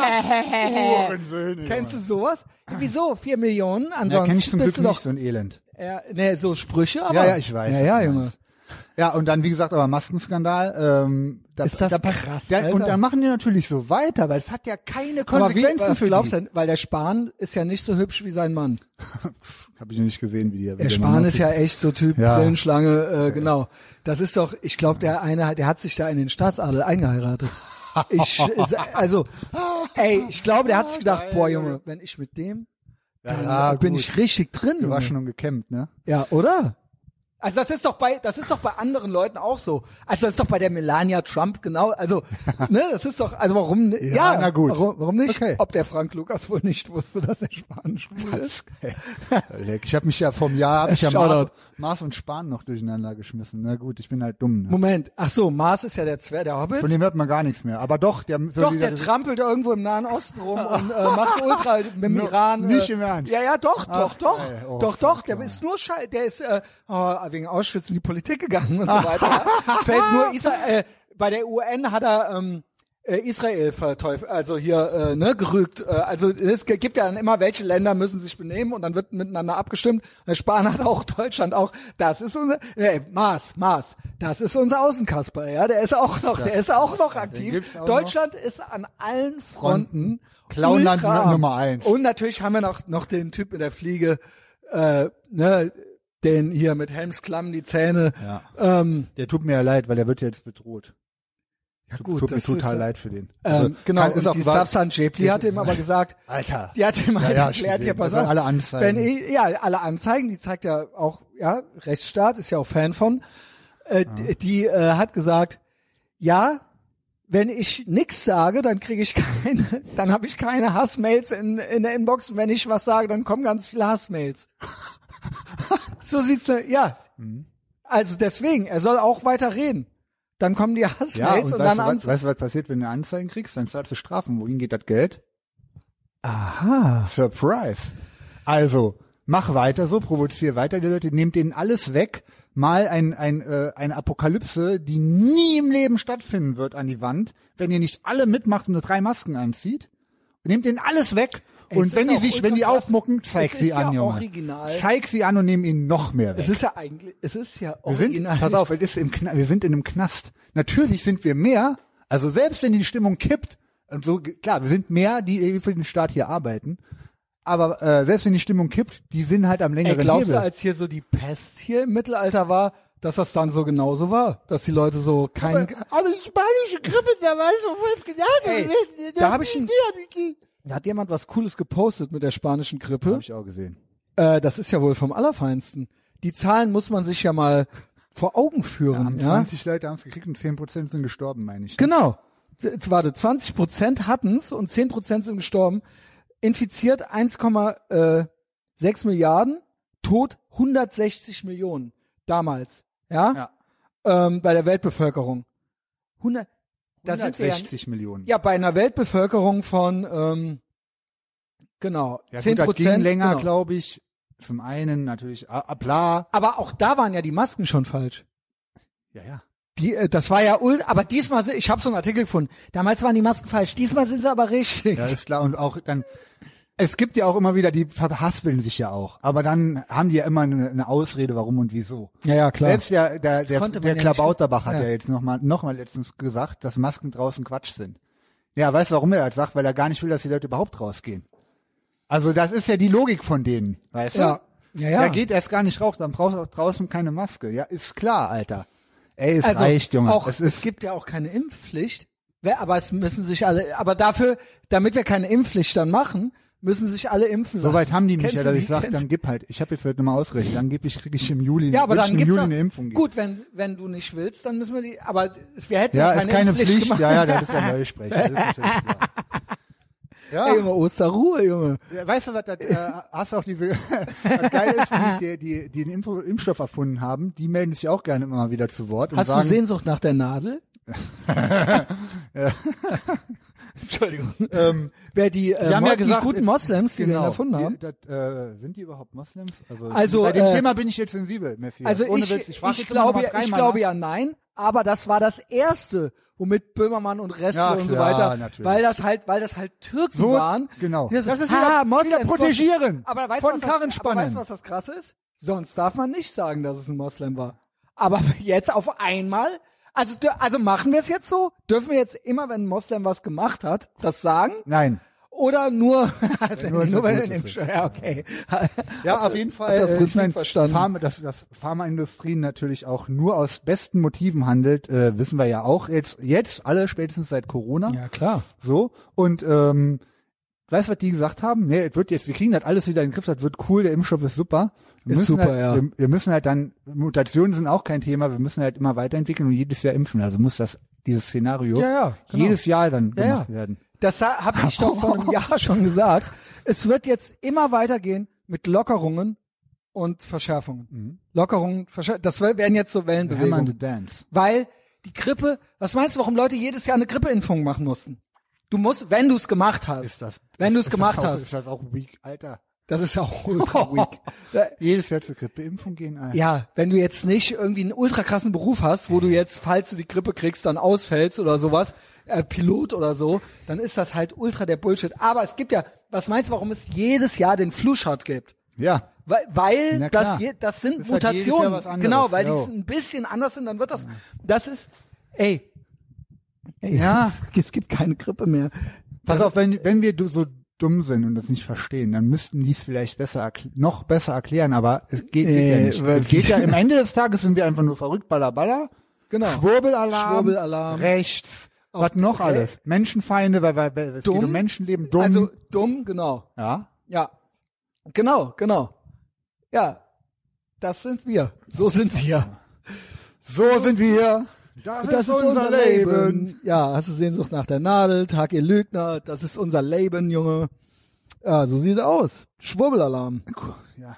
Speaker 2: Ohrensöhne.
Speaker 1: Äh, Kennst du sowas? Wieso? Vier Millionen?
Speaker 2: Ja,
Speaker 1: Ansonsten
Speaker 2: kenn ich zum
Speaker 1: bist
Speaker 2: Glück
Speaker 1: du doch,
Speaker 2: nicht so ein Elend.
Speaker 1: Ja, nee, so Sprüche, aber.
Speaker 2: Ja, ja, ich weiß.
Speaker 1: Ja, ja,
Speaker 2: was du
Speaker 1: Junge.
Speaker 2: meinst. Ja, und dann, wie gesagt, aber Maskenskandal. Ähm, da,
Speaker 1: Ist das
Speaker 2: da,
Speaker 1: krass,
Speaker 2: Da, und
Speaker 1: Alter.
Speaker 2: dann machen die natürlich so weiter, weil es hat ja keine
Speaker 1: Aber wie,
Speaker 2: Konsequenzen
Speaker 1: was
Speaker 2: für
Speaker 1: glaubst
Speaker 2: die.
Speaker 1: du denn? Weil der Spahn ist ja nicht so hübsch wie sein Mann.
Speaker 2: Habe ich noch nicht gesehen, wie die.
Speaker 1: Der
Speaker 2: wie der
Speaker 1: Spahn
Speaker 2: Mann
Speaker 1: ist ja echt so Typ
Speaker 2: Ja.
Speaker 1: Brillenschlange, äh, genau. Das ist doch, ich glaube, der eine, hat- der hat sich da in den Staatsadel eingeheiratet. Ich, also, ey, ich glaube, der hat sich gedacht, boah, Junge, wenn ich mit dem, dann
Speaker 2: ja,
Speaker 1: äh, bin
Speaker 2: gut.
Speaker 1: ich richtig drin. Junge.
Speaker 2: Gewaschen und gekämmt, ne?
Speaker 1: Ja, oder? Also das ist doch bei das ist doch bei anderen Leuten auch so. Also das ist doch bei der Melania Trump genau. Also ne, das ist doch also warum ja,
Speaker 2: na gut.
Speaker 1: Warum, warum nicht?
Speaker 2: Okay.
Speaker 1: Ob der Frank Lukas wohl nicht wusste, dass er Spanisch schwul ist?
Speaker 2: Leck, Ich habe mich ja vom Jahr, hab ich ja Maß,
Speaker 1: Shoutout.
Speaker 2: Maß und Spahn noch durcheinander geschmissen. Na gut, ich bin halt dumm. Ne?
Speaker 1: Moment, ach so, Mars ist ja der Zwerg, der Hobbit.
Speaker 2: Von dem hört man gar nichts mehr. Aber doch, der
Speaker 1: doch, der trampelt irgendwo im Nahen Osten rum und äh, macht Ultra mit dem
Speaker 2: No,
Speaker 1: Iran.
Speaker 2: nicht
Speaker 1: äh,
Speaker 2: im Ernst.
Speaker 1: Ja, ja, doch, doch,
Speaker 2: Ach,
Speaker 1: doch.
Speaker 2: ey, oh,
Speaker 1: doch, doch,
Speaker 2: fuck,
Speaker 1: der
Speaker 2: Junge.
Speaker 1: ist nur Schei der ist äh, oh, wegen Auschwitz in die Politik gegangen und so weiter. Fällt nur Israel, äh, bei der UN hat er ähm, äh, Israel verteufelt, also hier äh, ne, gerügt. Äh, also es g- gibt ja dann immer, welche Länder müssen sich benehmen und dann wird miteinander abgestimmt. Und Spanien hat auch, Deutschland auch. Das ist unser, nee, Maß, Maß. Das ist unser Außenkasper, ja. Der ist auch noch, der ist auch noch aktiv.
Speaker 2: gibt's auch noch.
Speaker 1: Deutschland Deutschland ist an allen Fronten
Speaker 2: Clownland
Speaker 1: ultra
Speaker 2: Nr-
Speaker 1: arm.
Speaker 2: Nummer eins.
Speaker 1: Und natürlich haben wir noch, noch den Typ in der Fliege, äh, ne, den hier mit Helmsklamm die Zähne.
Speaker 2: Ja.
Speaker 1: Ähm,
Speaker 2: der tut mir ja leid, weil der wird ja jetzt bedroht.
Speaker 1: ja
Speaker 2: tut mir
Speaker 1: das
Speaker 2: total
Speaker 1: ist,
Speaker 2: leid für den.
Speaker 1: Ähm,
Speaker 2: Also,
Speaker 1: genau,
Speaker 2: kann-
Speaker 1: und die
Speaker 2: wahr-
Speaker 1: Safsan Schäpli hat ihm aber gesagt,
Speaker 2: Alter.
Speaker 1: die hat ihm
Speaker 2: Ja,
Speaker 1: halt
Speaker 2: ja,
Speaker 1: erklärt,
Speaker 2: ich
Speaker 1: hier,
Speaker 2: gesehen.
Speaker 1: pass
Speaker 2: Das waren
Speaker 1: auf.
Speaker 2: alle Anzeigen.
Speaker 1: Wenn ich, ja, alle Anzeigen, die zeigt ja auch, ja, Rechtsstaat, ist ja auch Fan von. Äh, d- Die äh, hat gesagt, ja, wenn ich nix sage, dann kriege ich keine, dann habe ich keine Hassmails in, in der Inbox. Und wenn ich was sage, dann kommen ganz viele Hassmails. so sieht's, äh, ja.
Speaker 2: Mhm.
Speaker 1: Also deswegen, er soll auch weiter reden. Dann kommen die Hassmails
Speaker 2: Ja, und,
Speaker 1: und,
Speaker 2: weißt,
Speaker 1: dann
Speaker 2: du, was,
Speaker 1: Anzeigen.
Speaker 2: weißt du, was passiert, wenn du Anzeigen kriegst? Dann zahlst du Strafen. Wohin geht das Geld?
Speaker 1: Aha.
Speaker 2: Surprise. Also, mach weiter so, provozier weiter die Leute, nehmt denen alles weg, mal ein, ein, äh, eine Apokalypse, die nie im Leben stattfinden wird an die Wand, wenn ihr nicht alle mitmacht und nur drei Masken anzieht. Nehmt denen alles weg
Speaker 1: Es
Speaker 2: und
Speaker 1: ist
Speaker 2: wenn die
Speaker 1: auch
Speaker 2: sich, wenn die
Speaker 1: ultra krass.
Speaker 2: aufmucken, zeig
Speaker 1: Es
Speaker 2: sie
Speaker 1: ist
Speaker 2: an,
Speaker 1: ja
Speaker 2: Junge.
Speaker 1: original.
Speaker 2: Zeig sie an und nehm ihnen noch mehr weg.
Speaker 1: Es ist ja eigentlich, es ist ja
Speaker 2: Wir sind,
Speaker 1: original.
Speaker 2: pass auf, es ist im Kna wir sind in einem Knast. Natürlich sind wir mehr, also selbst wenn die Stimmung kippt, und so ge- klar, wir sind mehr, die irgendwie für den Staat hier arbeiten, aber äh, selbst wenn die Stimmung kippt, die sind halt am
Speaker 1: Ey,
Speaker 2: längeren
Speaker 1: glaubst
Speaker 2: Hebel.
Speaker 1: du, als hier so die Pest hier im Mittelalter war, dass das dann so genauso war? Dass die Leute so keinen...
Speaker 2: aber die spanische Grippe damals, wovon es gedacht
Speaker 1: Ey, da hab ich ein- Da hat jemand was Cooles gepostet mit der spanischen Grippe.
Speaker 2: Hab ich auch gesehen.
Speaker 1: Äh, das ist ja wohl vom Allerfeinsten. Die Zahlen muss man sich ja mal vor Augen
Speaker 2: Haben
Speaker 1: führen. Ja,
Speaker 2: 20 Leute haben es gekriegt und 10% sind gestorben, meine ich.
Speaker 1: Genau. Jetzt, warte, 20 Prozent hatten's und 10 Prozent sind gestorben. Infiziert 1,6 Milliarden, tot 160 Millionen damals. Ja,
Speaker 2: Ja.
Speaker 1: Ähm, bei der Weltbevölkerung. 100, da sind wir ja,
Speaker 2: 160 Millionen.
Speaker 1: ja, bei einer Weltbevölkerung von, ähm, genau,
Speaker 2: ja
Speaker 1: 10
Speaker 2: gut, das ging
Speaker 1: Prozent.
Speaker 2: länger,
Speaker 1: genau.
Speaker 2: glaube ich. Zum einen natürlich, ah, ah, bla.
Speaker 1: Aber auch da waren ja die Masken schon falsch.
Speaker 2: Ja, ja.
Speaker 1: Die, äh, das war ja ul, aber diesmal, sind- ich habe so einen Artikel gefunden. Damals waren die Masken falsch, diesmal sind sie aber richtig.
Speaker 2: Ja, ist klar. Und auch dann, es gibt ja auch immer wieder, die verhaspeln sich ja auch. Aber dann haben die ja immer eine, eine Ausrede, warum und wieso.
Speaker 1: Ja, ja, klar.
Speaker 2: Selbst der, der, der,
Speaker 1: konnte man
Speaker 2: der
Speaker 1: ja
Speaker 2: Klabauterbach
Speaker 1: nicht-
Speaker 2: hat ja,
Speaker 1: ja.
Speaker 2: jetzt nochmal noch mal letztens gesagt, dass Masken draußen Quatsch sind. Ja, weißt du, warum er das sagt? Weil er gar nicht will, dass die Leute überhaupt rausgehen. Also das ist ja die Logik von denen, weißt
Speaker 1: Ja.
Speaker 2: du?
Speaker 1: Ja, ja.
Speaker 2: Da geht erst gar nicht raus, dann brauchst du auch draußen keine Maske. Ja, ist klar, Alter. Ey, es reicht, Junge.
Speaker 1: Also Auch,
Speaker 2: es
Speaker 1: es,
Speaker 2: ist,
Speaker 1: gibt ja auch keine Impfpflicht. Wer- Aber es müssen sich alle, aber dafür, damit wir keine Impfpflicht dann machen, müssen sich alle impfen lassen.
Speaker 2: Soweit haben die mich
Speaker 1: Kennst
Speaker 2: ja,
Speaker 1: du
Speaker 2: dass
Speaker 1: die?
Speaker 2: ich sage,
Speaker 1: Kennst-
Speaker 2: dann gib halt. Ich habe jetzt heute mal ausgerechnet. Angeblich kriege ich im Juli,
Speaker 1: ja, aber
Speaker 2: würd ich
Speaker 1: dann
Speaker 2: im
Speaker 1: gibt's
Speaker 2: Juli
Speaker 1: noch,
Speaker 2: eine Impfung geben.
Speaker 1: Gut, wenn, wenn du nicht willst, dann müssen wir die, aber wir hätten
Speaker 2: ja,
Speaker 1: keine
Speaker 2: ist keine
Speaker 1: Impfpflicht
Speaker 2: Pflicht.
Speaker 1: gemacht.
Speaker 2: Ja, ja, das ist ja Neusprech. Das ist natürlich klar.
Speaker 1: Ey,
Speaker 2: Ja,
Speaker 1: Junge, Osterruhe, Junge.
Speaker 2: ja, weißt du, was das, äh, hast du auch diese, was geil ist, die, die, die, die den Impf Impfstoff erfunden haben, die melden sich auch gerne immer mal wieder zu Wort und
Speaker 1: Hast
Speaker 2: sagen,
Speaker 1: du Sehnsucht nach der Nadel? Entschuldigung.
Speaker 2: ähm,
Speaker 1: Wer die,
Speaker 2: Die
Speaker 1: äh,
Speaker 2: haben ja gesagt, genau.
Speaker 1: die guten Moslems, die wir erfunden haben.
Speaker 2: Die, das, äh, sind die überhaupt Moslems? Also,
Speaker 1: Also,
Speaker 2: bei dem
Speaker 1: äh,
Speaker 2: Thema bin ich jetzt sensibel, Messi.
Speaker 1: Also
Speaker 2: Ohne
Speaker 1: ich,
Speaker 2: Witz. Ich,
Speaker 1: ich,
Speaker 2: frag jetzt
Speaker 1: glaube,
Speaker 2: noch mal
Speaker 1: ja- ich
Speaker 2: dreimal
Speaker 1: glaube
Speaker 2: nach.
Speaker 1: ja nein, aber das war das erste, womit Böhmermann und Rest
Speaker 2: Ja,
Speaker 1: und
Speaker 2: klar,
Speaker 1: so weiter,
Speaker 2: natürlich.
Speaker 1: weil das halt, weil das halt Türken
Speaker 2: So,
Speaker 1: waren.
Speaker 2: genau.
Speaker 1: Hier so,
Speaker 2: Das ist
Speaker 1: "Ha,
Speaker 2: wieder-
Speaker 1: Moslems,
Speaker 2: wieder protegieren
Speaker 1: Aber weißt,
Speaker 2: von
Speaker 1: du, was das,
Speaker 2: Karrenspannen."
Speaker 1: aber weißt du, was das krass ist? Sonst darf man nicht sagen, dass es ein Moslem war. Aber jetzt auf einmal, also dür- also machen wir es jetzt so? Dürfen wir jetzt immer, wenn ein Moslem was gemacht hat, das sagen?
Speaker 2: Nein.
Speaker 1: Oder nur, also
Speaker 2: nur,
Speaker 1: nur, wenn
Speaker 2: wenn's gut
Speaker 1: er in dem
Speaker 2: ist.
Speaker 1: Ja, okay.
Speaker 2: Ja, auf jeden Fall.
Speaker 1: das
Speaker 2: äh,
Speaker 1: Prinzip
Speaker 2: ich mein,
Speaker 1: verstanden.
Speaker 2: Pharma, dass, dass Pharmaindustrie natürlich auch nur aus besten Motiven handelt, äh, wissen wir ja auch jetzt, jetzt alle spätestens seit Corona.
Speaker 1: klar.
Speaker 2: So. Und ähm, weißt du, was die gesagt haben? Nee, es wird jetzt, wir kriegen das alles wieder in den Griff, das wird cool, der Impfstoff ist super. Wir
Speaker 1: Ist
Speaker 2: müssen
Speaker 1: super,
Speaker 2: halt,
Speaker 1: ja.
Speaker 2: wir, wir müssen halt dann, Mutationen sind auch kein Thema, wir müssen halt immer weiterentwickeln und jedes Jahr impfen. Also muss das dieses Szenario
Speaker 1: Ja, ja, genau.
Speaker 2: jedes Jahr dann
Speaker 1: Ja, ja.
Speaker 2: gemacht werden.
Speaker 1: Das habe ich doch vor einem Jahr schon gesagt. Es wird jetzt immer weitergehen mit Lockerungen und Verschärfungen. Lockerungen, Verschärfungen. Das wer- werden jetzt so
Speaker 2: Hammer and the
Speaker 1: Wellenbewegungen.
Speaker 2: Dance.
Speaker 1: Weil die Grippe, was meinst du, warum Leute jedes Jahr eine Grippeimpfung machen mussten? Du musst, wenn du es gemacht hast.
Speaker 2: Ist das,
Speaker 1: wenn
Speaker 2: ist-
Speaker 1: du es
Speaker 2: ist
Speaker 1: gemacht
Speaker 2: das auch,
Speaker 1: hast.
Speaker 2: Ist das auch weak, Alter?
Speaker 1: Das ist auch ultra weak.
Speaker 2: Jedes Jahr zur Grippeimpfung gehen, Alter.
Speaker 1: Ja, wenn du jetzt nicht irgendwie einen ultra krassen Beruf hast, wo du jetzt, falls du die Grippe kriegst, dann ausfällst oder sowas, äh, Pilot oder so, dann ist das halt ultra der Bullshit. Aber es gibt ja, was meinst du, warum es jedes Jahr den Flu-Shot gibt?
Speaker 2: Ja.
Speaker 1: Weil, weil
Speaker 2: Na klar.
Speaker 1: das, je, das sind
Speaker 2: Ist halt jedes Jahr
Speaker 1: Mutationen.
Speaker 2: was anderes,
Speaker 1: genau, weil
Speaker 2: jo.
Speaker 1: die ein bisschen anders sind, dann wird das, das ist, ey, ey
Speaker 2: Ja.
Speaker 1: es gibt keine Grippe mehr.
Speaker 2: Pass auf, wenn, wenn wir du- so dumm sind und das nicht verstehen, dann müssten die es vielleicht besser erkl- noch besser erklären, aber es geht, geht ja
Speaker 1: Äh,
Speaker 2: nicht.
Speaker 1: weil-
Speaker 2: Es geht ja am Ende des Tages sind wir einfach nur verrückt, baller, baller.
Speaker 1: Genau.
Speaker 2: Schwurbelalarm,
Speaker 1: Schwurbelalarm.
Speaker 2: rechts, was noch
Speaker 1: Re-
Speaker 2: alles? Menschenfeinde, weil, weil, weil es geht
Speaker 1: Dumm.
Speaker 2: um Menschenleben, dumm.
Speaker 1: Also dumm, genau.
Speaker 2: ja.
Speaker 1: Ja, genau, genau. Ja, das sind wir. So sind wir.
Speaker 2: So sind wir. Das ist unser Leben.
Speaker 1: Ja, hast du Sehnsucht nach der Nadel, Tag ihr Lügner, das ist unser Leben, Junge. Ja, so sieht aus. Schwurbelalarm.
Speaker 2: Ja,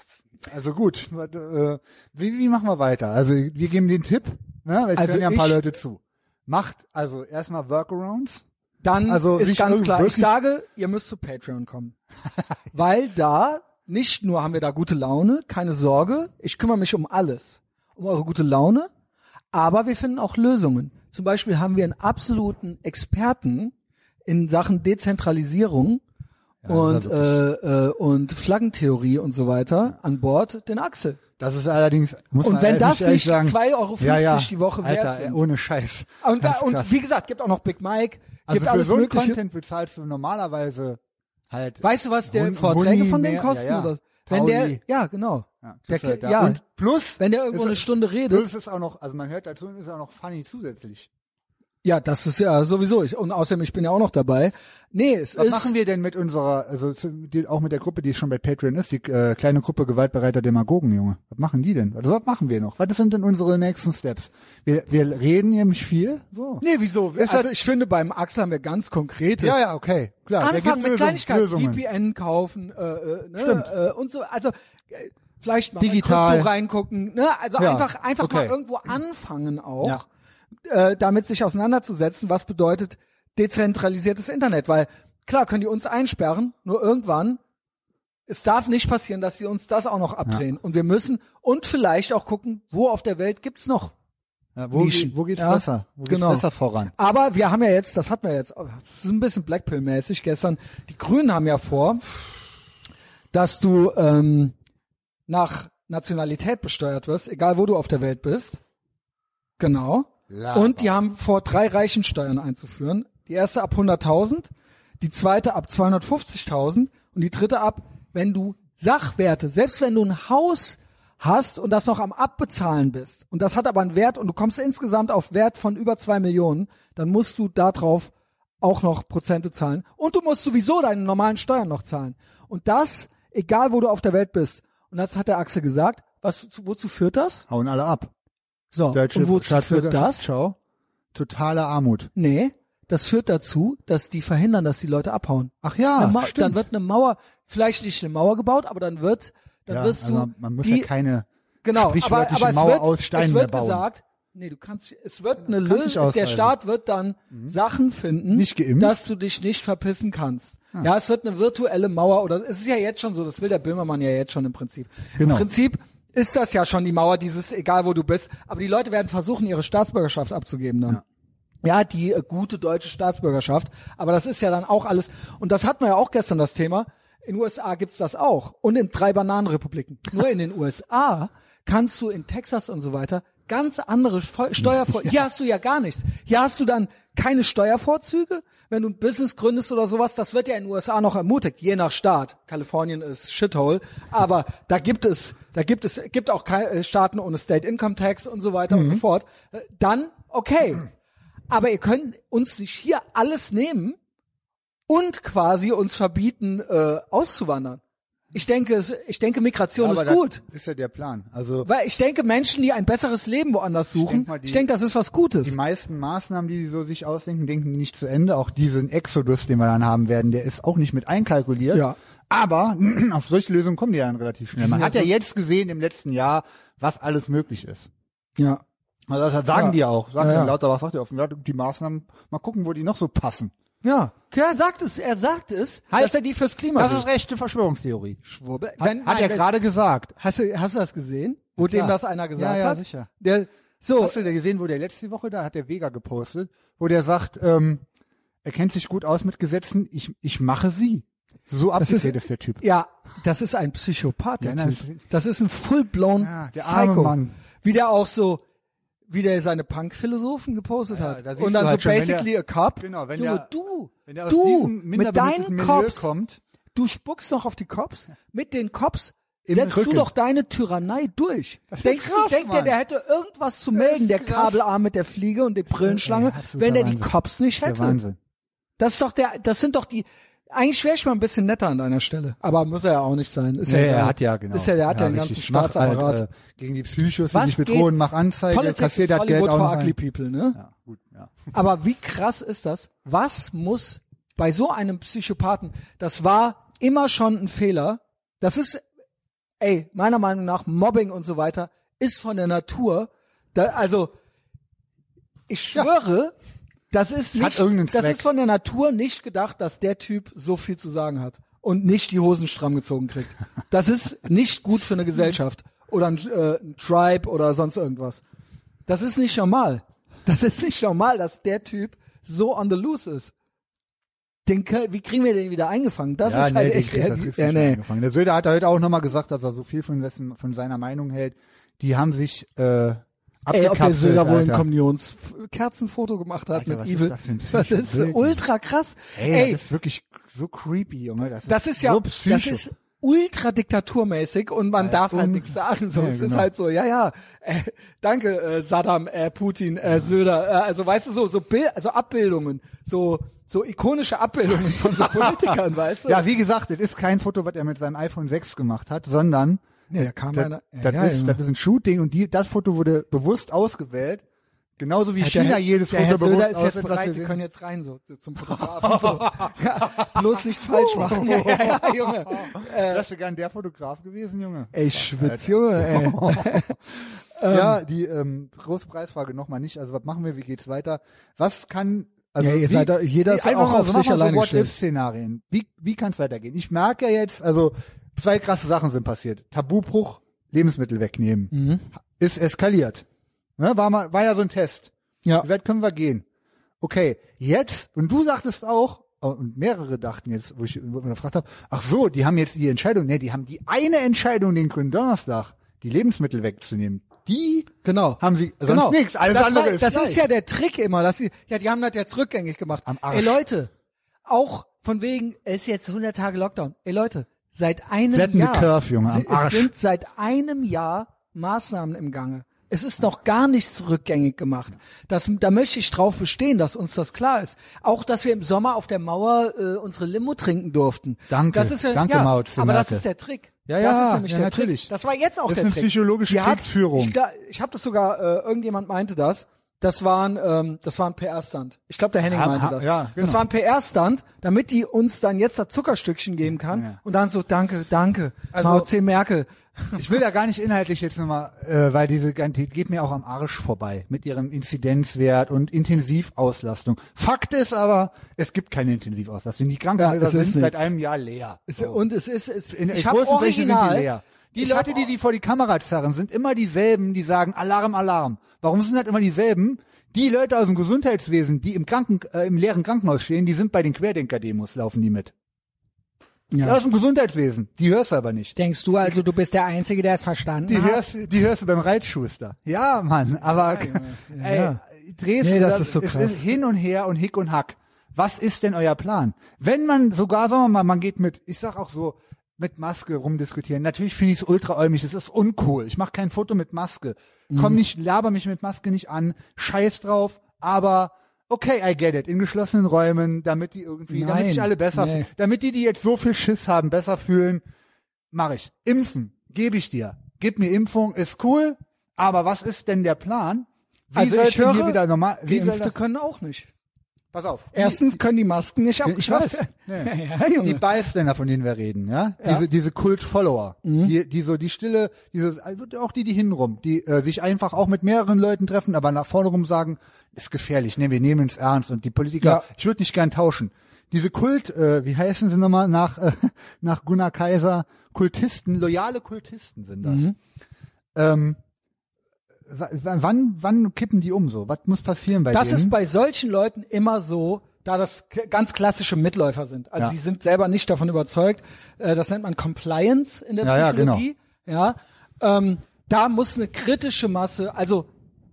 Speaker 2: also gut. Warte, äh, Wie, wie machen wir weiter? Also wir geben den Tipp. Ne? Jetzt
Speaker 1: Also
Speaker 2: hören ja ein paar
Speaker 1: ich-
Speaker 2: Leute zu. Macht also erstmal Workarounds.
Speaker 1: Dann
Speaker 2: Also
Speaker 1: ist
Speaker 2: sich
Speaker 1: ganz
Speaker 2: irgendwie
Speaker 1: klar, ich
Speaker 2: wirklich-
Speaker 1: sage, ihr müsst zu Patreon kommen. Weil da, nicht nur haben wir da gute Laune, keine Sorge, ich kümmere mich um alles, um eure gute Laune, aber wir finden auch Lösungen. Zum Beispiel haben wir einen absoluten Experten in Sachen Dezentralisierung und,
Speaker 2: ist
Speaker 1: äh, äh, und Flaggentheorie und so weiter an Bord, den Axel.
Speaker 2: Das ist allerdings, muss
Speaker 1: Und
Speaker 2: man
Speaker 1: wenn
Speaker 2: ehrlich-
Speaker 1: das
Speaker 2: ehrlich
Speaker 1: nicht
Speaker 2: sagen,
Speaker 1: 2,50 Euro
Speaker 2: ja, ja,
Speaker 1: die Woche wert
Speaker 2: Alter,
Speaker 1: sind.
Speaker 2: ohne Scheiß.
Speaker 1: Und, da,
Speaker 2: Ganz
Speaker 1: und
Speaker 2: krass.
Speaker 1: wie gesagt, gibt auch noch Big Mike,
Speaker 2: also
Speaker 1: gibt
Speaker 2: für
Speaker 1: alles
Speaker 2: so einen
Speaker 1: mögliche.
Speaker 2: Content bezahlst du normalerweise halt.
Speaker 1: Weißt du, was der
Speaker 2: Hund-
Speaker 1: Vorträge
Speaker 2: Huni
Speaker 1: von dem
Speaker 2: mehr-
Speaker 1: kosten?
Speaker 2: ja, ja.
Speaker 1: Oder? Wenn der,
Speaker 2: Taui.
Speaker 1: ja, genau.
Speaker 2: Ja,
Speaker 1: der,
Speaker 2: kriegst du halt da.
Speaker 1: ja
Speaker 2: Und plus,
Speaker 1: wenn der irgendwo
Speaker 2: ist,
Speaker 1: eine Stunde redet,
Speaker 2: plus ist auch noch, also man hört dazu, ist auch noch funny zusätzlich.
Speaker 1: ja, das ist ja sowieso. Ich, und außerdem, ich bin ja auch noch dabei. Nee, es
Speaker 2: Was
Speaker 1: ist,
Speaker 2: machen wir denn mit unserer, also zu- die, auch mit der Gruppe, die schon bei Patreon ist, die äh, kleine Gruppe gewaltbereiter Demagogen, Junge. Was machen die denn? Also, was machen wir noch? Was sind denn unsere nächsten Steps? Wir, wir reden nämlich viel. So.
Speaker 1: nee, wieso?
Speaker 2: Ist
Speaker 1: Also ich finde, beim Axel haben wir ganz konkrete
Speaker 2: Ja, ja, okay, klar. der gibt
Speaker 1: Anfangen mit
Speaker 2: Lösung,
Speaker 1: Kleinigkeiten,
Speaker 2: Lösungen.
Speaker 1: VPN kaufen, äh, äh, ne,
Speaker 2: Stimmt.
Speaker 1: Äh, und so, also äh, vielleicht mal bei
Speaker 2: Digital.
Speaker 1: Krypto reingucken, ne? Also
Speaker 2: Ja,
Speaker 1: einfach einfach mal
Speaker 2: okay.
Speaker 1: irgendwo anfangen auch, äh, damit sich auseinanderzusetzen, was bedeutet dezentralisiertes Internet, weil klar können die uns einsperren, nur irgendwann es darf nicht passieren, dass sie uns das auch noch abdrehen. Und wir müssen und vielleicht auch gucken, wo auf der Welt gibt's noch
Speaker 2: Ja, wo,
Speaker 1: Nischen.
Speaker 2: ge- wo geht's
Speaker 1: Ja,
Speaker 2: besser? Wo
Speaker 1: genau.
Speaker 2: geht's besser voran?
Speaker 1: Aber wir haben ja jetzt, das hatten wir jetzt, das ist ein bisschen Blackpill-mäßig gestern. Die Grünen haben ja vor, dass du ähm, nach Nationalität besteuert wirst, egal wo du auf der Welt bist. Genau.
Speaker 2: Laber.
Speaker 1: Und die haben vor, drei Reichensteuern einzuführen. Die erste ab 100.000, die zweite ab 250.000 und die dritte ab, wenn du Sachwerte, selbst wenn du ein Haus hast und das noch am Abbezahlen bist und das hat aber einen Wert und du kommst insgesamt auf Wert von über zwei Millionen, dann musst du darauf auch noch Prozente zahlen und du musst sowieso deine normalen Steuern noch zahlen. Und das, egal wo du auf der Welt bist. Und das hat der Axel gesagt. Was, wozu führt das?
Speaker 2: Hauen alle ab.
Speaker 1: So,
Speaker 2: Deutsche
Speaker 1: und wozu führt
Speaker 2: Staatsbürgerschaft,
Speaker 1: das?
Speaker 2: Ciao. Totale Armut.
Speaker 1: Nee, das führt dazu, dass die verhindern, dass die Leute abhauen.
Speaker 2: Ach ja,
Speaker 1: Eine Ma-
Speaker 2: stimmt.
Speaker 1: dann wird eine Mauer, vielleicht nicht eine Mauer gebaut, aber dann wird, dann
Speaker 2: ja,
Speaker 1: wirst
Speaker 2: also
Speaker 1: du
Speaker 2: man, man muss
Speaker 1: die,
Speaker 2: ja keine
Speaker 1: genau, aber,
Speaker 2: sprichwörtliche
Speaker 1: aber es
Speaker 2: Mauer
Speaker 1: wird,
Speaker 2: aus Steinen
Speaker 1: es wird
Speaker 2: mehr bauen.
Speaker 1: gesagt, nee, du kannst, es wird eine
Speaker 2: kannst dich
Speaker 1: Lösung, der
Speaker 2: ausweisen. Mhm.
Speaker 1: Staat wird dann Sachen finden,
Speaker 2: Nicht geimpft? Ah.
Speaker 1: dass du dich nicht verpissen kannst. Ja, es wird eine virtuelle Mauer oder es ist ja jetzt schon so, das will der Böhmermann ja jetzt schon im Prinzip.
Speaker 2: Genau.
Speaker 1: Im Prinzip ist das ja schon die Mauer, dieses egal wo du bist, aber die Leute werden versuchen, ihre Staatsbürgerschaft abzugeben dann. Ja ja, die äh, gute deutsche Staatsbürgerschaft. Aber das ist ja dann auch alles. Und das hatten wir ja auch gestern das Thema. In den USA gibt's das auch. Und in drei Bananenrepubliken. Nur in den USA kannst du in Texas und so weiter ganz andere Steu- Steuervor. Hier hast du ja gar nichts. Hier hast du dann keine Steuervorzüge, wenn du ein Business gründest oder sowas. Das wird ja in den USA noch ermutigt, je nach Staat. Kalifornien ist Shithole, aber da gibt es, da gibt es, gibt auch keine äh, Staaten ohne State Income Tax und so weiter und so fort. Äh, Dann okay aber ihr könnt uns nicht hier alles nehmen und quasi uns verbieten, äh, auszuwandern. Ich denke, es- ich denke, Migration
Speaker 2: aber
Speaker 1: ist
Speaker 2: das
Speaker 1: gut.
Speaker 2: Ist ja der Plan. Also
Speaker 1: Weil ich denke, Menschen, die ein besseres Leben woanders suchen, ich
Speaker 2: denk mal,
Speaker 1: denke,
Speaker 2: die-
Speaker 1: denk, das ist was Gutes.
Speaker 2: die meisten Maßnahmen, die sie so sich ausdenken, denken die nicht zu Ende. Auch diesen Exodus, den wir dann haben werden, der ist auch nicht mit einkalkuliert.
Speaker 1: Ja.
Speaker 2: Aber auf solche Lösungen kommen die dann relativ schnell. Man
Speaker 1: sind
Speaker 2: hat
Speaker 1: ja
Speaker 2: ja
Speaker 1: so-
Speaker 2: jetzt gesehen im letzten Jahr, was alles möglich ist.
Speaker 1: ja.
Speaker 2: Also das sagen
Speaker 1: Ja.
Speaker 2: die ja auch. Sagen
Speaker 1: Ja, ja.
Speaker 2: lauter was sagt ihr offen. Ja, die Maßnahmen, mal gucken, wo die noch so passen.
Speaker 1: Ja. Er sagt es, er sagt es,
Speaker 2: Halt.
Speaker 1: dass er die fürs Klima
Speaker 2: Das
Speaker 1: will.
Speaker 2: ist rechte Verschwörungstheorie.
Speaker 1: Schwurbel.
Speaker 2: Hat,
Speaker 1: Wenn-
Speaker 2: hat
Speaker 1: nein,
Speaker 2: er
Speaker 1: wenn-
Speaker 2: gerade gesagt.
Speaker 1: Hast du, hast du das gesehen? Wo dem
Speaker 2: klar.
Speaker 1: das einer gesagt
Speaker 2: Ja, ja,
Speaker 1: hat?
Speaker 2: sicher.
Speaker 1: Der, so.
Speaker 2: Hast du denn gesehen, wo der letzte Woche da hat der Vega gepostet, wo der sagt, ähm, er kennt sich gut aus mit Gesetzen, ich, ich mache sie. So
Speaker 1: ist-
Speaker 2: abgedreht ist, der Typ.
Speaker 1: Ja, das ist ein Psychopath, der
Speaker 2: Ja, nein,
Speaker 1: Typ. Das ist ein full-blown
Speaker 2: Ja, der arme
Speaker 1: Psycho.
Speaker 2: Mann.
Speaker 1: Wie der auch so, wie der seine Punk-Philosophen gepostet
Speaker 2: Ja,
Speaker 1: hat.
Speaker 2: da siehst
Speaker 1: Und dann
Speaker 2: du
Speaker 1: so
Speaker 2: halt schon, wenn
Speaker 1: basically
Speaker 2: der-
Speaker 1: a cop.
Speaker 2: Genau, wenn
Speaker 1: Junge,
Speaker 2: der-
Speaker 1: du,
Speaker 2: Wenn er aus
Speaker 1: du,
Speaker 2: diesem
Speaker 1: mit
Speaker 2: minderbemittelten
Speaker 1: deinen
Speaker 2: Milieu
Speaker 1: Cops,
Speaker 2: kommt,
Speaker 1: du spuckst noch auf die Cops, mit den Cops
Speaker 2: Im
Speaker 1: setzt du
Speaker 2: Rücken.
Speaker 1: doch deine Tyrannei durch.
Speaker 2: ist
Speaker 1: Denkst
Speaker 2: krass,
Speaker 1: du, denkt der,
Speaker 2: Mann.
Speaker 1: der hätte irgendwas zu melden, der
Speaker 2: krass.
Speaker 1: Kabelarm mit der Fliege und der Brillenschlange,
Speaker 2: Ey, absoluter
Speaker 1: wenn der die
Speaker 2: Wahnsinn.
Speaker 1: Cops nicht
Speaker 2: der
Speaker 1: hätte?
Speaker 2: Wahnsinn.
Speaker 1: Das ist doch der, das sind doch die, Eigentlich wäre ich mal ein bisschen netter an deiner Stelle. Aber muss er ja auch nicht sein. Ist ja
Speaker 2: Nee,
Speaker 1: egal.
Speaker 2: er hat ja, genau.
Speaker 1: Ist ja, der hat ja, den ganzen
Speaker 2: richtig. Mach
Speaker 1: Staatsapparat.
Speaker 2: Halt, äh, gegen die Psychos, die
Speaker 1: Was
Speaker 2: sich
Speaker 1: geht?
Speaker 2: bedrohen, mach Anzeige,
Speaker 1: Politics
Speaker 2: kassiert
Speaker 1: is
Speaker 2: das Geld
Speaker 1: äh, Hollywood
Speaker 2: auch
Speaker 1: for
Speaker 2: noch
Speaker 1: ugly
Speaker 2: ein.
Speaker 1: people, ne?
Speaker 2: Ja, gut, ja.
Speaker 1: Aber wie krass ist das? Was muss bei so einem Psychopathen, das war immer schon ein Fehler. Das ist, ey, meiner Meinung nach, Mobbing und so weiter, ist von der Natur, da, also, ich schwöre, das ist
Speaker 2: hat
Speaker 1: nicht,
Speaker 2: irgendeinen
Speaker 1: das
Speaker 2: Zweck.
Speaker 1: ist von der Natur nicht gedacht, dass der Typ so viel zu sagen hat und nicht die Hosen stramm gezogen kriegt. Das ist nicht gut für eine Gesellschaft oder ein, äh, ein Tribe oder sonst irgendwas. Das ist nicht normal. Das ist nicht normal, dass der Typ so on the loose ist. Den, kö- wie kriegen wir den wieder eingefangen? Das
Speaker 2: ja,
Speaker 1: ist
Speaker 2: nee,
Speaker 1: halt
Speaker 2: den
Speaker 1: echt,
Speaker 2: kriegst du- das kriegst du
Speaker 1: ja,
Speaker 2: nicht
Speaker 1: nee.
Speaker 2: angefangen. Der Söder hat heute auch nochmal gesagt, dass er so viel von, dessen, von seiner Meinung hält. Die haben sich äh,
Speaker 1: Ey, ob der
Speaker 2: abgekapselt,
Speaker 1: Söder wohl ein
Speaker 2: Alter.
Speaker 1: Kommunionskerzenfoto gemacht hat
Speaker 2: Alter,
Speaker 1: mit
Speaker 2: was ist
Speaker 1: Evil.
Speaker 2: das für ein
Speaker 1: das ist
Speaker 2: Psycho-Bild?
Speaker 1: ultra krass.
Speaker 2: Ey, das ist wirklich so creepy, Junge. Das ist,
Speaker 1: das ist ja,
Speaker 2: so psycho.
Speaker 1: das ist ultra diktaturmäßig und man
Speaker 2: Ja,
Speaker 1: darf halt
Speaker 2: un-
Speaker 1: nichts sagen. So,
Speaker 2: Ja,
Speaker 1: es ist
Speaker 2: genau.
Speaker 1: halt so, ja, ja, äh, danke, äh, Saddam, äh, Putin, äh, Söder, äh, also weißt du so, so Bild, also Abbildungen, so, so ikonische Abbildungen von so Politikern, weißt du?
Speaker 2: ja, wie gesagt, das ist kein Foto, was er mit seinem iPhone 6 gemacht hat, sondern
Speaker 1: nee, da kam
Speaker 2: das,
Speaker 1: einer.
Speaker 2: das,
Speaker 1: ja,
Speaker 2: ist,
Speaker 1: ja.
Speaker 2: das ist ein Shooting und die, das Foto wurde bewusst ausgewählt. Genauso wie
Speaker 1: Ja,
Speaker 2: China
Speaker 1: Herr-
Speaker 2: jedes
Speaker 1: der
Speaker 2: Foto
Speaker 1: Herr Söder
Speaker 2: bewusst
Speaker 1: ist jetzt
Speaker 2: auswählt, was
Speaker 1: bereit,
Speaker 2: wir
Speaker 1: Sie
Speaker 2: sehen.
Speaker 1: können jetzt rein so zu- zum Fotografen. So. Ja, bloß nichts falsch machen. Ja, ja, ja, Junge.
Speaker 2: das wäre gern der Fotograf gewesen, Junge.
Speaker 1: Ey, schwitz, Junge, ey.
Speaker 2: ja, die ähm, große Preisfrage nochmal nicht. Also was machen wir? Wie geht's weiter? Was kann also
Speaker 1: Ja, ihr
Speaker 2: wie,
Speaker 1: seid da- jeder
Speaker 2: wie
Speaker 1: ist
Speaker 2: einfach
Speaker 1: auch
Speaker 2: mal
Speaker 1: auf
Speaker 2: so,
Speaker 1: sich
Speaker 2: mach mal
Speaker 1: alleine
Speaker 2: so
Speaker 1: gestellt.
Speaker 2: What-If-Szenarien. Wie wie kann's weitergehen? Ich merke ja jetzt, also zwei krasse Sachen sind passiert. Tabubruch, Lebensmittel wegnehmen,
Speaker 1: Mhm.
Speaker 2: ist eskaliert. Ne, war mal war ja so ein Test.
Speaker 1: Ja.
Speaker 2: Wie weit können wir gehen? Okay, jetzt und du sagtest auch oh, und mehrere dachten jetzt, wo ich wo ich gefragt habe, ach so, die haben jetzt die Entscheidung, ne, die haben die eine Entscheidung den grünen Donnerstag, die Lebensmittel wegzunehmen. Die
Speaker 1: Genau.
Speaker 2: haben sie sonst
Speaker 1: genau.
Speaker 2: nichts. Alles
Speaker 1: das
Speaker 2: andere
Speaker 1: war,
Speaker 2: ist
Speaker 1: das
Speaker 2: gleich.
Speaker 1: ist ja der Trick immer, dass sie, ja, die haben das jetzt rückgängig gemacht.
Speaker 2: Am Arsch.
Speaker 1: Ey Leute, auch von wegen, es ist jetzt 100 Tage Lockdown. Ey Leute, seit einem
Speaker 2: Flatten the
Speaker 1: Jahr.
Speaker 2: curve, Junge, am
Speaker 1: sie, es
Speaker 2: Arsch.
Speaker 1: sind seit einem Jahr Maßnahmen im Gange. Es ist noch gar nichts rückgängig gemacht. Das, da möchte ich drauf bestehen, dass uns das klar ist. Auch, dass wir im Sommer auf der Mauer äh, unsere Limo trinken durften.
Speaker 2: Danke.
Speaker 1: das ist ja,
Speaker 2: Danke,
Speaker 1: ja,
Speaker 2: Mautz,
Speaker 1: Aber das
Speaker 2: Merkel.
Speaker 1: ist der Trick.
Speaker 2: Ja,
Speaker 1: Das
Speaker 2: ja,
Speaker 1: ist nämlich
Speaker 2: ja,
Speaker 1: der
Speaker 2: natürlich.
Speaker 1: Trick. Das war jetzt auch
Speaker 2: Das
Speaker 1: der
Speaker 2: ist eine
Speaker 1: Trick.
Speaker 2: psychologische
Speaker 1: Die hat-
Speaker 2: Kriegsführung.
Speaker 1: Ich, gla- ich habe das sogar, äh, irgendjemand meinte das. Das waren, ähm, das war ein PR-Stunt. Ich glaube, der Henning
Speaker 2: Ha-
Speaker 1: meinte
Speaker 2: ha-
Speaker 1: das.
Speaker 2: ja, genau.
Speaker 1: Das war ein PR-Stunt, damit die uns dann jetzt das Zuckerstückchen geben kann.
Speaker 2: Ja.
Speaker 1: Und dann so, danke, danke,
Speaker 2: Also-
Speaker 1: Mao C. Merkel.
Speaker 2: Ich will da gar nicht inhaltlich jetzt nochmal, äh, weil diese Gantität geht mir auch am Arsch vorbei mit ihrem Inzidenzwert und Intensivauslastung. Fakt ist aber, es gibt keine Intensivauslastung. Die Krankenhäuser
Speaker 1: Ja, es
Speaker 2: sind
Speaker 1: ist
Speaker 2: seit
Speaker 1: nichts.
Speaker 2: einem Jahr leer.
Speaker 1: Es-
Speaker 2: So.
Speaker 1: Und es ist, es,
Speaker 2: In,
Speaker 1: ich
Speaker 2: in
Speaker 1: habe
Speaker 2: großen Flächen
Speaker 1: original,
Speaker 2: sind die leer. Die
Speaker 1: ich
Speaker 2: Leute,
Speaker 1: hab-
Speaker 2: die sie vor die Kamera zerren, sind immer dieselben, die sagen Alarm, Alarm. Warum sind das immer dieselben? Die Leute aus dem Gesundheitswesen, die im, Kranken, äh, im leeren Krankenhaus stehen, die sind bei den Querdenker-Demos, laufen die mit.
Speaker 1: Ja.
Speaker 2: Aus dem Gesundheitswesen, die hörst du aber nicht.
Speaker 1: Denkst du also, du bist der Einzige, der es verstanden
Speaker 2: Die
Speaker 1: hat?
Speaker 2: hörst, die hörst du beim Reitschuster. Ja, Mann, aber ey,
Speaker 1: Ja.
Speaker 2: Dresden,
Speaker 1: Nee, das ist so
Speaker 2: es
Speaker 1: krass.
Speaker 2: Ist hin und her und Hick und Hack. Was ist denn euer Plan? Wenn man sogar, sagen wir mal, man geht mit, ich sag auch so, mit Maske rumdiskutieren. Natürlich finde ich es ultraäumig, es ist uncool. Ich mache kein Foto mit Maske.
Speaker 1: Mhm.
Speaker 2: Komm nicht, laber mich mit Maske nicht an, scheiß drauf, aber okay, I get it. In geschlossenen Räumen, damit die irgendwie, damit
Speaker 1: Nein,
Speaker 2: sich alle besser,
Speaker 1: nee.
Speaker 2: damit die, die jetzt so viel Schiss haben, besser fühlen, mache ich. Impfen, gebe ich dir. Gib mir Impfung, ist cool, aber was ist denn der Plan? Wie
Speaker 1: Also
Speaker 2: soll's
Speaker 1: ich
Speaker 2: denn hier
Speaker 1: höre,
Speaker 2: wieder normal? Wie soll
Speaker 1: Geimpfte
Speaker 2: das,
Speaker 1: können auch nicht.
Speaker 2: pass auf.
Speaker 1: Erstens können die Masken nicht
Speaker 2: ich
Speaker 1: abgeschafft
Speaker 2: weiß.
Speaker 1: werden.
Speaker 2: Nee.
Speaker 1: Ja, Junge.
Speaker 2: Die Beiständer, von denen wir reden, ja,
Speaker 1: Ja. Mhm.
Speaker 2: diese diese Kult-Follower, die, die so die Stille, diese also auch die die hinrum, die äh, sich einfach auch mit mehreren Leuten treffen, aber nach vorne rum sagen, ist gefährlich, ne, wir nehmen es ernst und die Politiker,
Speaker 1: Ja.
Speaker 2: ich würde nicht gern tauschen. Diese Kult, äh, wie heißen sie nochmal nach äh, nach Gunnar Kaiser, Kultisten, loyale Kultisten sind das.
Speaker 1: Mhm.
Speaker 2: Ähm, wa- wa- wann wann kippen die um so? Was muss passieren bei
Speaker 1: Das
Speaker 2: denen?
Speaker 1: ist bei solchen Leuten immer so, da das k- ganz klassische Mitläufer sind. Also
Speaker 2: Ja.
Speaker 1: sie sind selber nicht davon überzeugt. Äh, Das nennt man Compliance in der
Speaker 2: Ja, genau. ja,
Speaker 1: Psychologie. Ja, ähm, da muss eine kritische Masse, also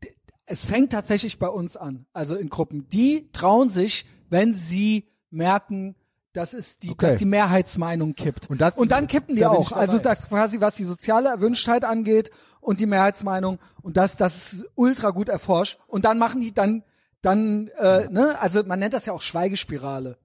Speaker 1: d- es fängt tatsächlich bei uns an, also in Gruppen. Die trauen sich, wenn sie merken, das ist die,
Speaker 2: Okay.
Speaker 1: dass die Mehrheitsmeinung kippt.
Speaker 2: Und das-
Speaker 1: dann kippen die
Speaker 2: da bin ich
Speaker 1: auch.
Speaker 2: dabei.
Speaker 1: Also das quasi, was die soziale Erwünschtheit angeht und die Mehrheitsmeinung und das, das ist ultra gut erforscht. Und dann machen die dann, dann, äh, ne, also man nennt das ja auch Schweigespirale.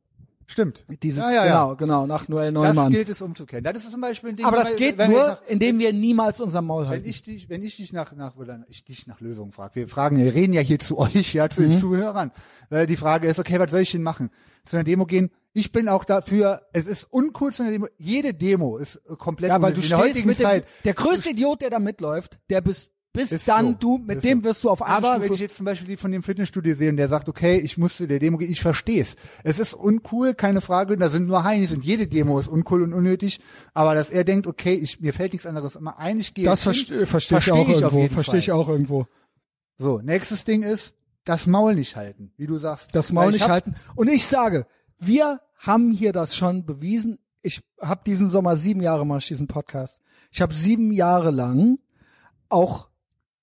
Speaker 2: Stimmt.
Speaker 1: Dieses,
Speaker 2: ja, ja,
Speaker 1: genau,
Speaker 2: ja.
Speaker 1: genau, nach Noel
Speaker 2: Das
Speaker 1: Neumann.
Speaker 2: gilt es umzukennen. Das ist zum Beispiel ein Ding,
Speaker 1: Aber
Speaker 2: wenn
Speaker 1: das
Speaker 2: wir-
Speaker 1: geht
Speaker 2: wenn wir jetzt
Speaker 1: nur,
Speaker 2: nach-
Speaker 1: indem wir niemals unser Maul
Speaker 2: Wenn
Speaker 1: halten.
Speaker 2: ich dich, wenn ich dich nach, nach oder ich dich nach Lösungen frage, wir fragen, wir reden ja hier zu euch, ja, zu
Speaker 1: Mhm.
Speaker 2: den Zuhörern. Äh, die Frage ist, okay, was soll ich denn machen? Zu einer Demo gehen? Ich bin auch dafür, es ist uncool zu einer Demo. Jede Demo ist äh, komplett
Speaker 1: ja, weil
Speaker 2: unnötig.
Speaker 1: du
Speaker 2: in der
Speaker 1: stehst
Speaker 2: heutigen
Speaker 1: mit dem,
Speaker 2: Zeit.
Speaker 1: der größte Idiot, der da mitläuft, der bist, bist
Speaker 2: Ist
Speaker 1: dann du,
Speaker 2: so.
Speaker 1: mit
Speaker 2: Ist
Speaker 1: dem
Speaker 2: so.
Speaker 1: wirst du auf einer
Speaker 2: Aber
Speaker 1: Stufe.
Speaker 2: wenn ich jetzt zum Beispiel die von dem Fitnessstudio sehe und der sagt, okay, ich muss zu der Demo gehen, ich verstehe es. Es ist uncool, keine Frage, da sind nur Heinis und jede Demo ist uncool und unnötig. Aber dass er denkt, okay, ich, mir fällt nichts anderes immer ein, ich gehe
Speaker 1: das
Speaker 2: jetzt
Speaker 1: verstehe
Speaker 2: hin,
Speaker 1: versteh ich auch
Speaker 2: auf
Speaker 1: irgendwo,
Speaker 2: jeden
Speaker 1: verstehe ich
Speaker 2: Fall.
Speaker 1: auch irgendwo.
Speaker 2: So, nächstes Ding ist, das Maul nicht halten, wie du sagst.
Speaker 1: Das
Speaker 2: Weil
Speaker 1: Maul
Speaker 2: ich
Speaker 1: nicht
Speaker 2: hab-
Speaker 1: halten. Und ich sage, wir haben hier das schon bewiesen. Ich habe diesen Sommer sieben Jahre mache ich diesen Podcast. Ich habe sieben Jahre lang auch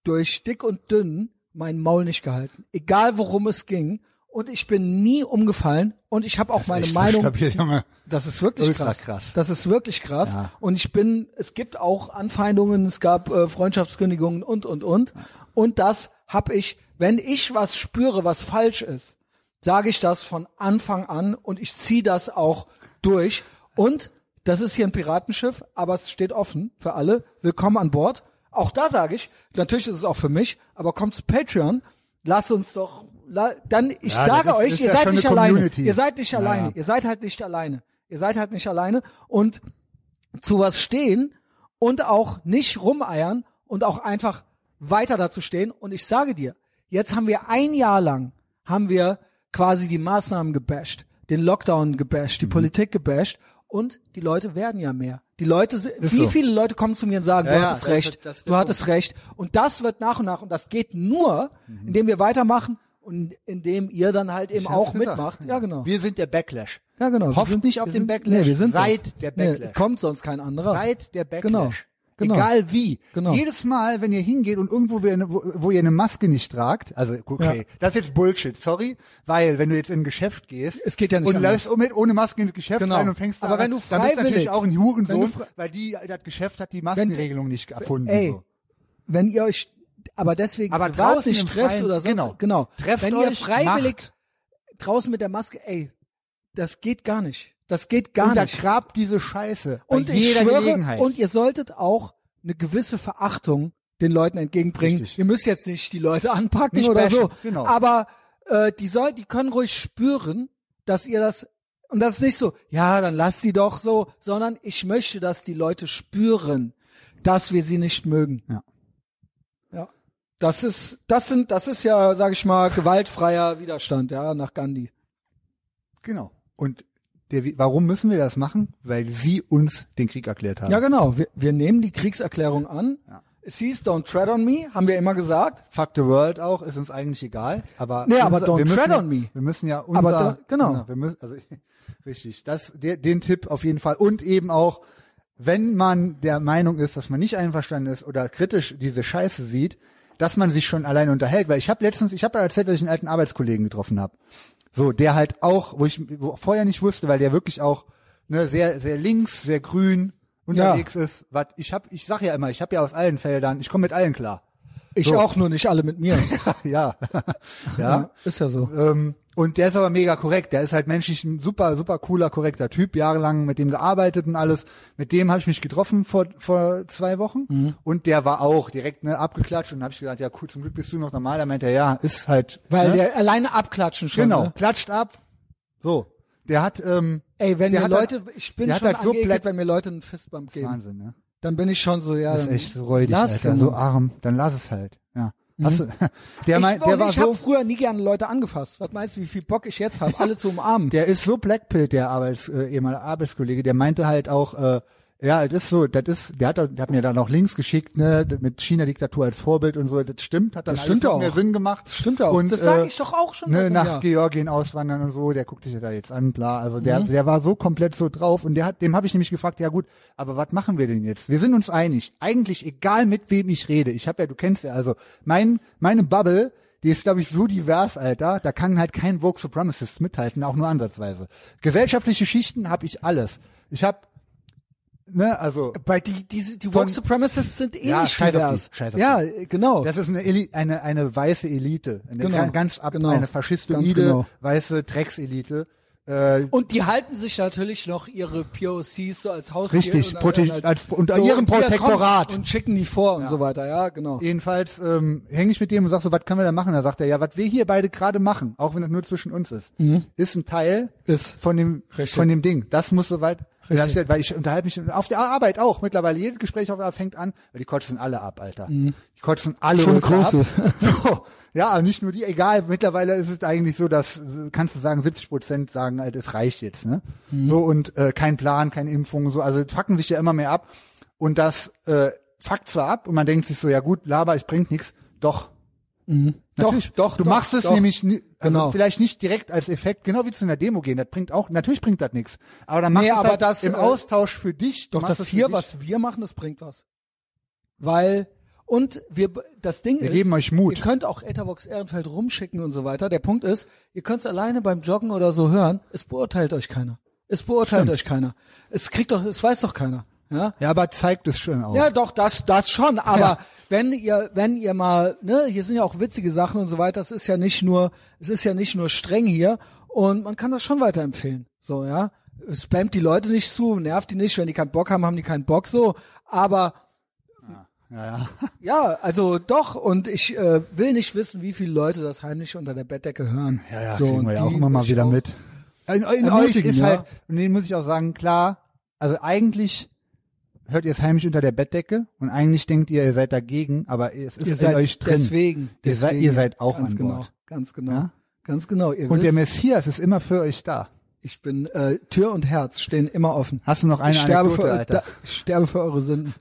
Speaker 1: durch dick und dünn mein Maul nicht gehalten, egal worum es ging. Und ich bin nie umgefallen und ich habe auch meine
Speaker 2: Echt so
Speaker 1: Meinung.
Speaker 2: Stabil, Junge.
Speaker 1: Das ist wirklich
Speaker 2: Ultra
Speaker 1: krass.
Speaker 2: krass.
Speaker 1: Das ist wirklich krass.
Speaker 2: Ja.
Speaker 1: Und ich bin, es gibt auch Anfeindungen, es gab äh, Freundschaftskündigungen und, und, und. Und das habe ich, wenn ich was spüre, was falsch ist, sage ich das von Anfang an und ich ziehe das auch durch. Und das ist hier ein Piratenschiff, aber es steht offen für alle. Willkommen an Bord. Auch da sage ich, natürlich ist es auch für mich, aber kommt zu Patreon, lasst uns doch, la, dann, ich
Speaker 2: Ja,
Speaker 1: sage
Speaker 2: das ist-
Speaker 1: euch,
Speaker 2: ist
Speaker 1: ihr
Speaker 2: ja
Speaker 1: seid
Speaker 2: schon
Speaker 1: nicht
Speaker 2: eine
Speaker 1: alleine.
Speaker 2: Community.
Speaker 1: Ihr seid nicht
Speaker 2: Ja,
Speaker 1: alleine.
Speaker 2: ja.
Speaker 1: Ihr seid halt nicht alleine. Ihr seid halt nicht alleine. Und zu was stehen und auch nicht rumeiern und auch einfach weiter dazu stehen. Und ich sage dir, jetzt haben wir ein Jahr lang, haben wir quasi die Maßnahmen gebasht, den Lockdown gebasht,
Speaker 2: Mhm.
Speaker 1: die Politik gebasht und die Leute werden ja mehr. Die Leute, si- wie
Speaker 2: so.
Speaker 1: viele Leute kommen zu mir und sagen,
Speaker 2: Ja,
Speaker 1: du
Speaker 2: ja,
Speaker 1: hattest
Speaker 2: das-
Speaker 1: recht,
Speaker 2: das ist der
Speaker 1: du hattest recht. Und das wird nach und nach, und das geht nur, indem wir weitermachen und indem ihr dann halt eben
Speaker 2: Mhm. Ich hab's
Speaker 1: auch
Speaker 2: gesagt.
Speaker 1: mitmacht. Ja, genau.
Speaker 2: Wir sind der Backlash.
Speaker 1: Ja, genau.
Speaker 2: Hofft
Speaker 1: Wir sind-
Speaker 2: nicht auf
Speaker 1: wir
Speaker 2: den
Speaker 1: sind-
Speaker 2: Backlash.
Speaker 1: Nee, wir sind
Speaker 2: Seid
Speaker 1: das.
Speaker 2: der Backlash.
Speaker 1: Nee, kommt sonst kein anderer.
Speaker 2: Seit der Backlash.
Speaker 1: Genau, genau.
Speaker 2: Egal wie.
Speaker 1: Genau.
Speaker 2: Jedes Mal, wenn ihr hingeht und irgendwo, wo ihr, wo, wo ihr eine Maske nicht tragt, also okay,
Speaker 1: Ja.
Speaker 2: das ist jetzt Bullshit, sorry, weil wenn du jetzt in ein Geschäft gehst
Speaker 1: Es geht ja nicht
Speaker 2: und
Speaker 1: anders.
Speaker 2: läufst um mit ohne Maske ins Geschäft
Speaker 1: Genau.
Speaker 2: rein und fängst da
Speaker 1: Aber
Speaker 2: an,
Speaker 1: wenn du
Speaker 2: dann bist du
Speaker 1: freiwillig-
Speaker 2: natürlich auch ein
Speaker 1: wenn
Speaker 2: Hurensohn,
Speaker 1: du frei-
Speaker 2: weil die, das Geschäft hat die Maskenregelung nicht erfunden.
Speaker 1: Ey,
Speaker 2: so.
Speaker 1: wenn ihr euch aber deswegen
Speaker 2: Aber
Speaker 1: privat
Speaker 2: draußen
Speaker 1: nicht
Speaker 2: im
Speaker 1: trefft
Speaker 2: Freien-
Speaker 1: oder sonst
Speaker 2: genau.
Speaker 1: genau.
Speaker 2: Trefft
Speaker 1: wenn ihr
Speaker 2: euch,
Speaker 1: freiwillig
Speaker 2: macht.
Speaker 1: draußen mit der Maske, ey, das geht gar nicht. Das geht gar
Speaker 2: Und da
Speaker 1: nicht.
Speaker 2: grabt diese Scheiße
Speaker 1: und
Speaker 2: bei
Speaker 1: ich
Speaker 2: jeder
Speaker 1: schwöre,
Speaker 2: Gelegenheit.
Speaker 1: und ihr solltet auch eine gewisse Verachtung den Leuten entgegenbringen.
Speaker 2: Richtig.
Speaker 1: Ihr müsst jetzt nicht die Leute anpacken
Speaker 2: Nicht
Speaker 1: oder so,
Speaker 2: bashen, genau.
Speaker 1: aber äh, die soll, die können ruhig spüren, dass ihr das und das ist nicht so, ja, dann lasst sie doch so, sondern ich möchte, dass die Leute spüren, dass wir sie nicht mögen.
Speaker 2: Ja.
Speaker 1: Ja. Das ist, das sind, das ist ja, sag ich mal, gewaltfreier Widerstand, ja, nach Gandhi.
Speaker 2: genau. Und der, warum müssen wir das machen? Weil sie uns den Krieg erklärt haben.
Speaker 1: Ja, genau. Wir, wir nehmen die Kriegserklärung an.
Speaker 2: Ja.
Speaker 1: Es hieß, don't tread on me, haben wir immer gesagt.
Speaker 2: Fuck the World auch, ist uns eigentlich egal, aber,
Speaker 1: Nee, aber don't
Speaker 2: wir müssen,
Speaker 1: tread
Speaker 2: ja-
Speaker 1: on me.
Speaker 2: Wir müssen ja unser,
Speaker 1: Aber da- genau.
Speaker 2: wir müssen, also, richtig, das, der, den Tipp auf jeden Fall und eben auch, wenn man der Meinung ist, dass man nicht einverstanden ist oder kritisch diese Scheiße sieht, dass man sich schon allein unterhält, weil ich habe letztens, ich habe ja erzählt, dass ich einen alten Arbeitskollegen getroffen habe. So, der halt auch, wo ich wo vorher nicht wusste, weil der wirklich auch ne, sehr sehr links, sehr grün unterwegs ist. Was ich hab, ich sag ja immer, ich habe ja aus allen Feldern, ich komme mit allen klar.
Speaker 1: Ich
Speaker 2: So.
Speaker 1: auch, nur nicht alle mit mir.
Speaker 2: ja. ja.
Speaker 1: Ist ja so.
Speaker 2: Ähm, und der ist aber mega korrekt. Der ist halt menschlich ein super, super cooler, korrekter Typ. Jahrelang mit dem gearbeitet und alles. Mit dem habe ich mich getroffen vor, vor zwei Wochen.
Speaker 1: Mhm.
Speaker 2: Und der war auch direkt ne, abgeklatscht. Und dann habe ich gesagt, ja cool, zum Glück bist du noch normal. Da meinte er, ja, ist halt.
Speaker 1: Weil
Speaker 2: ne?
Speaker 1: der alleine abklatschen schon.
Speaker 2: genau,
Speaker 1: Ne?
Speaker 2: klatscht ab. So. Der hat, ähm,
Speaker 1: Ey, wenn
Speaker 2: der
Speaker 1: mir
Speaker 2: hat
Speaker 1: Leute, ich bin
Speaker 2: der hat
Speaker 1: schon
Speaker 2: halt so
Speaker 1: angeekelt,
Speaker 2: blatt-
Speaker 1: wenn mir Leute einen Fistbump
Speaker 2: halt,
Speaker 1: geben.
Speaker 2: Wahnsinn, ne?
Speaker 1: Dann bin ich schon so, ja.
Speaker 2: Das ist
Speaker 1: dann
Speaker 2: echt so räudig,
Speaker 1: lass
Speaker 2: Alter.
Speaker 1: es.
Speaker 2: So arm. Dann lass es halt. Ja. Hast du, der,
Speaker 1: Mhm. ich
Speaker 2: mein, der
Speaker 1: und
Speaker 2: war
Speaker 1: ich
Speaker 2: so
Speaker 1: habe früher nie gerne Leute angefasst. Was meinst du, wie viel Bock ich jetzt habe, alle zu umarmen?
Speaker 2: Der ist so blackpillt, der Arbeits, äh, ehemalige Arbeitskollege, der meinte halt auch, äh, ja, das ist so, das ist, der hat, der hat mir dann auch Links geschickt, ne, mit China-Diktatur als Vorbild und so, das stimmt, hat dann
Speaker 1: Das
Speaker 2: alles
Speaker 1: stimmt
Speaker 2: noch
Speaker 1: auch.
Speaker 2: mehr Sinn gemacht.
Speaker 1: Das stimmt auch.
Speaker 2: Und,
Speaker 1: das sage
Speaker 2: äh,
Speaker 1: ich doch auch schon.
Speaker 2: Ne,
Speaker 1: seit einem
Speaker 2: nach
Speaker 1: Jahr.
Speaker 2: Georgien auswandern und so, der guckt sich ja da jetzt an, bla. Also der,
Speaker 1: Mhm.
Speaker 2: der war so komplett so drauf und der hat, dem habe ich nämlich gefragt, ja gut, aber was machen wir denn jetzt? Wir sind uns einig. Eigentlich egal mit wem ich rede. Ich habe ja, du kennst ja, also mein, meine Bubble, die ist, glaube ich, so divers, Alter. Da kann halt kein Vogue Supremacist mithalten, auch nur ansatzweise. Gesellschaftliche Schichten habe ich alles. Ich habe, ne, also
Speaker 1: Weil die, diese, die
Speaker 2: Von-
Speaker 1: Woke Supremacists sind eh
Speaker 2: Ja,
Speaker 1: nicht
Speaker 2: scheiß auf die,
Speaker 1: divers.
Speaker 2: scheiß auf die.
Speaker 1: Ja, äh, genau.
Speaker 2: Das ist eine, Eli eine, eine weiße Elite. Eine
Speaker 1: Genau,
Speaker 2: ga- ganz ab,
Speaker 1: genau,
Speaker 2: eine faschistoide,
Speaker 1: ganz genau.
Speaker 2: weiße Dreckselite, Äh,
Speaker 1: Und die halten sich natürlich noch ihre POCs so als Haustier.
Speaker 2: Richtig,
Speaker 1: und
Speaker 2: prote-
Speaker 1: als,
Speaker 2: als- unter ihrem
Speaker 1: und hier
Speaker 2: Protektorat.
Speaker 1: kommt Und schicken die vor und so weiter, ja, genau.
Speaker 2: jedenfalls ähm, hänge ich mit dem und sag so, was können wir da machen? Da sagt er, ja, was wir hier beide gerade machen, auch wenn das nur zwischen uns ist, ist ein Teil
Speaker 1: Mhm. Ist.
Speaker 2: von dem
Speaker 1: Richtig.
Speaker 2: von dem Ding. Das muss soweit. Dann hab
Speaker 1: Richtig.
Speaker 2: ich gesagt, Weil ich unterhalte mich auf der Arbeit auch mittlerweile. Jedes Gespräch auf der Arbeit fängt an, weil die kotzen alle ab, Alter.
Speaker 1: Mhm.
Speaker 2: Die kotzen alle
Speaker 1: Schöne
Speaker 2: Leute
Speaker 1: Grüße.
Speaker 2: Ab. So, ja, aber nicht nur die, egal. Mittlerweile ist es eigentlich so, dass äh, kannst du sagen, 70 Prozent sagen, halt, es reicht jetzt, ne?
Speaker 1: Mhm.
Speaker 2: So und äh, kein Plan, keine Impfung, so. Also fucken sich ja immer mehr ab und das äh, fuckt zwar ab und man denkt sich so, ja gut, laber, ich bringt nichts. Doch,
Speaker 1: Mhm.
Speaker 2: Natürlich.
Speaker 1: Doch, doch.
Speaker 2: Du
Speaker 1: doch,
Speaker 2: machst es
Speaker 1: doch.
Speaker 2: nämlich ni- also
Speaker 1: Genau.
Speaker 2: vielleicht nicht direkt als Effekt, genau wie zu einer Demo gehen. Das bringt auch, natürlich bringt das nichts. Aber dann machst
Speaker 1: Nee,
Speaker 2: du es
Speaker 1: aber
Speaker 2: halt
Speaker 1: das,
Speaker 2: im
Speaker 1: äh,
Speaker 2: Austausch für dich. Du
Speaker 1: Doch
Speaker 2: machst
Speaker 1: das
Speaker 2: es für
Speaker 1: hier,
Speaker 2: dich.
Speaker 1: was wir machen, das bringt was. Weil, und wir, b- das Ding
Speaker 2: Wir
Speaker 1: ist,
Speaker 2: geben euch Mut.
Speaker 1: ihr könnt auch Etherbox Ehrenfeld rumschicken und so weiter. Der Punkt ist, ihr könnt es alleine beim Joggen oder so hören, es beurteilt euch keiner. Es beurteilt euch keiner. Es kriegt doch, es weiß doch keiner. Ja,
Speaker 2: Ja, aber zeigt es schön auf.
Speaker 1: ja doch, das, das schon, aber
Speaker 2: Ja.
Speaker 1: wenn ihr, wenn ihr mal, ne, hier sind ja auch witzige Sachen und so weiter, es ist ja nicht nur, es ist ja nicht nur streng hier und man kann das schon weiterempfehlen. So, ja. Spamt die Leute nicht zu, nervt die nicht, wenn die keinen Bock haben, haben die keinen Bock so, aber
Speaker 2: Ja, ja.
Speaker 1: ja, also doch, und ich äh, will nicht wissen, wie viele Leute das heimlich unter der Bettdecke hören.
Speaker 2: ja, ja
Speaker 1: so,
Speaker 2: kriegen
Speaker 1: und
Speaker 2: wir ja auch
Speaker 1: die
Speaker 2: immer mal
Speaker 1: muss ich
Speaker 2: wieder
Speaker 1: auch-
Speaker 2: mit. In, in euch
Speaker 1: Ermutigen,
Speaker 2: ist
Speaker 1: ja.
Speaker 2: halt, und den muss ich auch sagen, klar, also eigentlich hört ihr es heimlich unter der Bettdecke und eigentlich denkt ihr, ihr seid dagegen, aber es ist
Speaker 1: Ihr
Speaker 2: in
Speaker 1: seid
Speaker 2: euch drin.
Speaker 1: Deswegen,
Speaker 2: Ihr seid-
Speaker 1: deswegen.
Speaker 2: ihr seid auch
Speaker 1: ganz
Speaker 2: an
Speaker 1: genau,
Speaker 2: Bord.
Speaker 1: Ganz genau.
Speaker 2: Ja?
Speaker 1: Ganz genau. Ihr
Speaker 2: Und der
Speaker 1: wisst,
Speaker 2: Messias ist immer für euch da.
Speaker 1: ich bin äh, Tür und Herz stehen immer offen.
Speaker 2: Hast du noch eine
Speaker 1: ich sterbe
Speaker 2: Anekdote,
Speaker 1: für,
Speaker 2: Alter?
Speaker 1: Da, ich sterbe für eure Sünden.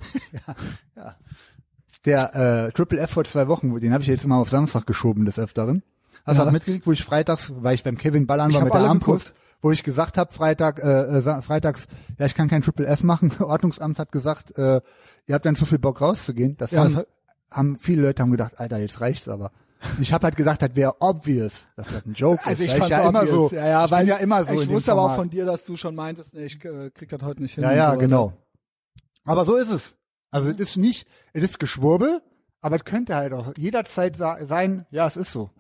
Speaker 2: der äh, Triple F vor zwei Wochen, den habe ich jetzt immer auf Samstag geschoben des Öfteren. Hast du
Speaker 1: Ja.
Speaker 2: auch mitgekriegt, wo ich freitags, weil ich beim Kevin Ballern
Speaker 1: Ich
Speaker 2: war
Speaker 1: hab
Speaker 2: mit der
Speaker 1: alle
Speaker 2: Armbrust,
Speaker 1: geguckt.
Speaker 2: wo ich gesagt habe, Freitag, äh, äh, Sa- freitags, ja, ich kann kein Triple F machen. Ordnungsamt hat gesagt, äh, ihr habt dann zu viel Bock rauszugehen. Das
Speaker 1: Ja,
Speaker 2: haben,
Speaker 1: das hat-
Speaker 2: haben viele Leute haben gedacht, Alter, jetzt reicht's aber. Ich habe halt gedacht, das wäre obvious, dass das ein Joke ist. weil
Speaker 1: Also fand's
Speaker 2: ja immer so,
Speaker 1: obvious. ja, ja,
Speaker 2: ich
Speaker 1: weil
Speaker 2: bin ja immer so. in
Speaker 1: Ich
Speaker 2: dem
Speaker 1: wusste aber auch
Speaker 2: Format.
Speaker 1: von dir, dass du schon meintest, nee, ich äh, krieg das heute nicht hin.
Speaker 2: Ja,
Speaker 1: und
Speaker 2: ja,
Speaker 1: so weiter.
Speaker 2: genau. Aber so ist es. Also es ist nicht, es ist Geschwurbel, aber es könnte halt auch jederzeit sa- sein, ja, es ist so.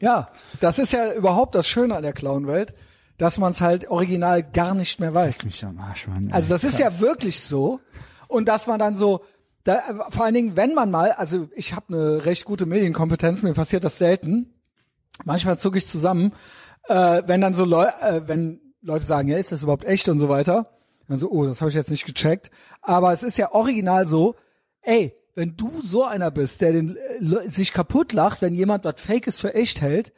Speaker 1: Ja, das ist ja überhaupt das Schöne an der Clown-Welt, dass man es halt original gar nicht mehr weiß.
Speaker 2: Mich am Arsch, Mann. ey.
Speaker 1: Also das ist ja wirklich so. Und dass man dann so, da, vor allen Dingen, wenn man mal, also ich habe eine recht gute Medienkompetenz, mir passiert das selten. Manchmal zucke ich zusammen, äh, wenn dann so Leu äh, wenn Leute sagen, ja, ist das überhaupt echt und so weiter. Dann so, oh, das habe ich jetzt nicht gecheckt. Aber es ist ja original so, ey, wenn du so einer bist, der den, äh, Le- sich kaputt lacht, wenn jemand was Fakes für echt hält,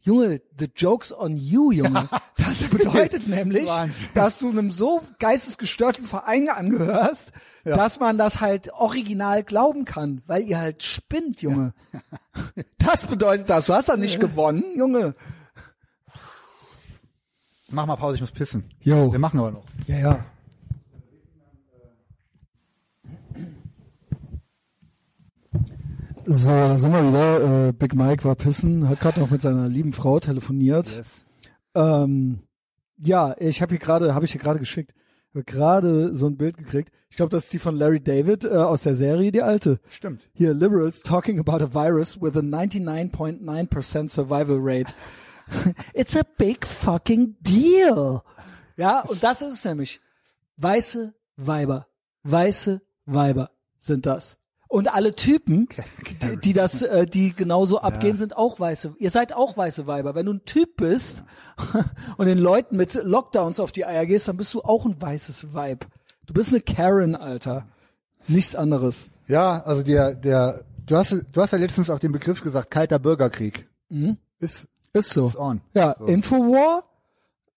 Speaker 1: Junge, the joke's on you, Junge. Das bedeutet nämlich,
Speaker 2: Wahnsinn.
Speaker 1: dass du einem so geistesgestörten Verein angehörst, dass man das halt original glauben kann, weil ihr halt spinnt, Junge. Das bedeutet das. Du hast da nicht gewonnen, Junge.
Speaker 2: Mach mal Pause, ich muss pissen.
Speaker 1: Jo.
Speaker 2: Wir machen aber noch.
Speaker 1: Ja, ja. So, da sind wir wieder. Äh, Big Mike war pissen, hat gerade noch mit seiner lieben Frau telefoniert. Ähm, ja, ich habe hier gerade, habe ich hier gerade geschickt, Hab gerade so ein Bild gekriegt. Ich glaube, das ist die von Larry David äh, aus der Serie, die alte.
Speaker 2: Stimmt.
Speaker 1: Hier, Liberals talking about a virus with a 99.9% survival rate. It's a big fucking deal. Ja, und das ist es nämlich. Weiße Weiber. Weiße Weiber sind das. Und alle Typen, die, die das, äh, die genauso abgehen, sind auch weiße. Ihr seid auch weiße Weiber. Wenn du ein Typ bist und den Leuten mit Lockdowns auf die Eier gehst, dann bist du auch ein weißes Weib. Du bist eine Karen, Alter. Nichts anderes.
Speaker 2: Ja, also der, der, du hast, du hast ja letztens auch den Begriff gesagt, kalter Bürgerkrieg. Ist,
Speaker 1: Ist so.
Speaker 2: It's on.
Speaker 1: Ja,
Speaker 2: So.
Speaker 1: Infowar.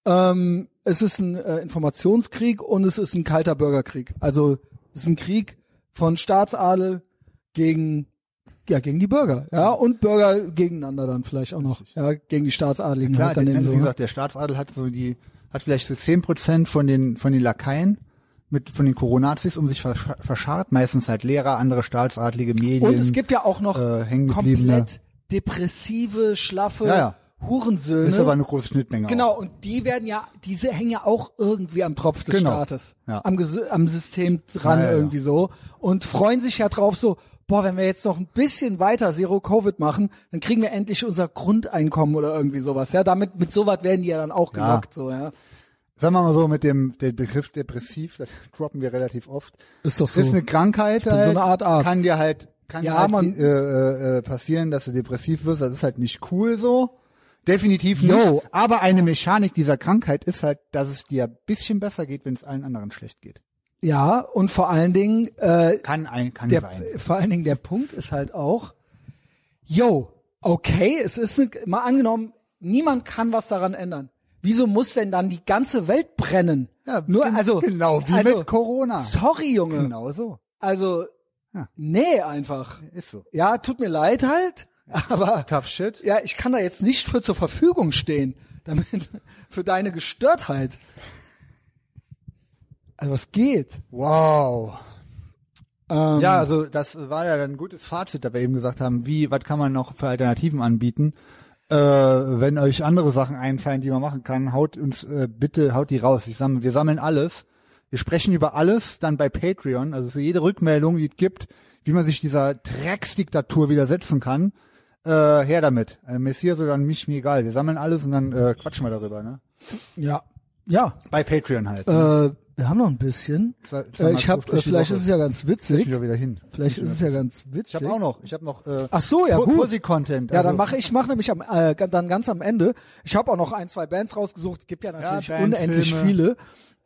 Speaker 1: Ähm, es ist ein äh, Informationskrieg und es ist ein kalter Bürgerkrieg. Also es ist ein Krieg von Staatsadel gegen ja gegen die Bürger, ja und Bürger gegeneinander dann vielleicht auch noch, ja gegen die Staatsadeligen
Speaker 2: klar,
Speaker 1: halt dann
Speaker 2: der,
Speaker 1: eben
Speaker 2: also
Speaker 1: so.
Speaker 2: wie gesagt, der Staatsadel hat so die, hat vielleicht so 10 Prozent von den, von den Lakaien mit, von den Coronazis um sich versch verscharrt, meistens halt Lehrer, andere Staatsadlige, Medien.
Speaker 1: und es gibt ja auch noch
Speaker 2: äh, hängengebliebene-
Speaker 1: komplett depressive, schlaffe
Speaker 2: Ja, ja.
Speaker 1: Hurensöhne.
Speaker 2: ist aber eine große Schnittmenge. auch.
Speaker 1: Genau, und die werden ja, diese hängen ja auch irgendwie am Tropf des
Speaker 2: Genau.
Speaker 1: Staates,
Speaker 2: Ja.
Speaker 1: am, Ges- am System dran
Speaker 2: Ja, ja, ja.
Speaker 1: irgendwie so und freuen sich ja drauf so, boah, wenn wir jetzt noch ein bisschen weiter Zero Covid machen, dann kriegen wir endlich unser Grundeinkommen oder irgendwie sowas. Ja, damit mit sowas werden die ja dann auch
Speaker 2: Ja.
Speaker 1: gelockt, so, ja.
Speaker 2: Sagen wir mal so, mit dem, dem Begriff depressiv, das droppen wir relativ oft.
Speaker 1: Ist doch
Speaker 2: Das ist eine Krankheit,
Speaker 1: bin so
Speaker 2: halt,
Speaker 1: eine Art Arzt.
Speaker 2: kann dir halt, kann
Speaker 1: Ja,
Speaker 2: dir halt
Speaker 1: man-
Speaker 2: äh, äh, passieren, dass du depressiv wirst. Das ist halt nicht cool so. Definitiv nicht.
Speaker 1: Yo.
Speaker 2: Aber eine Mechanik dieser Krankheit ist halt, dass es dir ein bisschen besser geht, wenn es allen anderen schlecht geht.
Speaker 1: ja, und vor allen Dingen, äh,
Speaker 2: Kann ein, kann
Speaker 1: der,
Speaker 2: sein.
Speaker 1: vor allen Dingen der Punkt ist halt auch, yo, okay, es ist ne, mal angenommen, niemand kann was daran ändern. Wieso muss denn dann die ganze Welt brennen?
Speaker 2: Ja,
Speaker 1: Nur
Speaker 2: gen-
Speaker 1: also
Speaker 2: genau wie
Speaker 1: also,
Speaker 2: mit Corona.
Speaker 1: Sorry, Junge.
Speaker 2: Genau so.
Speaker 1: Also
Speaker 2: Ja.
Speaker 1: nee, einfach.
Speaker 2: Ist so.
Speaker 1: Ja, tut mir leid halt, aber
Speaker 2: Tough shit.
Speaker 1: ja, ich kann da jetzt nicht für zur Verfügung stehen, damit für deine Gestörtheit. Also was geht?
Speaker 2: Wow.
Speaker 1: Ähm,
Speaker 2: Ja, also das war ja dann ein gutes Fazit, da wir eben gesagt haben, wie, was kann man noch für Alternativen anbieten? Äh, wenn euch andere Sachen einfallen, die man machen kann, haut uns äh, bitte, haut die raus. Ich sammle, wir sammeln alles. Wir sprechen über alles dann bei Patreon, also für jede Rückmeldung, die es gibt, wie man sich dieser Drecksdiktatur widersetzen kann. Äh, her damit. Äh, Messias oder an mich, mir egal. Wir sammeln alles und dann äh, quatschen wir darüber, ne?
Speaker 1: ja, ja.
Speaker 2: Bei Patreon halt.
Speaker 1: Äh, wir haben noch ein bisschen.
Speaker 2: Zwei-
Speaker 1: äh, ich habe,
Speaker 2: 250
Speaker 1: äh,
Speaker 2: die
Speaker 1: vielleicht
Speaker 2: Woche.
Speaker 1: ist es ja ganz
Speaker 2: Ich
Speaker 1: witzig.
Speaker 2: wieder wieder hin.
Speaker 1: Vielleicht ist es ja ganz
Speaker 2: Ich
Speaker 1: witzig.
Speaker 2: habe auch noch, ich habe noch äh,
Speaker 1: Ach so, ja gut.
Speaker 2: Pussy-Content.
Speaker 1: Ja,
Speaker 2: also-
Speaker 1: dann mache ich mache nämlich am, äh, ga- dann ganz am Ende. Ich habe auch noch ein, zwei Bands rausgesucht. Gibt ja natürlich
Speaker 2: Band,
Speaker 1: unendlich
Speaker 2: Filme.
Speaker 1: viele.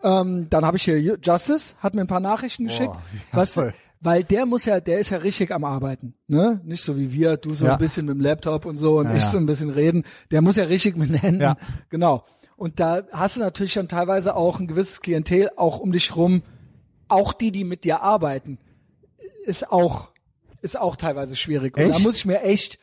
Speaker 1: Ähm, dann habe ich hier Justice hat mir ein paar Nachrichten geschickt,
Speaker 2: ja,
Speaker 1: was,
Speaker 2: voll.
Speaker 1: weil der muss ja, der ist ja richtig am Arbeiten, ne? Nicht so wie wir, du so
Speaker 2: Ja.
Speaker 1: ein bisschen mit dem Laptop und so und
Speaker 2: Ja,
Speaker 1: ich
Speaker 2: ja.
Speaker 1: so ein bisschen reden. Der muss ja richtig mit den Händen,
Speaker 2: Ja.
Speaker 1: genau. Und da hast du natürlich dann teilweise auch ein gewisses Klientel auch um dich rum, auch die, die mit dir arbeiten, ist auch ist auch teilweise schwierig. Und da
Speaker 2: Echt?
Speaker 1: muss ich mir echt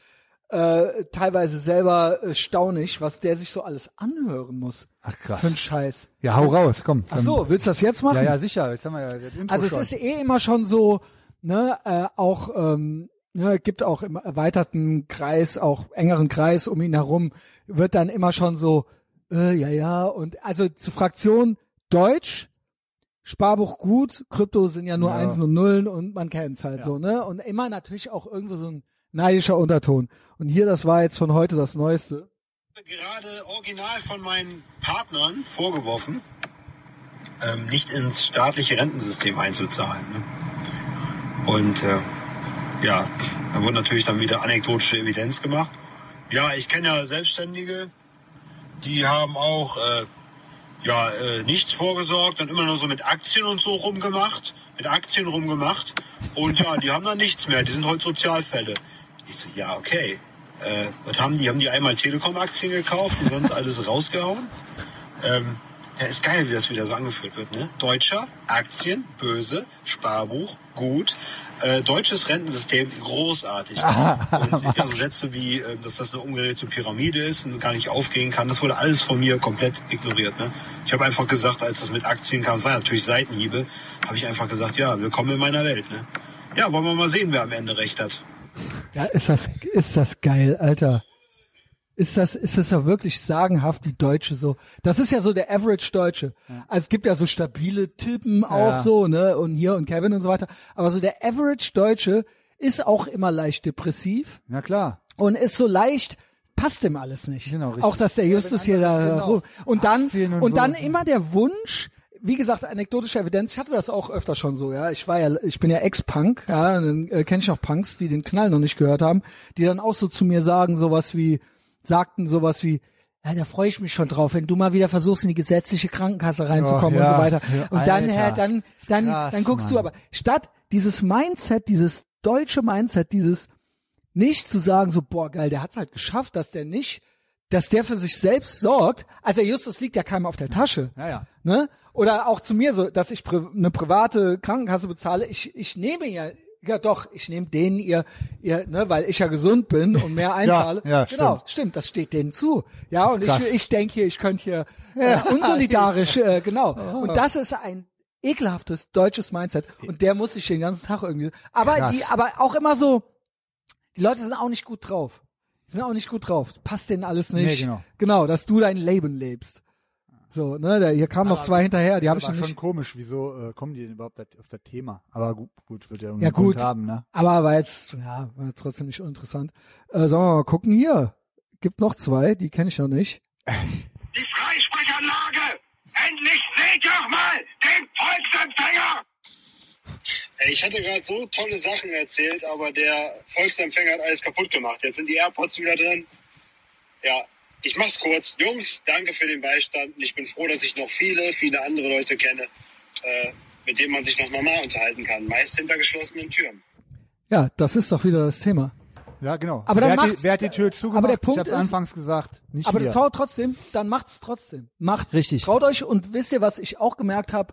Speaker 1: äh, teilweise selber äh, staunig, was der sich so alles anhören muss.
Speaker 2: Ach
Speaker 1: Für einen
Speaker 2: krass.
Speaker 1: Scheiß.
Speaker 2: Ja, hau raus, komm.
Speaker 1: Ach so, willst du das jetzt machen?
Speaker 2: Ja, ja, sicher. Jetzt haben wir ja das Intro
Speaker 1: also es
Speaker 2: schon.
Speaker 1: ist eh immer schon so, ne, äh, auch ähm, ne, gibt auch im erweiterten Kreis, auch engeren Kreis um ihn herum, wird dann immer schon so, äh, ja, ja, und also zu Fraktion Deutsch, Sparbuch gut, Krypto sind ja nur
Speaker 2: Ja.
Speaker 1: Einsen und Nullen und man kennt's halt so, ne? Und immer natürlich auch irgendwo so ein neidischer Unterton. Und hier, das war jetzt von heute das Neueste.
Speaker 3: gerade original von meinen Partnern vorgeworfen, ähm, nicht ins staatliche Rentensystem einzuzahlen. Ne? Und äh, ja, da wurde natürlich dann wieder anekdotische Evidenz gemacht. Ja, ich kenne ja Selbstständige, die haben auch äh, ja äh, nichts vorgesorgt und immer nur so mit Aktien und so rumgemacht, mit Aktien rumgemacht. Und ja, die haben dann nichts mehr. Die sind heute Sozialfälle. Ich so, ja okay. Äh, was haben die? Haben die einmal Telekom-Aktien gekauft und sonst alles rausgehauen? Ähm, ja, ist geil, wie das wieder so angeführt wird, ne? Deutscher, Aktien, böse, Sparbuch, gut. Äh, deutsches Rentensystem, großartig. Und ja, so Sätze wie, äh, dass das eine umgedrehte Pyramide ist und gar nicht aufgehen kann, das wurde alles von mir komplett ignoriert, ne? Ich habe einfach gesagt, als das mit Aktien kam, es waren natürlich Seitenhiebe, habe ich einfach gesagt, ja, willkommen in meiner Welt, ne? Ja, wollen wir mal sehen, wer am Ende recht hat.
Speaker 1: Ja, ist das, ist das geil, Alter. Ist das, ist das ja wirklich sagenhaft, die Deutsche so. Das ist ja so der Average Deutsche. Also es gibt ja so stabile Typen auch
Speaker 2: Ja.
Speaker 1: so, ne, und hier und Kevin und so weiter. Aber so der Average Deutsche ist auch immer leicht depressiv
Speaker 2: Na klar.
Speaker 1: und ist so leicht, passt dem alles nicht.
Speaker 2: Genau, richtig.
Speaker 1: Auch dass der
Speaker 2: Ja,
Speaker 1: Justus
Speaker 2: wenn
Speaker 1: hier da
Speaker 2: andere- genau.
Speaker 1: rum- und dann
Speaker 2: Aktien
Speaker 1: und,
Speaker 2: und so.
Speaker 1: dann immer der Wunsch, wie gesagt, anekdotische Evidenz. Ich hatte das auch öfter schon so, ja. Ich war ja, ich bin ja Ex-Punk, ja, und dann äh, kenne ich noch Punks, die den Knall noch nicht gehört haben, die dann auch so zu mir sagen, sowas wie, sagten sowas wie, ja, da freue ich mich schon drauf, wenn du mal wieder versuchst, in die gesetzliche Krankenkasse reinzukommen
Speaker 2: Oh, ja.
Speaker 1: und so weiter.
Speaker 2: Ja,
Speaker 1: und dann,
Speaker 2: Alter.
Speaker 1: Herr, dann, dann,
Speaker 2: Krass,
Speaker 1: dann guckst du
Speaker 2: Mann.
Speaker 1: aber, statt dieses Mindset, dieses deutsche Mindset, dieses, nicht zu sagen so, boah, geil, der hat's halt geschafft, dass der nicht, dass der für sich selbst sorgt. Also Justus liegt ja keinem auf der Tasche.
Speaker 2: Ja, ja.
Speaker 1: Ne? Oder auch zu mir so, dass ich pri eine private Krankenkasse bezahle. Ich, ich nehme ja, ja doch, ich nehme denen ihr, ihr, ne, weil ich ja gesund bin und mehr einzahle.
Speaker 2: ja,
Speaker 1: genau, stimmt. das steht denen zu. Ja, und
Speaker 2: krass.
Speaker 1: ich, ich denke hier, ich könnte hier äh, unsolidarisch, äh, genau.
Speaker 2: Oh.
Speaker 1: Und das ist ein ekelhaftes deutsches Mindset. Und der muss sich den ganzen Tag irgendwie, aber
Speaker 2: Krass.
Speaker 1: die, aber auch immer so, die Leute sind auch nicht gut drauf. Die sind auch nicht gut drauf. Passt denen alles nicht.
Speaker 2: Nee, genau.
Speaker 1: Genau, dass du dein Leben lebst. So, ne, da, hier kamen noch
Speaker 2: Aber
Speaker 1: zwei hinterher, die habe
Speaker 2: ist
Speaker 1: ich
Speaker 2: aber
Speaker 1: noch
Speaker 2: schon
Speaker 1: nicht.
Speaker 2: komisch, wieso äh, kommen die denn überhaupt dat- auf das Thema? Aber gut, gut wird ja irgendwie
Speaker 1: Ja, gut.
Speaker 2: haben, ne?
Speaker 1: Aber war jetzt, ja, war trotzdem nicht uninteressant. Äh, sollen wir mal gucken hier. Gibt noch zwei, die kenne ich noch nicht.
Speaker 4: Die Freisprechanlage! Endlich seht doch mal den Volksempfänger!
Speaker 3: Ey, Äh, Ich hatte gerade so tolle Sachen erzählt, aber der Volksempfänger hat alles kaputt gemacht. Jetzt sind die AirPods wieder drin. Ja, ich mach's kurz. Jungs, danke für den Beistand. Und ich bin froh, dass ich noch viele, viele andere Leute kenne, äh, mit denen man sich noch normal unterhalten kann. Meist hinter geschlossenen Türen.
Speaker 1: Ja, das ist doch wieder das Thema.
Speaker 2: Ja, genau.
Speaker 1: Aber dann
Speaker 2: wer, hat
Speaker 1: macht's-
Speaker 2: die, wer hat die Tür zugemacht?
Speaker 1: der Punkt
Speaker 2: ich hab's
Speaker 1: ist-
Speaker 2: anfangs gesagt, nicht
Speaker 1: Aber
Speaker 2: wir.
Speaker 1: traut trotzdem, dann macht's trotzdem. Macht
Speaker 2: Richtig.
Speaker 1: Traut euch und wisst ihr, was ich auch gemerkt habe,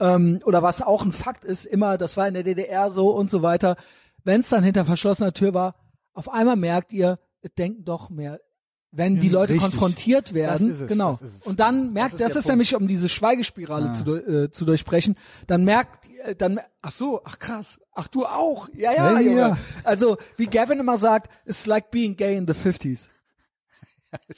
Speaker 1: ähm, oder was auch ein Fakt ist, immer, das war in der DDR so und so weiter, wenn es dann hinter verschlossener Tür war, auf einmal merkt ihr, es denken doch mehr, wenn die
Speaker 2: Mhm,
Speaker 1: Leute
Speaker 2: richtig.
Speaker 1: konfrontiert werden,
Speaker 2: ist es,
Speaker 1: genau.
Speaker 2: das ist es.
Speaker 1: Und dann merkt,
Speaker 2: ist
Speaker 1: das
Speaker 2: der
Speaker 1: ist
Speaker 2: Punkt.
Speaker 1: nämlich, um diese Schweigespirale zu, durch- äh, zu durchbrechen, dann merkt, äh, dann, ach so, ach krass, ach du auch, ja, ja,
Speaker 2: Ja, ja,
Speaker 1: Junge.
Speaker 2: ja.
Speaker 1: Also, wie Gavin immer sagt, it's like being gay in the 50s.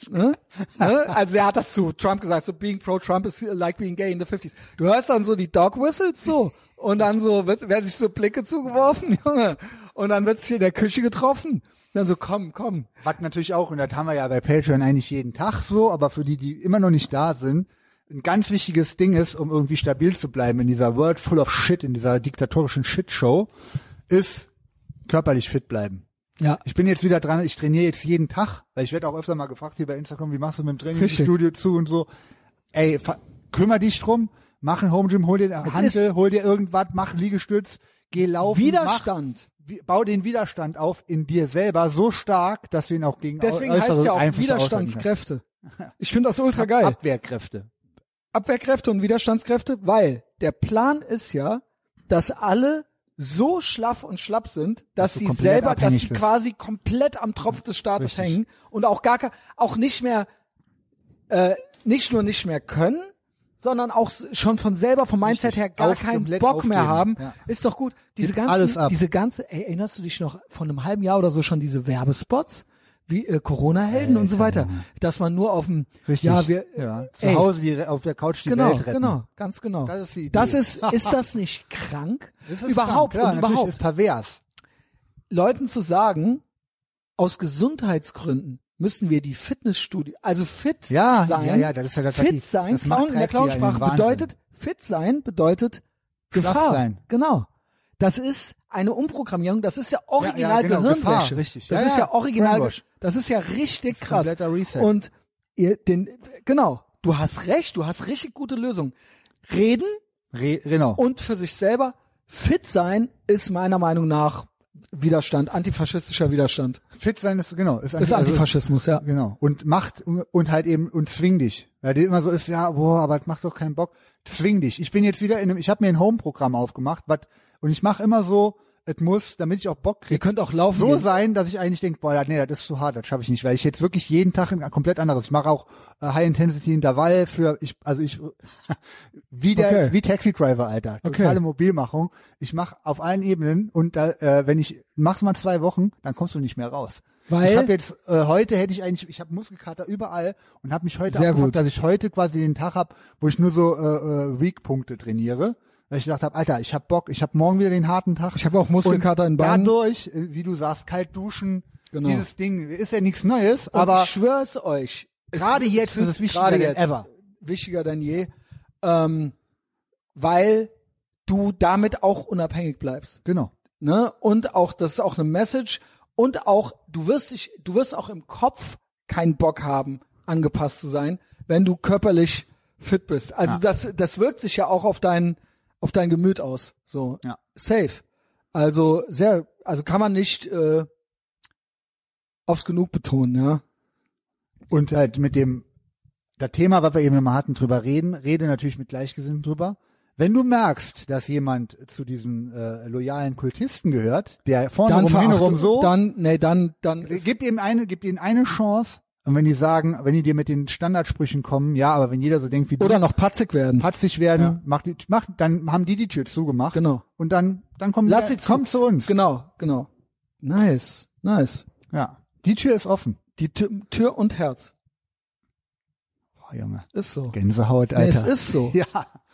Speaker 1: Ne? Ne? Also er hat das zu Trump gesagt, so being pro Trump is like being gay in the 50s. Du hörst dann so die Dog Whistles so und dann so wird, werden sich so Blicke zugeworfen, Junge. Und dann wird sich in der Küche getroffen. Dann so komm, komm.
Speaker 2: Was natürlich auch, und das haben wir ja bei Patreon eigentlich jeden Tag so, aber für die, die immer noch nicht da sind, ein ganz wichtiges Ding ist, um irgendwie stabil zu bleiben in dieser World Full of Shit, in dieser diktatorischen Shitshow, ist körperlich fit bleiben.
Speaker 1: Ja.
Speaker 2: Ich bin jetzt wieder dran, ich trainiere jetzt jeden Tag, weil ich werde auch öfter mal gefragt hier bei Instagram, wie machst du mit dem Training im
Speaker 1: Richtig.
Speaker 2: Studio zu und so. Ey, fa- kümmer dich drum, mach ein Home Gym, hol dir eine Hantel,
Speaker 1: ist-
Speaker 2: hol dir irgendwas, mach Liegestütz, geh laufen,
Speaker 1: Widerstand.
Speaker 2: Mach, wi- bau den Widerstand au- auf in dir selber so stark, dass du ihn auch gegen
Speaker 1: Deswegen
Speaker 2: äu-
Speaker 1: heißt
Speaker 2: äußere
Speaker 1: es ja auch
Speaker 2: Einflüsse aushalten kannst.
Speaker 1: Widerstandskräfte. Ich finde das ultra geil.
Speaker 2: Abwehrkräfte.
Speaker 1: Abwehrkräfte und Widerstandskräfte, weil der Plan ist ja, dass alle so schlaff und schlapp sind, dass,
Speaker 2: du
Speaker 1: sie
Speaker 2: komplett
Speaker 1: selber, dass
Speaker 2: abhängig
Speaker 1: sie
Speaker 2: bist.
Speaker 1: quasi komplett am Tropf des Staates
Speaker 2: Richtig.
Speaker 1: hängen und auch gar ke- auch nicht mehr äh, nicht nur nicht mehr können, sondern auch s- schon von selber vom Mindset
Speaker 2: Richtig.
Speaker 1: her gar
Speaker 2: Auf-
Speaker 1: keinen
Speaker 2: komplett
Speaker 1: Bock mehr
Speaker 2: aufgeben,
Speaker 1: haben.
Speaker 2: ja.
Speaker 1: Ist doch gut. Diese
Speaker 2: Gib alles
Speaker 1: ganzen,
Speaker 2: ab.
Speaker 1: diese ganze, ey, erinnerst du dich noch von einem halben Jahr oder so schon diese Werbespots? Wie äh, Corona-Helden und so weiter, dass man nur auf dem
Speaker 2: Richtig.
Speaker 1: Ja, wir
Speaker 2: ja. Zu
Speaker 1: ey,
Speaker 2: Hause die, Re- auf der Couch die
Speaker 1: genau,
Speaker 2: Welt retten.
Speaker 1: Genau, ganz genau.
Speaker 2: Das ist die Idee.
Speaker 1: Das ist, ist das nicht krank?
Speaker 2: Das ist
Speaker 1: überhaupt,
Speaker 2: krank, klar,
Speaker 1: und
Speaker 2: natürlich
Speaker 1: überhaupt
Speaker 2: ist pervers.
Speaker 1: Leuten zu sagen, aus Gesundheitsgründen müssen wir die Fitnessstudie, also fit
Speaker 2: Ja,
Speaker 1: sein,
Speaker 2: ja, ja, das ist ja das, was
Speaker 1: fit
Speaker 2: die-
Speaker 1: sein,
Speaker 2: das
Speaker 1: Clown,
Speaker 2: macht
Speaker 1: in der
Speaker 2: treibt die ja in den
Speaker 1: Clownsprache
Speaker 2: Wahnsinn.
Speaker 1: bedeutet, fit sein bedeutet
Speaker 2: Schlaff
Speaker 1: Gefahr.
Speaker 2: sein.
Speaker 1: Genau. Das ist eine Umprogrammierung, das ist ja original
Speaker 2: genau,
Speaker 1: Gehirnwäsche.
Speaker 2: Gefahr, richtig.
Speaker 1: Das
Speaker 2: Ja,
Speaker 1: ist ja,
Speaker 2: ja,
Speaker 1: original,
Speaker 2: Brainwash.
Speaker 1: das ist ja richtig
Speaker 2: ist
Speaker 1: krass.
Speaker 2: kompletter Reset.
Speaker 1: Und ihr, den, genau, du hast recht, du hast richtig gute Lösung. Reden
Speaker 2: Re genau.
Speaker 1: und für sich selber fit sein ist meiner Meinung nach Widerstand, antifaschistischer Widerstand.
Speaker 2: Fit sein ist genau ist,
Speaker 1: Ist
Speaker 2: also-
Speaker 1: Antifaschismus, ja.
Speaker 2: Genau. Und macht und halt eben und zwing dich. Weil die immer so ist, ja, boah, aber das macht doch keinen Bock. Zwing dich. Ich bin jetzt wieder in einem, ich habe mir ein Home-Programm aufgemacht, was und ich mache immer so, es muss, damit ich auch Bock
Speaker 1: Ihr
Speaker 2: kriege,
Speaker 1: könnt auch laufen.
Speaker 2: so
Speaker 1: gehen.
Speaker 2: sein, dass ich eigentlich denke, boah, das- nee, das ist zu hart, das schaffe ich nicht, weil ich jetzt wirklich jeden Tag ein komplett anderes. Ich mache auch äh, High-Intensity-Intervall für, ich, also ich, wie der,
Speaker 1: Okay.
Speaker 2: wie Taxi Driver, Alter.
Speaker 1: Okay.
Speaker 2: Totale Mobilmachung. Ich mache auf allen Ebenen und da, äh, wenn ich mach's mal zwei Wochen, dann kommst du nicht mehr raus.
Speaker 1: Weil?
Speaker 2: ich habe jetzt äh, heute hätte ich eigentlich, ich habe Muskelkater überall und habe mich heute
Speaker 1: Sehr
Speaker 2: abgefuckt,
Speaker 1: gut.
Speaker 2: dass ich heute quasi den Tag habe, wo ich nur so äh, äh, Weak-Punkte trainiere. Weil ich gedacht habe, Alter, ich habe Bock, ich habe morgen wieder den harten Tag.
Speaker 1: Ich habe auch Muskelkater
Speaker 2: Und
Speaker 1: in Beinen.
Speaker 2: Dadurch, äh, wie du sagst, kalt duschen,
Speaker 1: Genau.
Speaker 2: dieses Ding, ist ja nichts Neues,
Speaker 1: Und
Speaker 2: aber
Speaker 1: ich schwör's euch. es
Speaker 2: Gerade jetzt
Speaker 1: fühlt-
Speaker 2: ist es wichtiger
Speaker 1: gerade
Speaker 2: denn
Speaker 1: jetzt
Speaker 2: ever.
Speaker 1: Wichtiger denn je. Ähm, weil du damit auch unabhängig bleibst.
Speaker 2: genau.
Speaker 1: ne? Und auch das ist auch eine Message und auch du wirst dich, du wirst auch im Kopf keinen Bock haben, angepasst zu sein, wenn du körperlich fit bist. Also das das wirkt sich ja auch auf dein auf dein Gemüt aus. So
Speaker 2: Ja.
Speaker 1: safe. Also sehr, also kann man nicht äh, oft genug betonen, ja.
Speaker 2: Und halt mit dem das Thema, was wir eben immer hatten, drüber reden, rede natürlich mit Gleichgesinnten drüber. Wenn du merkst, dass jemand zu diesem äh, loyalen Kultisten gehört, der vorne rum, hinten
Speaker 1: verachte-
Speaker 2: rum so, äh,
Speaker 1: dann nee, dann dann ist-
Speaker 2: gib ihm eine, gib ihnen eine Chance. Und wenn die sagen, wenn die dir mit den Standardsprüchen kommen, ja, aber wenn jeder so denkt wie
Speaker 1: oder
Speaker 2: du,
Speaker 1: noch patzig werden.
Speaker 2: patzig werden, mach die, mach, dann haben die die Tür zugemacht.
Speaker 1: Genau.
Speaker 2: Und dann, dann kommen,
Speaker 1: Lass
Speaker 2: die-
Speaker 1: sie zu.
Speaker 2: kommen zu uns.
Speaker 1: Genau, genau. Nice, nice.
Speaker 2: Ja. Die Tür ist offen.
Speaker 1: Die Tür, Tür und Herz.
Speaker 2: Boah, Ah, Junge.
Speaker 1: Ist so.
Speaker 2: Gänsehaut,
Speaker 1: Nee,
Speaker 2: Alter.
Speaker 1: es ist so.
Speaker 2: Ja.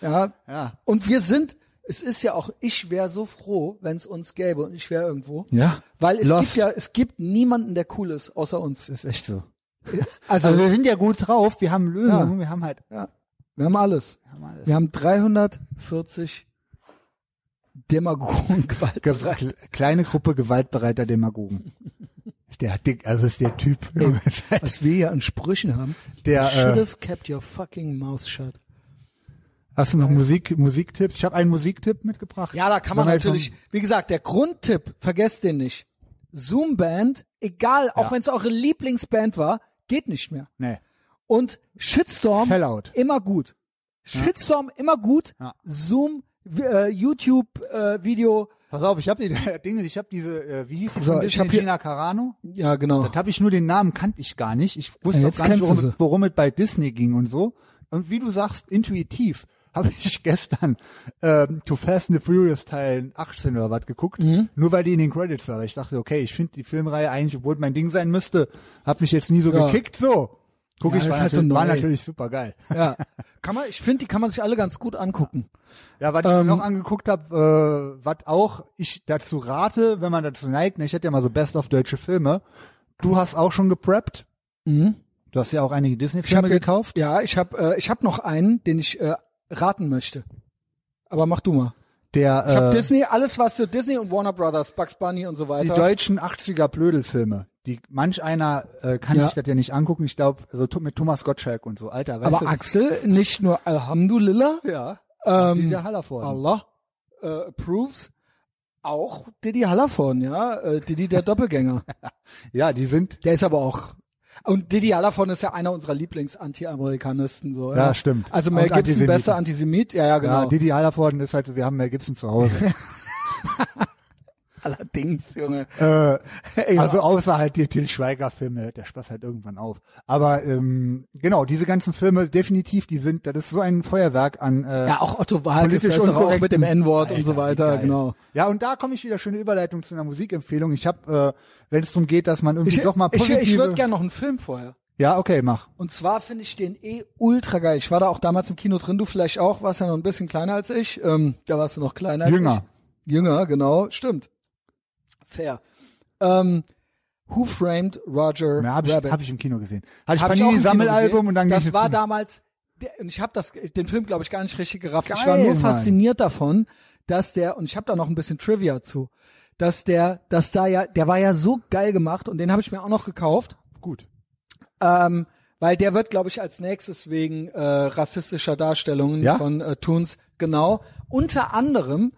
Speaker 1: Ja.
Speaker 2: Ja.
Speaker 1: Und wir sind, es ist ja auch, ich wäre so froh, wenn es uns gäbe und ich wäre irgendwo.
Speaker 2: Ja.
Speaker 1: Weil es
Speaker 2: Lost.
Speaker 1: gibt ja, es gibt niemanden, der cool ist, außer uns.
Speaker 2: Das ist echt so.
Speaker 1: Also,
Speaker 2: Also wir sind ja gut drauf, wir haben Lösungen,
Speaker 1: Ja.
Speaker 2: wir haben halt
Speaker 1: ja, wir haben alles.
Speaker 2: wir haben alles.
Speaker 1: Wir haben 340 Demagogen Gewalt.
Speaker 2: Ge kle- kleine Gruppe gewaltbereiter Demagogen. Ist Der dick, also ist der Typ. Junge, ist halt-
Speaker 1: Was wir hier an Sprüchen haben.
Speaker 2: Der,
Speaker 1: You should
Speaker 2: äh,
Speaker 1: have kept your fucking mouth shut.
Speaker 2: Hast du noch Musik, Musiktipps? Ich habe einen Musiktipp mitgebracht.
Speaker 1: Ja, da kann man
Speaker 2: Wenn halt
Speaker 1: natürlich, wie gesagt, der Grundtipp, vergesst den nicht. Zoom Band, egal, auch
Speaker 2: Ja.
Speaker 1: wenn es eure Lieblingsband war, geht nicht mehr.
Speaker 2: Vom, nee.
Speaker 1: Und Shitstorm
Speaker 2: Sellout.
Speaker 1: immer gut. Shitstorm immer gut.
Speaker 2: Ja.
Speaker 1: Zoom w- äh, YouTube äh, Video.
Speaker 2: Pass auf, ich habe die Dinge, ich habe diese, äh, wie hieß die
Speaker 1: So,
Speaker 2: von
Speaker 1: ich
Speaker 2: Disney,
Speaker 1: hab hier-
Speaker 2: Gina Carano?
Speaker 1: Ja, genau.
Speaker 2: Das habe ich nur den Namen kannte ich gar nicht. Ich wusste
Speaker 1: Ja,
Speaker 2: auch
Speaker 1: jetzt
Speaker 2: gar nicht,
Speaker 1: kennst du
Speaker 2: worum,
Speaker 1: sie.
Speaker 2: worum es bei Disney ging und so. Und wie du sagst, intuitiv habe ich gestern ähm, To Fast and the Furious Teil 18 oder was geguckt,
Speaker 1: Mhm.
Speaker 2: nur weil die in den Credits war. Ich dachte, okay, ich finde die Filmreihe eigentlich, obwohl mein Ding sein müsste, hat mich jetzt nie so
Speaker 1: Ja.
Speaker 2: gekickt. So, guck
Speaker 1: Ja,
Speaker 2: ich,
Speaker 1: das
Speaker 2: war,
Speaker 1: ist halt so
Speaker 2: natürlich, war
Speaker 1: neu.
Speaker 2: natürlich super geil.
Speaker 1: Ja. Kann man, ich finde, die kann man sich alle ganz gut angucken.
Speaker 2: Ja, was ich mir
Speaker 1: Ähm.
Speaker 2: noch angeguckt habe, äh, was auch ich dazu rate, wenn man dazu neigt, ne, ich hätte ja mal so Best of deutsche Filme. Du hast auch schon gepreppt. Du hast ja auch
Speaker 1: Mhm.
Speaker 2: einige
Speaker 1: Ich hab
Speaker 2: Disney-Filme
Speaker 1: jetzt,
Speaker 2: gekauft.
Speaker 1: Ja, ich habe äh, ich habe noch einen, den ich äh, raten möchte. Aber mach du mal.
Speaker 2: Der,
Speaker 1: Ich habe
Speaker 2: äh,
Speaker 1: Disney, alles was so Disney und Warner Brothers, Bugs Bunny und so
Speaker 2: die
Speaker 1: weiter.
Speaker 2: deutschen 80er-Blödel-Filme. Die, manch einer äh, kann
Speaker 1: Ja.
Speaker 2: sich das ja nicht angucken. Ich glaube, so tu- mit Thomas Gottschalk und so. Alter, weißt
Speaker 1: Aber
Speaker 2: du?
Speaker 1: Axel, nicht nur Alhamdulillah,
Speaker 2: ja.
Speaker 1: ähm,
Speaker 2: Dieter Hallervorden.
Speaker 1: Allah äh, approves, auch Didi Hallervorden, ja, äh, Didi der Doppelgänger.
Speaker 2: Ja, die sind,
Speaker 1: Der ist aber auch. Und Didi Hallervorden ist ja einer unserer Lieblings-Anti-Amerikanisten. So,
Speaker 2: Ja, stimmt.
Speaker 1: Also Mel
Speaker 2: Und
Speaker 1: Gibson,
Speaker 2: Antisemiten.
Speaker 1: besser Antisemit. Ja, ja, genau.
Speaker 2: ja, Didi Hallervorden ist halt so, wir haben Mel Gibson zu Hause.
Speaker 1: Allerdings, Junge.
Speaker 2: äh,
Speaker 1: Ey,
Speaker 2: Also außer halt die Till Schweiger Filme hört der Spaß halt irgendwann auf. Aber ähm, genau, diese ganzen Filme definitiv, die sind, das ist so ein Feuerwerk an äh,
Speaker 1: ja, auch Otto Walkes, der
Speaker 2: politisch
Speaker 1: ist doch auch
Speaker 2: unkorrekten-
Speaker 1: mit dem N-Wort und
Speaker 2: Alter,
Speaker 1: so
Speaker 2: wie
Speaker 1: weiter,
Speaker 2: geil.
Speaker 1: genau.
Speaker 2: Ja, und da komme ich wieder schöne Überleitung zu einer Musikempfehlung. Ich habe, äh, wenn es darum geht, dass man irgendwie
Speaker 1: Ich,
Speaker 2: doch mal
Speaker 1: ich,
Speaker 2: positive...
Speaker 1: ich würde gerne noch einen Film vorher.
Speaker 2: ja, okay, mach.
Speaker 1: Und zwar finde ich den eh ultra geil. Ich war da auch damals im Kino drin, du vielleicht auch, warst ja noch ein bisschen kleiner als ich. Ähm, da warst du noch kleiner als
Speaker 2: Jünger.
Speaker 1: ich. Jünger, genau, stimmt. Fair. Ähm, Who Framed Roger
Speaker 2: Ja, habe ich,
Speaker 1: Rabbit?
Speaker 2: hab ich im Kino gesehen. Hatte ich
Speaker 1: Hab auch im
Speaker 2: Panini
Speaker 1: Kino
Speaker 2: Sammelalbum
Speaker 1: gesehen.
Speaker 2: und dann ging
Speaker 1: Das
Speaker 2: ich
Speaker 1: war
Speaker 2: ins Kino.
Speaker 1: damals, der- und ich habe das, den Film glaube ich gar nicht richtig gerafft. ich
Speaker 2: Geil,
Speaker 1: war nur
Speaker 2: Mann.
Speaker 1: fasziniert davon, dass der, und ich habe da noch ein bisschen Trivia zu, dass der, dass da ja, der war ja so geil gemacht und den habe ich mir auch noch gekauft.
Speaker 2: gut.
Speaker 1: Äh, Ähm, weil der wird, glaube ich, als nächstes wegen äh, rassistischer Darstellungen
Speaker 2: Ja?
Speaker 1: von äh, Toons, genau, unter anderem,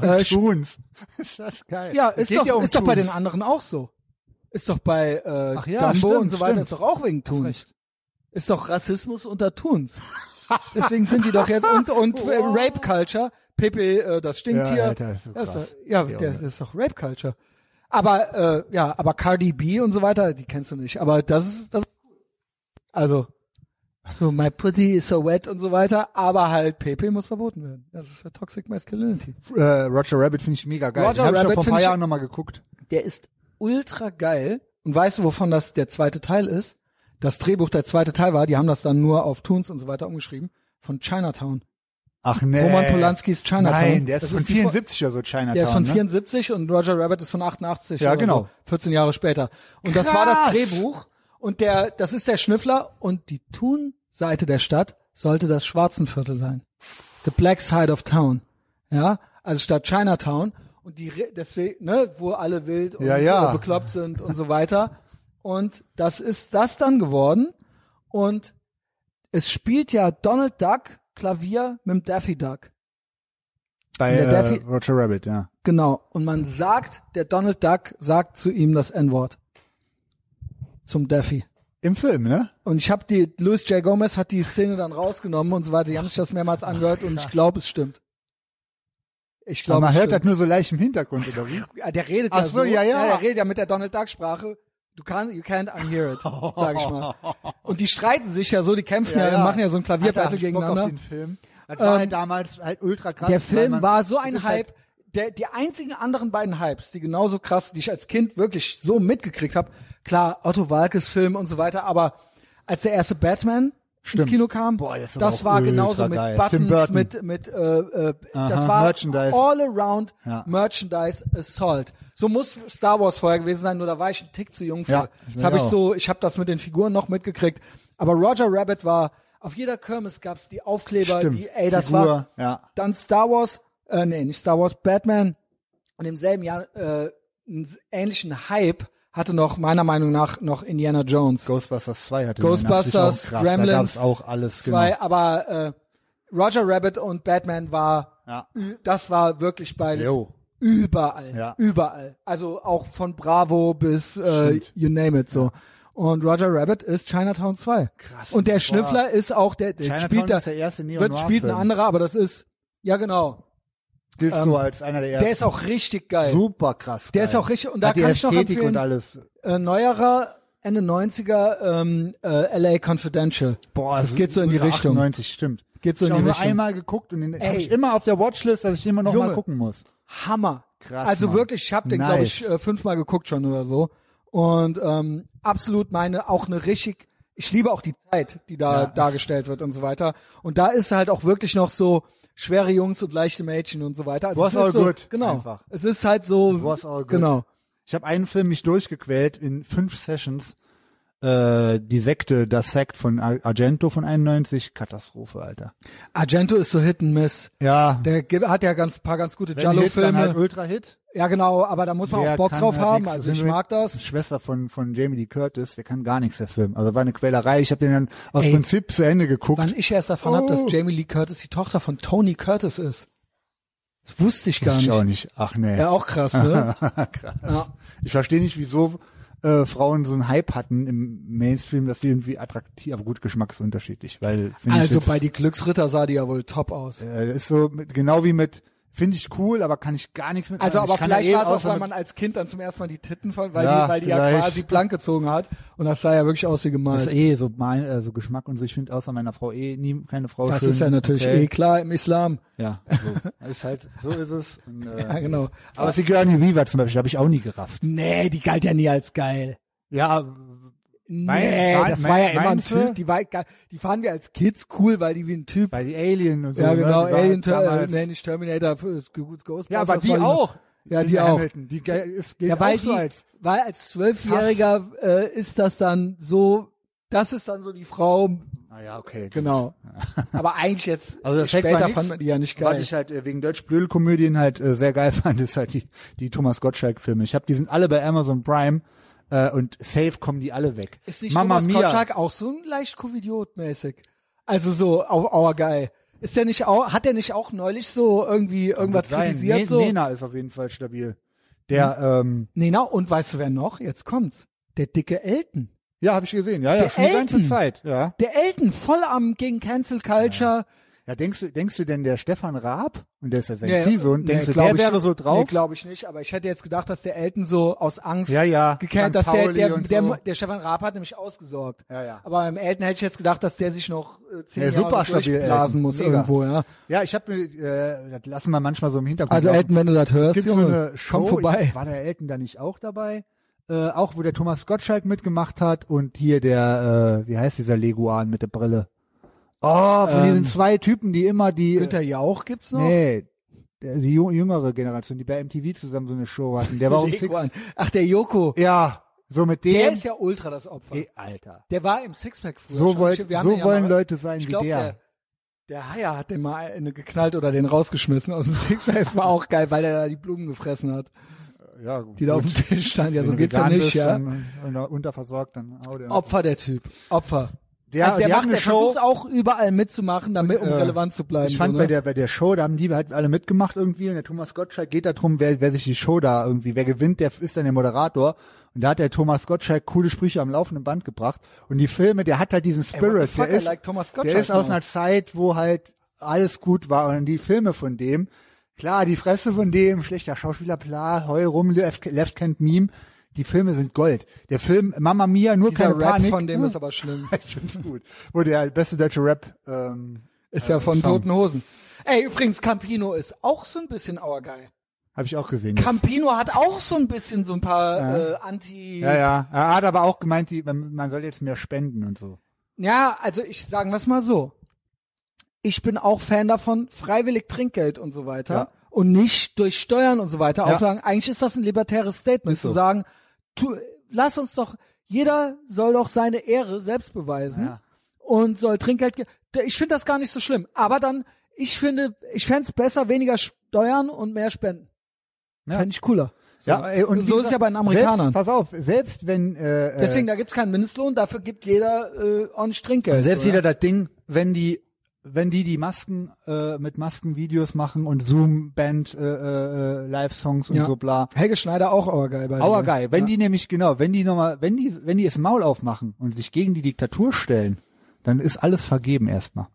Speaker 1: äh,
Speaker 2: Äh,
Speaker 1: sp-
Speaker 2: Tunes. ist das geil.
Speaker 1: ja,
Speaker 2: Es
Speaker 1: ist
Speaker 2: geht
Speaker 1: doch,
Speaker 2: um
Speaker 1: ist doch bei
Speaker 2: Tunes.
Speaker 1: den anderen auch so. Ist doch bei äh,
Speaker 2: Ach ja,
Speaker 1: Dumbo
Speaker 2: stimmt,
Speaker 1: und so weiter,
Speaker 2: stimmt.
Speaker 1: ist doch auch wegen Toons.
Speaker 2: recht.
Speaker 1: Ist doch Rassismus unter Toons. Deswegen sind die doch jetzt, und, und äh, Rape Culture, Pepe, äh, das Stinktier.
Speaker 2: Oh. Ja, Alter, ist so
Speaker 1: das
Speaker 2: krass.
Speaker 1: doch- ja, der, das ist doch Rape Culture. Aber, äh, ja, aber Cardi B und so weiter, die kennst du nicht. Aber das ist, das also, so my putty is so wet und so weiter, aber halt Pepe muss verboten werden. Das ist ja Toxic Masculinity.
Speaker 2: Äh, Roger Rabbit finde ich mega geil.
Speaker 1: Roger
Speaker 2: den habe ich doch
Speaker 1: Rabbit
Speaker 2: vor ein
Speaker 1: find
Speaker 2: paar
Speaker 1: ich-
Speaker 2: Jahren nochmal geguckt.
Speaker 1: Der ist ultra geil. Und weißt du, wovon das der zweite Teil ist? Das Drehbuch der zweite Teil war, die haben das dann nur auf Toons und so weiter umgeschrieben, von Chinatown.
Speaker 2: Ach nee.
Speaker 1: Roman Polanskis Chinatown. ne?
Speaker 2: Nein, der ist
Speaker 1: Das
Speaker 2: von
Speaker 1: ist die Vor-
Speaker 2: 74 oder so Chinatown.
Speaker 1: Der ist von
Speaker 2: ne?
Speaker 1: 74 und Roger Rabbit ist von 88.
Speaker 2: Ja,
Speaker 1: oder
Speaker 2: genau.
Speaker 1: So, 14 Jahre später. Und das war das
Speaker 2: Krass.
Speaker 1: Drehbuch. Und der, das ist der Schnüffler. Und die Thun-Seite der Stadt sollte das Schwarzenviertel sein. The Black Side of Town. Ja, also statt Chinatown. Und die, Re- deswegen, ne, wo alle wild und
Speaker 2: Ja, ja.
Speaker 1: äh, bekloppt sind und so weiter. Und das ist das dann geworden. Und es spielt ja Donald Duck Klavier mit dem Daffy Duck.
Speaker 2: Bei
Speaker 1: Der
Speaker 2: äh,
Speaker 1: Daffy-
Speaker 2: Roger Rabbit, ja.
Speaker 1: Genau. Und man sagt, der Donald Duck sagt zu ihm das N-Wort. Zum Daffy.
Speaker 2: Im Film, ne?
Speaker 1: Und ich habe die, Louis J. Gomez hat die Szene dann rausgenommen und so weiter. Die haben sich das mehrmals angehört und ich glaube, es stimmt. Ich
Speaker 2: Aber
Speaker 1: glaube,
Speaker 2: man
Speaker 1: es
Speaker 2: hört das
Speaker 1: stimmt.
Speaker 2: nur so leicht im Hintergrund, oder wie?
Speaker 1: Ja, der redet
Speaker 2: Ach
Speaker 1: ja
Speaker 2: so,
Speaker 1: so.
Speaker 2: ja, ja.
Speaker 1: Der redet ja mit der Donald Duck-Sprache. Du kannst, you can't unhear it, sag ich mal. Und die streiten sich ja so, die kämpfen ja, machen ja so ein
Speaker 2: Alter, hab
Speaker 1: Klavierbattle
Speaker 2: ich Bock
Speaker 1: gegeneinander. Ähm,
Speaker 2: Auf den Film. Das war halt damals halt ultra krass.
Speaker 1: Der
Speaker 2: weil
Speaker 1: Film
Speaker 2: man-
Speaker 1: war so ein
Speaker 2: das ist halt-
Speaker 1: Hype. der, die einzigen anderen beiden Hypes, die genauso krass, die ich als Kind wirklich so mitgekriegt habe, klar, Otto Walkes Film und so weiter, aber als der erste Batman
Speaker 2: Stimmt.
Speaker 1: ins Kino kam.
Speaker 2: Boah, das ist aber auch
Speaker 1: war genauso
Speaker 2: ultra
Speaker 1: mit
Speaker 2: geil.
Speaker 1: Buttons,
Speaker 2: Tim Burton.
Speaker 1: mit mit äh, äh, das
Speaker 2: Aha,
Speaker 1: war
Speaker 2: Merchandise.
Speaker 1: all around
Speaker 2: Ja.
Speaker 1: Merchandise Assault. So muss Star Wars vorher gewesen sein, nur da war ich ein Tick zu jung für.
Speaker 2: Ja, ich
Speaker 1: das habe ich
Speaker 2: auch.
Speaker 1: so, ich habe das mit den Figuren noch mitgekriegt, aber Roger Rabbit war auf jeder Kirmes gab's die Aufkleber,
Speaker 2: Stimmt.
Speaker 1: die ey, das
Speaker 2: Figur,
Speaker 1: war
Speaker 2: ja.
Speaker 1: dann Star Wars, äh, nee, nicht Star Wars, Batman. Und im selben Jahr äh, einen ähnlichen Hype hatte noch meiner Meinung nach noch Indiana Jones.
Speaker 2: Ghostbusters 2 hatte
Speaker 1: Ghostbusters,
Speaker 2: die natürlich auch krass. da gab's
Speaker 1: Gremlins,
Speaker 2: auch alles,
Speaker 1: zwei,
Speaker 2: genau.
Speaker 1: aber äh, Roger Rabbit und Batman war,
Speaker 2: Ja.
Speaker 1: ü- das war wirklich beides
Speaker 2: Jo.
Speaker 1: überall,
Speaker 2: Ja.
Speaker 1: überall. Also auch von Bravo bis äh,
Speaker 2: Stimmt.
Speaker 1: you name it so. Und Roger Rabbit ist Chinatown 2.
Speaker 2: Krass.
Speaker 1: Und der
Speaker 2: Boah.
Speaker 1: Schniffler ist auch der, der
Speaker 2: Chinatown
Speaker 1: spielt da,
Speaker 2: ist der erste Neo-Noir-Film.
Speaker 1: wird spielt ein anderer, aber das ist ja genau.
Speaker 2: Gilt so als einer der ersten.
Speaker 1: Ähm, Der ist auch richtig geil.
Speaker 2: super krass.
Speaker 1: Der
Speaker 2: geil.
Speaker 1: ist auch richtig- und da
Speaker 2: Hat die
Speaker 1: kann ich noch
Speaker 2: Ästhetik
Speaker 1: empfehlen-
Speaker 2: und alles.
Speaker 1: Äh, neuerer Ende 90er ähm, äh, LA Confidential.
Speaker 2: Boah,
Speaker 1: das geht so in die Richtung.
Speaker 2: 90 stimmt.
Speaker 1: Geht so
Speaker 2: ich
Speaker 1: in die
Speaker 2: hab nur
Speaker 1: Richtung.
Speaker 2: einmal geguckt und den
Speaker 1: Ey.
Speaker 2: habe ich immer auf der Watchlist, dass ich immer noch
Speaker 1: Junge.
Speaker 2: mal gucken muss.
Speaker 1: Hammer.
Speaker 2: Krass,
Speaker 1: Also
Speaker 2: Mann.
Speaker 1: wirklich, ich habe den, glaube ich,
Speaker 2: Nice.
Speaker 1: äh, fünfmal geguckt schon oder so. Und ähm, absolut meine, auch eine richtig, ich liebe auch die Zeit, die da
Speaker 2: Ja,
Speaker 1: dargestellt wird und so weiter. Und da ist halt auch wirklich noch so schwere Jungs und leichte Mädchen und so weiter. Also es
Speaker 2: Was
Speaker 1: ist
Speaker 2: all
Speaker 1: so,
Speaker 2: good,
Speaker 1: Genau.
Speaker 2: einfach.
Speaker 1: Es ist halt so.
Speaker 2: Was all good.
Speaker 1: Genau.
Speaker 2: Ich habe einen Film mich durchgequält in fünf Sessions. Äh, die Sekte, das Sekt von Ar- Argento von 91, Katastrophe, Alter.
Speaker 1: Argento ist so Hit and Miss.
Speaker 2: Ja,
Speaker 1: Der ge- hat ja ganz paar ganz gute
Speaker 2: wenn Hit, dann
Speaker 1: Giallo-Filme.
Speaker 2: halt Ultra-Hit.
Speaker 1: ja, genau, aber da muss man
Speaker 2: Der
Speaker 1: auch Bock
Speaker 2: kann
Speaker 1: drauf
Speaker 2: halt
Speaker 1: haben.
Speaker 2: nix.
Speaker 1: Also ich
Speaker 2: sind wir-
Speaker 1: mag das.
Speaker 2: die Schwester von, von Jamie Lee Curtis, der kann gar nichts, der Film. Also war eine Quälerei. Ich habe den dann aus
Speaker 1: Ey.
Speaker 2: Prinzip zu Ende geguckt.
Speaker 1: Wann ich erst davon hab, dass
Speaker 2: Oh.
Speaker 1: Jamie Lee Curtis die Tochter von Tony Curtis ist. Das wusste ich gar
Speaker 2: ich auch
Speaker 1: nicht.
Speaker 2: nicht. Ach nee.
Speaker 1: Ja, auch krass, ne?
Speaker 2: Krass.
Speaker 1: Ja.
Speaker 2: Ich verstehe nicht, wieso äh, Frauen so einen Hype hatten im Mainstream, dass die irgendwie attraktiv, aber gut, geschmacksunterschiedlich. Weil find
Speaker 1: Also
Speaker 2: ich
Speaker 1: bei die Glücksritter sah die ja wohl top aus.
Speaker 2: jetzt, äh, ist so mit, genau wie mit finde ich cool, aber kann ich gar nichts mit.
Speaker 1: Also
Speaker 2: anfangen.
Speaker 1: aber
Speaker 2: ich kann ja
Speaker 1: vielleicht
Speaker 2: eh
Speaker 1: war es auch,
Speaker 2: außer
Speaker 1: weil
Speaker 2: mit-
Speaker 1: man als Kind dann zum ersten Mal die Titten fand, weil
Speaker 2: Ja,
Speaker 1: die, weil die ja
Speaker 2: vielleicht.
Speaker 1: quasi blank gezogen hat. Und das sah ja wirklich aus wie
Speaker 2: das
Speaker 1: gemalt.
Speaker 2: ist eh so mein äh, so Geschmack und so. Ich finde außer meiner Frau eh nie keine Frau
Speaker 1: das
Speaker 2: schön.
Speaker 1: ist ja natürlich
Speaker 2: okay.
Speaker 1: eh klar im Islam.
Speaker 2: Ja, so. ist halt so ist es. Und, äh,
Speaker 1: Ja, genau.
Speaker 2: Aber Sigourney Weaver zum Beispiel habe ich auch nie gerafft.
Speaker 1: Nee, die galt ja nie als geil.
Speaker 2: Ja,
Speaker 1: Nee,
Speaker 2: mein-
Speaker 1: das war ja immer ein
Speaker 2: meinst du?
Speaker 1: Typ. Die, war, ge- die fanden wir als Kids cool, weil die wie ein Typ.
Speaker 2: bei die Alien und so.
Speaker 1: ja,
Speaker 2: ne?
Speaker 1: genau.
Speaker 2: Die war
Speaker 1: Alien, Ter- äh,
Speaker 2: damals-
Speaker 1: nee, nicht Terminator, äh, Ghostbusters.
Speaker 2: Ja, aber
Speaker 1: das
Speaker 2: die
Speaker 1: war
Speaker 2: auch.
Speaker 1: Ja,
Speaker 2: In
Speaker 1: die auch.
Speaker 2: Hamilton. Die ge- ist, geht
Speaker 1: Ja, weil
Speaker 2: auch so
Speaker 1: die,
Speaker 2: als
Speaker 1: weil als Zwölfjähriger äh, ist das dann so, das ist dann so die Frau,
Speaker 2: Ah ja, okay. gut.
Speaker 1: genau. Aber eigentlich jetzt,
Speaker 2: Also das Sekt war
Speaker 1: später
Speaker 2: nix.
Speaker 1: fand man die ja nicht
Speaker 2: Was
Speaker 1: geil.
Speaker 2: ich halt äh, wegen Deutsch-Blödel-Komödien halt äh, sehr geil fand, ist halt die, die Thomas Gottschalk-Filme. Ich habe die sind alle bei Amazon Prime äh, und safe kommen die alle weg.
Speaker 1: ist nicht
Speaker 2: Mama
Speaker 1: Thomas
Speaker 2: Mia.
Speaker 1: Gottschalk auch so ein leicht Covidiot-mäßig? Also so, au, auer geil. Ist der nicht auch, hat der nicht auch neulich so irgendwie irgendwas
Speaker 2: Sein.
Speaker 1: kritisiert?
Speaker 2: Ne-
Speaker 1: so? Hm.
Speaker 2: Nena ist auf jeden Fall stabil. Der, ähm,
Speaker 1: Nena, und weißt du wer noch? Jetzt kommt's. Der dicke Elton.
Speaker 2: ja, habe ich gesehen. Ja, ja,
Speaker 1: Der
Speaker 2: schon die ganze
Speaker 1: Elton.
Speaker 2: Zeit. Ja.
Speaker 1: Der Elton, voll am gegen Cancel Culture.
Speaker 2: ja, denkst du, denkst du denn der Stefan Raab und der ist ja sein
Speaker 1: Nee,
Speaker 2: Ziehsohn? Denkst du,
Speaker 1: glaub
Speaker 2: der
Speaker 1: ich-
Speaker 2: wäre so drauf?
Speaker 1: Nee, glaube ich nicht, aber ich hätte jetzt gedacht, dass der Elton so aus Angst
Speaker 2: Ja, ja,
Speaker 1: gekannt,
Speaker 2: St.
Speaker 1: dass der,
Speaker 2: Pauli
Speaker 1: der,
Speaker 2: und
Speaker 1: der,
Speaker 2: so.
Speaker 1: der Stefan Raab hat nämlich ausgesorgt.
Speaker 2: Ja, ja.
Speaker 1: Aber beim Elton hätte ich jetzt gedacht, dass der sich noch äh, zehn
Speaker 2: Ja,
Speaker 1: Jahre
Speaker 2: super stabil,
Speaker 1: durchblasen
Speaker 2: Elton.
Speaker 1: muss
Speaker 2: Mega.
Speaker 1: irgendwo, ja.
Speaker 2: ja, ich habe mir, äh, das lassen wir manchmal so im Hintergrund.
Speaker 1: Also
Speaker 2: laufen.
Speaker 1: Elton, wenn du das hörst,
Speaker 2: gibt so
Speaker 1: Junge,
Speaker 2: eine Show,
Speaker 1: komm vorbei.
Speaker 2: Ich, war der Elton da nicht auch dabei? Äh, auch wo der Thomas Gottschalk mitgemacht hat und hier der, äh, wie heißt dieser Leguan mit der Brille? Oh, von
Speaker 1: Ähm,
Speaker 2: diesen zwei Typen, die immer die,
Speaker 1: Günther Jauch gibt's noch?
Speaker 2: nee, der- die jü- jüngere Generation, die bei MTV zusammen so eine Show hatten. Der war um Six, E
Speaker 1: Leguan. Ach, der Joko.
Speaker 2: ja, so mit dem,
Speaker 1: Der ist ja ultra das Opfer.
Speaker 2: Ey, Alter,
Speaker 1: Der war im Sixpack früher.
Speaker 2: E so,
Speaker 1: schon.
Speaker 2: wollt,
Speaker 1: Wir haben den
Speaker 2: so
Speaker 1: ja
Speaker 2: wollen
Speaker 1: mal-
Speaker 2: Leute sein
Speaker 1: Ich
Speaker 2: wie
Speaker 1: glaube,
Speaker 2: der.
Speaker 1: der, der Haier hat den mal eine geknallt oder den rausgeschmissen aus dem Sixpack. Das war auch geil, weil der da die Blumen gefressen hat,
Speaker 2: ja,
Speaker 1: die da auf dem Tisch standen. Ja, so geht's ja nicht, ja.
Speaker 2: Und, und unterversorgt, dann hau der.
Speaker 1: Opfer der Typ. Opfer.
Speaker 2: Der-
Speaker 1: also der,
Speaker 2: die
Speaker 1: macht,
Speaker 2: haben
Speaker 1: der
Speaker 2: eine Show-
Speaker 1: versucht auch überall mitzumachen, damit, um
Speaker 2: Äh,
Speaker 1: relevant zu bleiben.
Speaker 2: Ich fand
Speaker 1: so, ne?
Speaker 2: bei der bei der Show, da haben die halt alle mitgemacht irgendwie und der Thomas Gottschalk geht da drum, wer, wer sich die Show da irgendwie, wer gewinnt, der ist dann der Moderator. Und da hat der Thomas Gottschalk coole Sprüche am laufenden Band gebracht. Und die Filme, der hat halt diesen
Speaker 1: Ey, what the
Speaker 2: Spirit.
Speaker 1: fuck, I
Speaker 2: der, ist,
Speaker 1: like Thomas
Speaker 2: der
Speaker 1: Gottschalk
Speaker 2: ist aus
Speaker 1: now.
Speaker 2: einer Zeit, wo halt alles gut war. Und die Filme von dem, klar, die Fresse von dem, schlechter Schauspieler, bla, heu rum, left, left hand meme. Die Filme sind Gold. Der Film Mama Mia, nur
Speaker 1: Dieser
Speaker 2: keine
Speaker 1: Rap
Speaker 2: Panik.
Speaker 1: von dem
Speaker 2: Hm,
Speaker 1: ist aber schlimm.
Speaker 2: ich find's gut. Wo der beste deutsche Rap ähm,
Speaker 1: Ist ja von
Speaker 2: Song.
Speaker 1: Toten Hosen. Ey, übrigens, Campino ist auch so ein bisschen auergeil.
Speaker 2: Habe ich auch gesehen. jetzt.
Speaker 1: Campino hat auch so ein bisschen so ein paar äh, Anti...
Speaker 2: Ja, ja. Er hat aber auch gemeint, die, man man soll jetzt mehr spenden und so.
Speaker 1: Ja, also ich sagen wir es mal so. Ich bin auch Fan davon, freiwillig Trinkgeld und so weiter
Speaker 2: Ja.
Speaker 1: und nicht durch Steuern und so weiter
Speaker 2: Ja.
Speaker 1: auflagen. Eigentlich ist das ein libertäres Statement,
Speaker 2: Ist
Speaker 1: zu
Speaker 2: so.
Speaker 1: sagen, tu, lass uns doch, jeder soll doch seine Ehre selbst beweisen
Speaker 2: Ja.
Speaker 1: und soll Trinkgeld. ge- Ich finde das gar nicht so schlimm. Aber dann, ich finde, ich fänd's besser, weniger Steuern und mehr Spenden.
Speaker 2: Ja.
Speaker 1: Fänd ich cooler.
Speaker 2: Ja, ey, äh, und
Speaker 1: so
Speaker 2: wie
Speaker 1: ist es ja bei den Amerikanern.
Speaker 2: Selbst, pass auf, selbst wenn äh,
Speaker 1: Deswegen, da gibt's keinen Mindestlohn, dafür gibt jeder äh, on
Speaker 2: äh,
Speaker 1: Trinkgeld.
Speaker 2: selbst
Speaker 1: oder?
Speaker 2: wieder das Ding, wenn die wenn die die Masken äh, mit Masken Videos machen und Zoom Band äh, äh, Live Songs und
Speaker 1: Ja.
Speaker 2: so bla.
Speaker 1: Helge Schneider auch auergeil bei
Speaker 2: Auer
Speaker 1: dir.
Speaker 2: geil, wenn die nämlich genau, wenn die nochmal, wenn die wenn die es Maul aufmachen und sich gegen die Diktatur stellen, dann ist alles vergeben erstmal.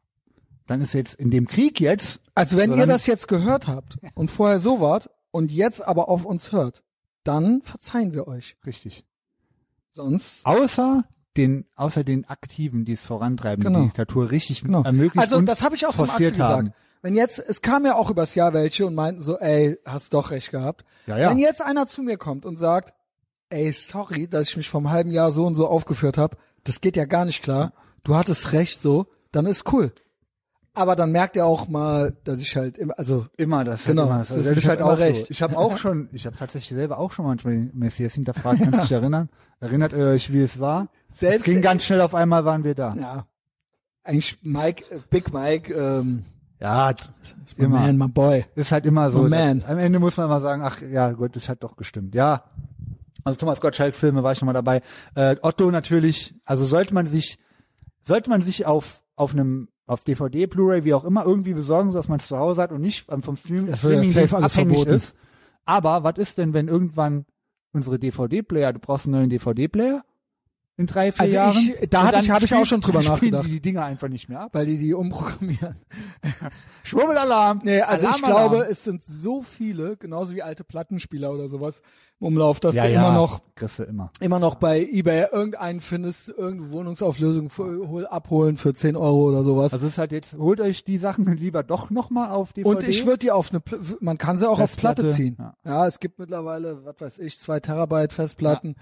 Speaker 2: Dann ist jetzt in dem Krieg jetzt
Speaker 1: Also wenn
Speaker 2: So,
Speaker 1: ihr
Speaker 2: dann
Speaker 1: das jetzt gehört habt und vorher so wart und jetzt aber auf uns hört, dann verzeihen wir euch.
Speaker 2: richtig.
Speaker 1: Sonst
Speaker 2: Außer den außer den Aktiven, die es vorantreiben,
Speaker 1: Genau.
Speaker 2: die Diktatur richtig
Speaker 1: genau.
Speaker 2: ermöglicht
Speaker 1: also
Speaker 2: und
Speaker 1: das habe ich auch zum Axel
Speaker 2: forciert haben.
Speaker 1: gesagt. Wenn jetzt, es kam ja auch übers Jahr welche und meinten so, ey, hast doch recht gehabt.
Speaker 2: Ja, ja.
Speaker 1: Wenn jetzt einer zu mir kommt und sagt, ey, sorry, dass ich mich vom halben Jahr so und so aufgeführt habe, das geht ja gar nicht klar. Du hattest recht so, dann ist cool. Aber dann merkt ihr auch mal, dass ich halt immer, also
Speaker 2: Immer das,
Speaker 1: Genau,
Speaker 2: immer.
Speaker 1: das
Speaker 2: das,
Speaker 1: ist-
Speaker 2: das
Speaker 1: ich
Speaker 2: ist
Speaker 1: hab
Speaker 2: halt
Speaker 1: immer
Speaker 2: auch so.
Speaker 1: recht.
Speaker 2: Ich habe auch schon, ich habe tatsächlich selber auch schon manchmal den Messias hinterfragt, kannst du dich erinnern? Erinnert ihr euch, wie es war?
Speaker 1: Selbst-
Speaker 2: es ging ganz schnell, auf einmal waren wir da.
Speaker 1: ja, eigentlich Mike, äh, Big Mike, ähm,
Speaker 2: Ja,
Speaker 1: my
Speaker 2: immer.
Speaker 1: man, my boy.
Speaker 2: ist halt immer so.
Speaker 1: Oh, man.
Speaker 2: Am Ende muss man immer sagen, ach ja, gut, das hat doch gestimmt. Ja, also Thomas Gottschalk Filme war ich nochmal dabei. Äh, Otto natürlich, also sollte man sich, sollte man sich auf, auf einem, auf DVD, Blu-ray, wie auch immer, irgendwie besorgen, sodass man es zu Hause hat und nicht ähm, vom Stream,
Speaker 1: Das wird ja
Speaker 2: Streaming
Speaker 1: safe alles
Speaker 2: abhängig
Speaker 1: verboten.
Speaker 2: ist. Aber was ist denn, wenn irgendwann unsere DVD-Player, du brauchst einen neuen DVD-Player in drei, vier
Speaker 1: Also ich-
Speaker 2: Jahren?
Speaker 1: da
Speaker 2: Und
Speaker 1: hatte ich-
Speaker 2: dann
Speaker 1: habe ich auch
Speaker 2: spielen-
Speaker 1: schon drüber
Speaker 2: spielen
Speaker 1: nachgedacht.
Speaker 2: Die, die Dinger einfach nicht mehr ab.
Speaker 1: Weil die die umprogrammieren.
Speaker 2: Schwurbelalarm!
Speaker 1: Nee, also ich
Speaker 2: Alarmalarm.
Speaker 1: glaube, es sind so viele, genauso wie alte Plattenspieler oder sowas im Umlauf, dass
Speaker 2: ja,
Speaker 1: du
Speaker 2: ja,
Speaker 1: immer noch
Speaker 2: kriegst du immer.
Speaker 1: immer noch bei eBay irgendeinen findest, irgendeine Wohnungsauflösung für, hol, abholen für 10 Euro oder sowas.
Speaker 2: Also es ist halt jetzt, holt euch die Sachen lieber doch nochmal auf DVD.
Speaker 1: und ich würde die auf eine, Pl- man kann sie auch auf Platte
Speaker 2: Festplatte,
Speaker 1: ziehen. Ja.
Speaker 2: ja.
Speaker 1: es gibt mittlerweile, was weiß ich, zwei Terabyte Festplatten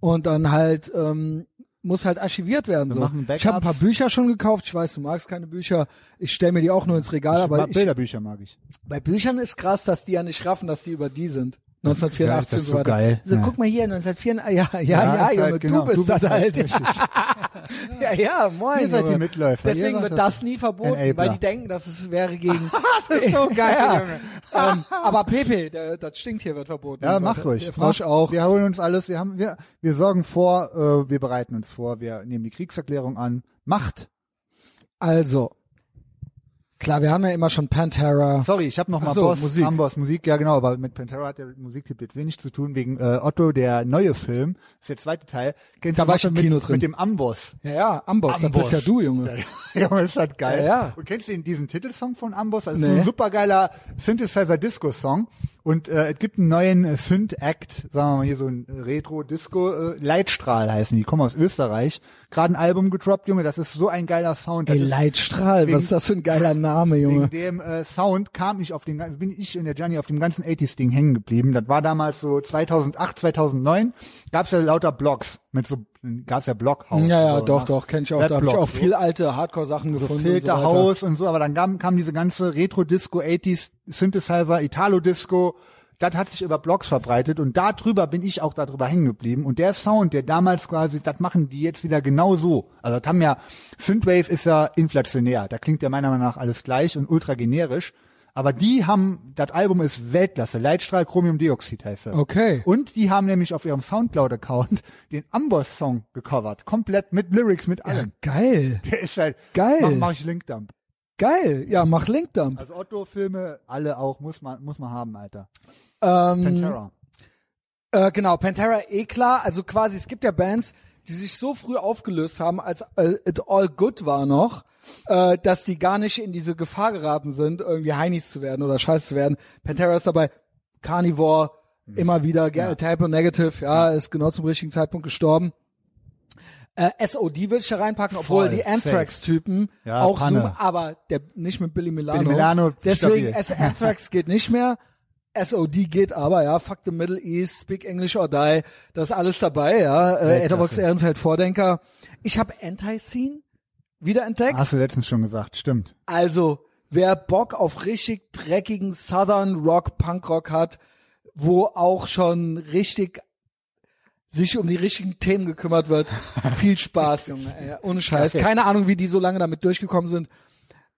Speaker 1: und dann halt ähm, muss halt archiviert werden.
Speaker 2: Wir
Speaker 1: So.
Speaker 2: machen
Speaker 1: Ich habe ein paar
Speaker 2: Backups.
Speaker 1: Bücher schon gekauft. Ich weiß, du magst keine Bücher. Ich stelle mir die auch nur ins Regal,
Speaker 2: ich,
Speaker 1: aber
Speaker 2: mag-
Speaker 1: ich,
Speaker 2: Bilderbücher mag ich.
Speaker 1: Bei Büchern ist krass, dass die ja nicht raffen, dass die über die sind. 1984
Speaker 2: Ja, das
Speaker 1: und
Speaker 2: ist
Speaker 1: so
Speaker 2: so
Speaker 1: weiter.
Speaker 2: geil.
Speaker 1: So,
Speaker 2: Ja.
Speaker 1: guck mal hier, 1984, ja, ja, ja,
Speaker 2: ist
Speaker 1: Junge,
Speaker 2: halt genau,
Speaker 1: du bist das halt.
Speaker 2: richtig.
Speaker 1: ja, ja, moin.
Speaker 2: Ihr seid die
Speaker 1: Junge.
Speaker 2: Mitläufer.
Speaker 1: Deswegen wird
Speaker 2: Ihr seid
Speaker 1: das,
Speaker 2: das
Speaker 1: nie verboten,
Speaker 2: Enabler.
Speaker 1: weil die denken, dass es wäre gegen.
Speaker 2: Das ist so geil,
Speaker 1: Ja.
Speaker 2: Junge.
Speaker 1: ähm, aber Pepe, der, das stinkt hier, wird verboten.
Speaker 2: Ja,
Speaker 1: Und
Speaker 2: mach
Speaker 1: der-
Speaker 2: ruhig.
Speaker 1: Der Frosch
Speaker 2: Mach-
Speaker 1: auch.
Speaker 2: Wir holen uns alles, wir haben, wir, wir sorgen vor, äh, wir bereiten uns vor, wir nehmen die Kriegserklärung an. Macht!
Speaker 1: Also. Klar, wir haben ja immer schon Pantera.
Speaker 2: Sorry, ich habe nochmal
Speaker 1: Ach so,
Speaker 2: Boss,
Speaker 1: Musik.
Speaker 2: Amboss Musik, ja genau, aber mit Pantera hat der Musiktipp jetzt wenig zu tun, wegen äh, Otto, der neue Film, ist der zweite Teil. Kennst
Speaker 1: Da
Speaker 2: du
Speaker 1: war
Speaker 2: noch
Speaker 1: ich im
Speaker 2: mit,
Speaker 1: Kino drin.
Speaker 2: Mit dem Amboss.
Speaker 1: Ja, ja, Amboss, das bist ja du, Junge.
Speaker 2: Ja, aber ist halt geil.
Speaker 1: Ja, ja.
Speaker 2: Und kennst du den- diesen Titelsong von Amboss? Also, Das ist
Speaker 1: Nee.
Speaker 2: ein supergeiler Synthesizer-Disco-Song. Und äh, es gibt einen neuen äh, Synth-Act, sagen wir mal hier so ein Retro-Disco, äh, Leitstrahl heißen die, kommen aus Österreich. Gerade ein Album gedroppt, Junge, das ist so ein geiler Sound. Das
Speaker 1: Ey,
Speaker 2: ist-
Speaker 1: Leitstrahl,
Speaker 2: wegen-
Speaker 1: was ist das für ein geiler Name, Junge.
Speaker 2: Wegen dem äh, Sound kam ich auf den ganzen, bin ich in der Gianni auf dem ganzen 80s-Ding hängen geblieben. Das war damals so 2008, 2009. Gab's ja lauter Blogs mit so, gab's ja Bloghouse.
Speaker 1: Ja, ja,
Speaker 2: so,
Speaker 1: doch,
Speaker 2: ne?
Speaker 1: doch, kenn ich auch. Da habe ich
Speaker 2: Webblogs,
Speaker 1: auch
Speaker 2: so.
Speaker 1: viel alte Hardcore-Sachen gefunden. und so weiter.
Speaker 2: Filterhaus und so, aber dann kam, kam diese ganze Retro-Disco, 80s, Synthesizer, Italo-Disco, das hat sich über Blogs verbreitet und darüber bin ich auch darüber hängen geblieben. Und der Sound, der damals quasi, das machen die jetzt wieder genau so. Also das haben ja, Synthwave ist ja inflationär, da klingt ja meiner Meinung nach alles gleich und ultra generisch. Aber die haben, das Album ist Weltklasse, Leitstrahl Chromiumdioxid heißt er.
Speaker 1: Okay.
Speaker 2: Und die haben nämlich auf ihrem Soundcloud-Account den Amboss-Song gecovert, komplett mit Lyrics, mit
Speaker 1: Ja,
Speaker 2: allem.
Speaker 1: geil,
Speaker 2: Der ist halt,
Speaker 1: Geil.
Speaker 2: Mach, mach ich Linkdump.
Speaker 1: geil. Ja, mach Linkdump.
Speaker 2: Also Otto-Filme, alle auch, muss man, muss man haben, Alter.
Speaker 1: ähm,
Speaker 2: Pantera.
Speaker 1: äh, genau, Pantera, eh klar. Also quasi, es gibt ja Bands, die sich so früh aufgelöst haben, als äh, It All Good war noch, äh, dass die gar nicht in diese Gefahr geraten sind, irgendwie Heinis zu werden oder Scheiß zu werden. Pantera ist dabei Carnivore,
Speaker 2: Hm.
Speaker 1: immer wieder, ja. Type Negative, ja, ist genau zum richtigen Zeitpunkt gestorben. Äh, SOD würde ich da reinpacken, obwohl
Speaker 2: Voll,
Speaker 1: die Anthrax-Typen
Speaker 2: Ja,
Speaker 1: auch
Speaker 2: Panne.
Speaker 1: Zoom, aber der nicht mit Billy Milano.
Speaker 2: Billy Milano,
Speaker 1: Deswegen
Speaker 2: stabil.
Speaker 1: S Anthrax geht nicht mehr. SOD geht aber, ja. Fuck the Middle East, Speak English or Die, das ist alles dabei, ja. Äh,
Speaker 2: Weltklasse.
Speaker 1: Etherbox Ehrenfeld Vordenker. Ich habe Anti-Scene, wiederentdeckt.
Speaker 2: Hast du letztens schon gesagt, stimmt.
Speaker 1: Also, wer Bock auf richtig dreckigen Southern Rock, Punk Rock hat, wo auch schon richtig sich um die richtigen Themen gekümmert wird, viel Spaß, Junge. Ey, ohne Scheiß.
Speaker 2: Okay.
Speaker 1: Keine Ahnung, wie die so lange damit durchgekommen sind.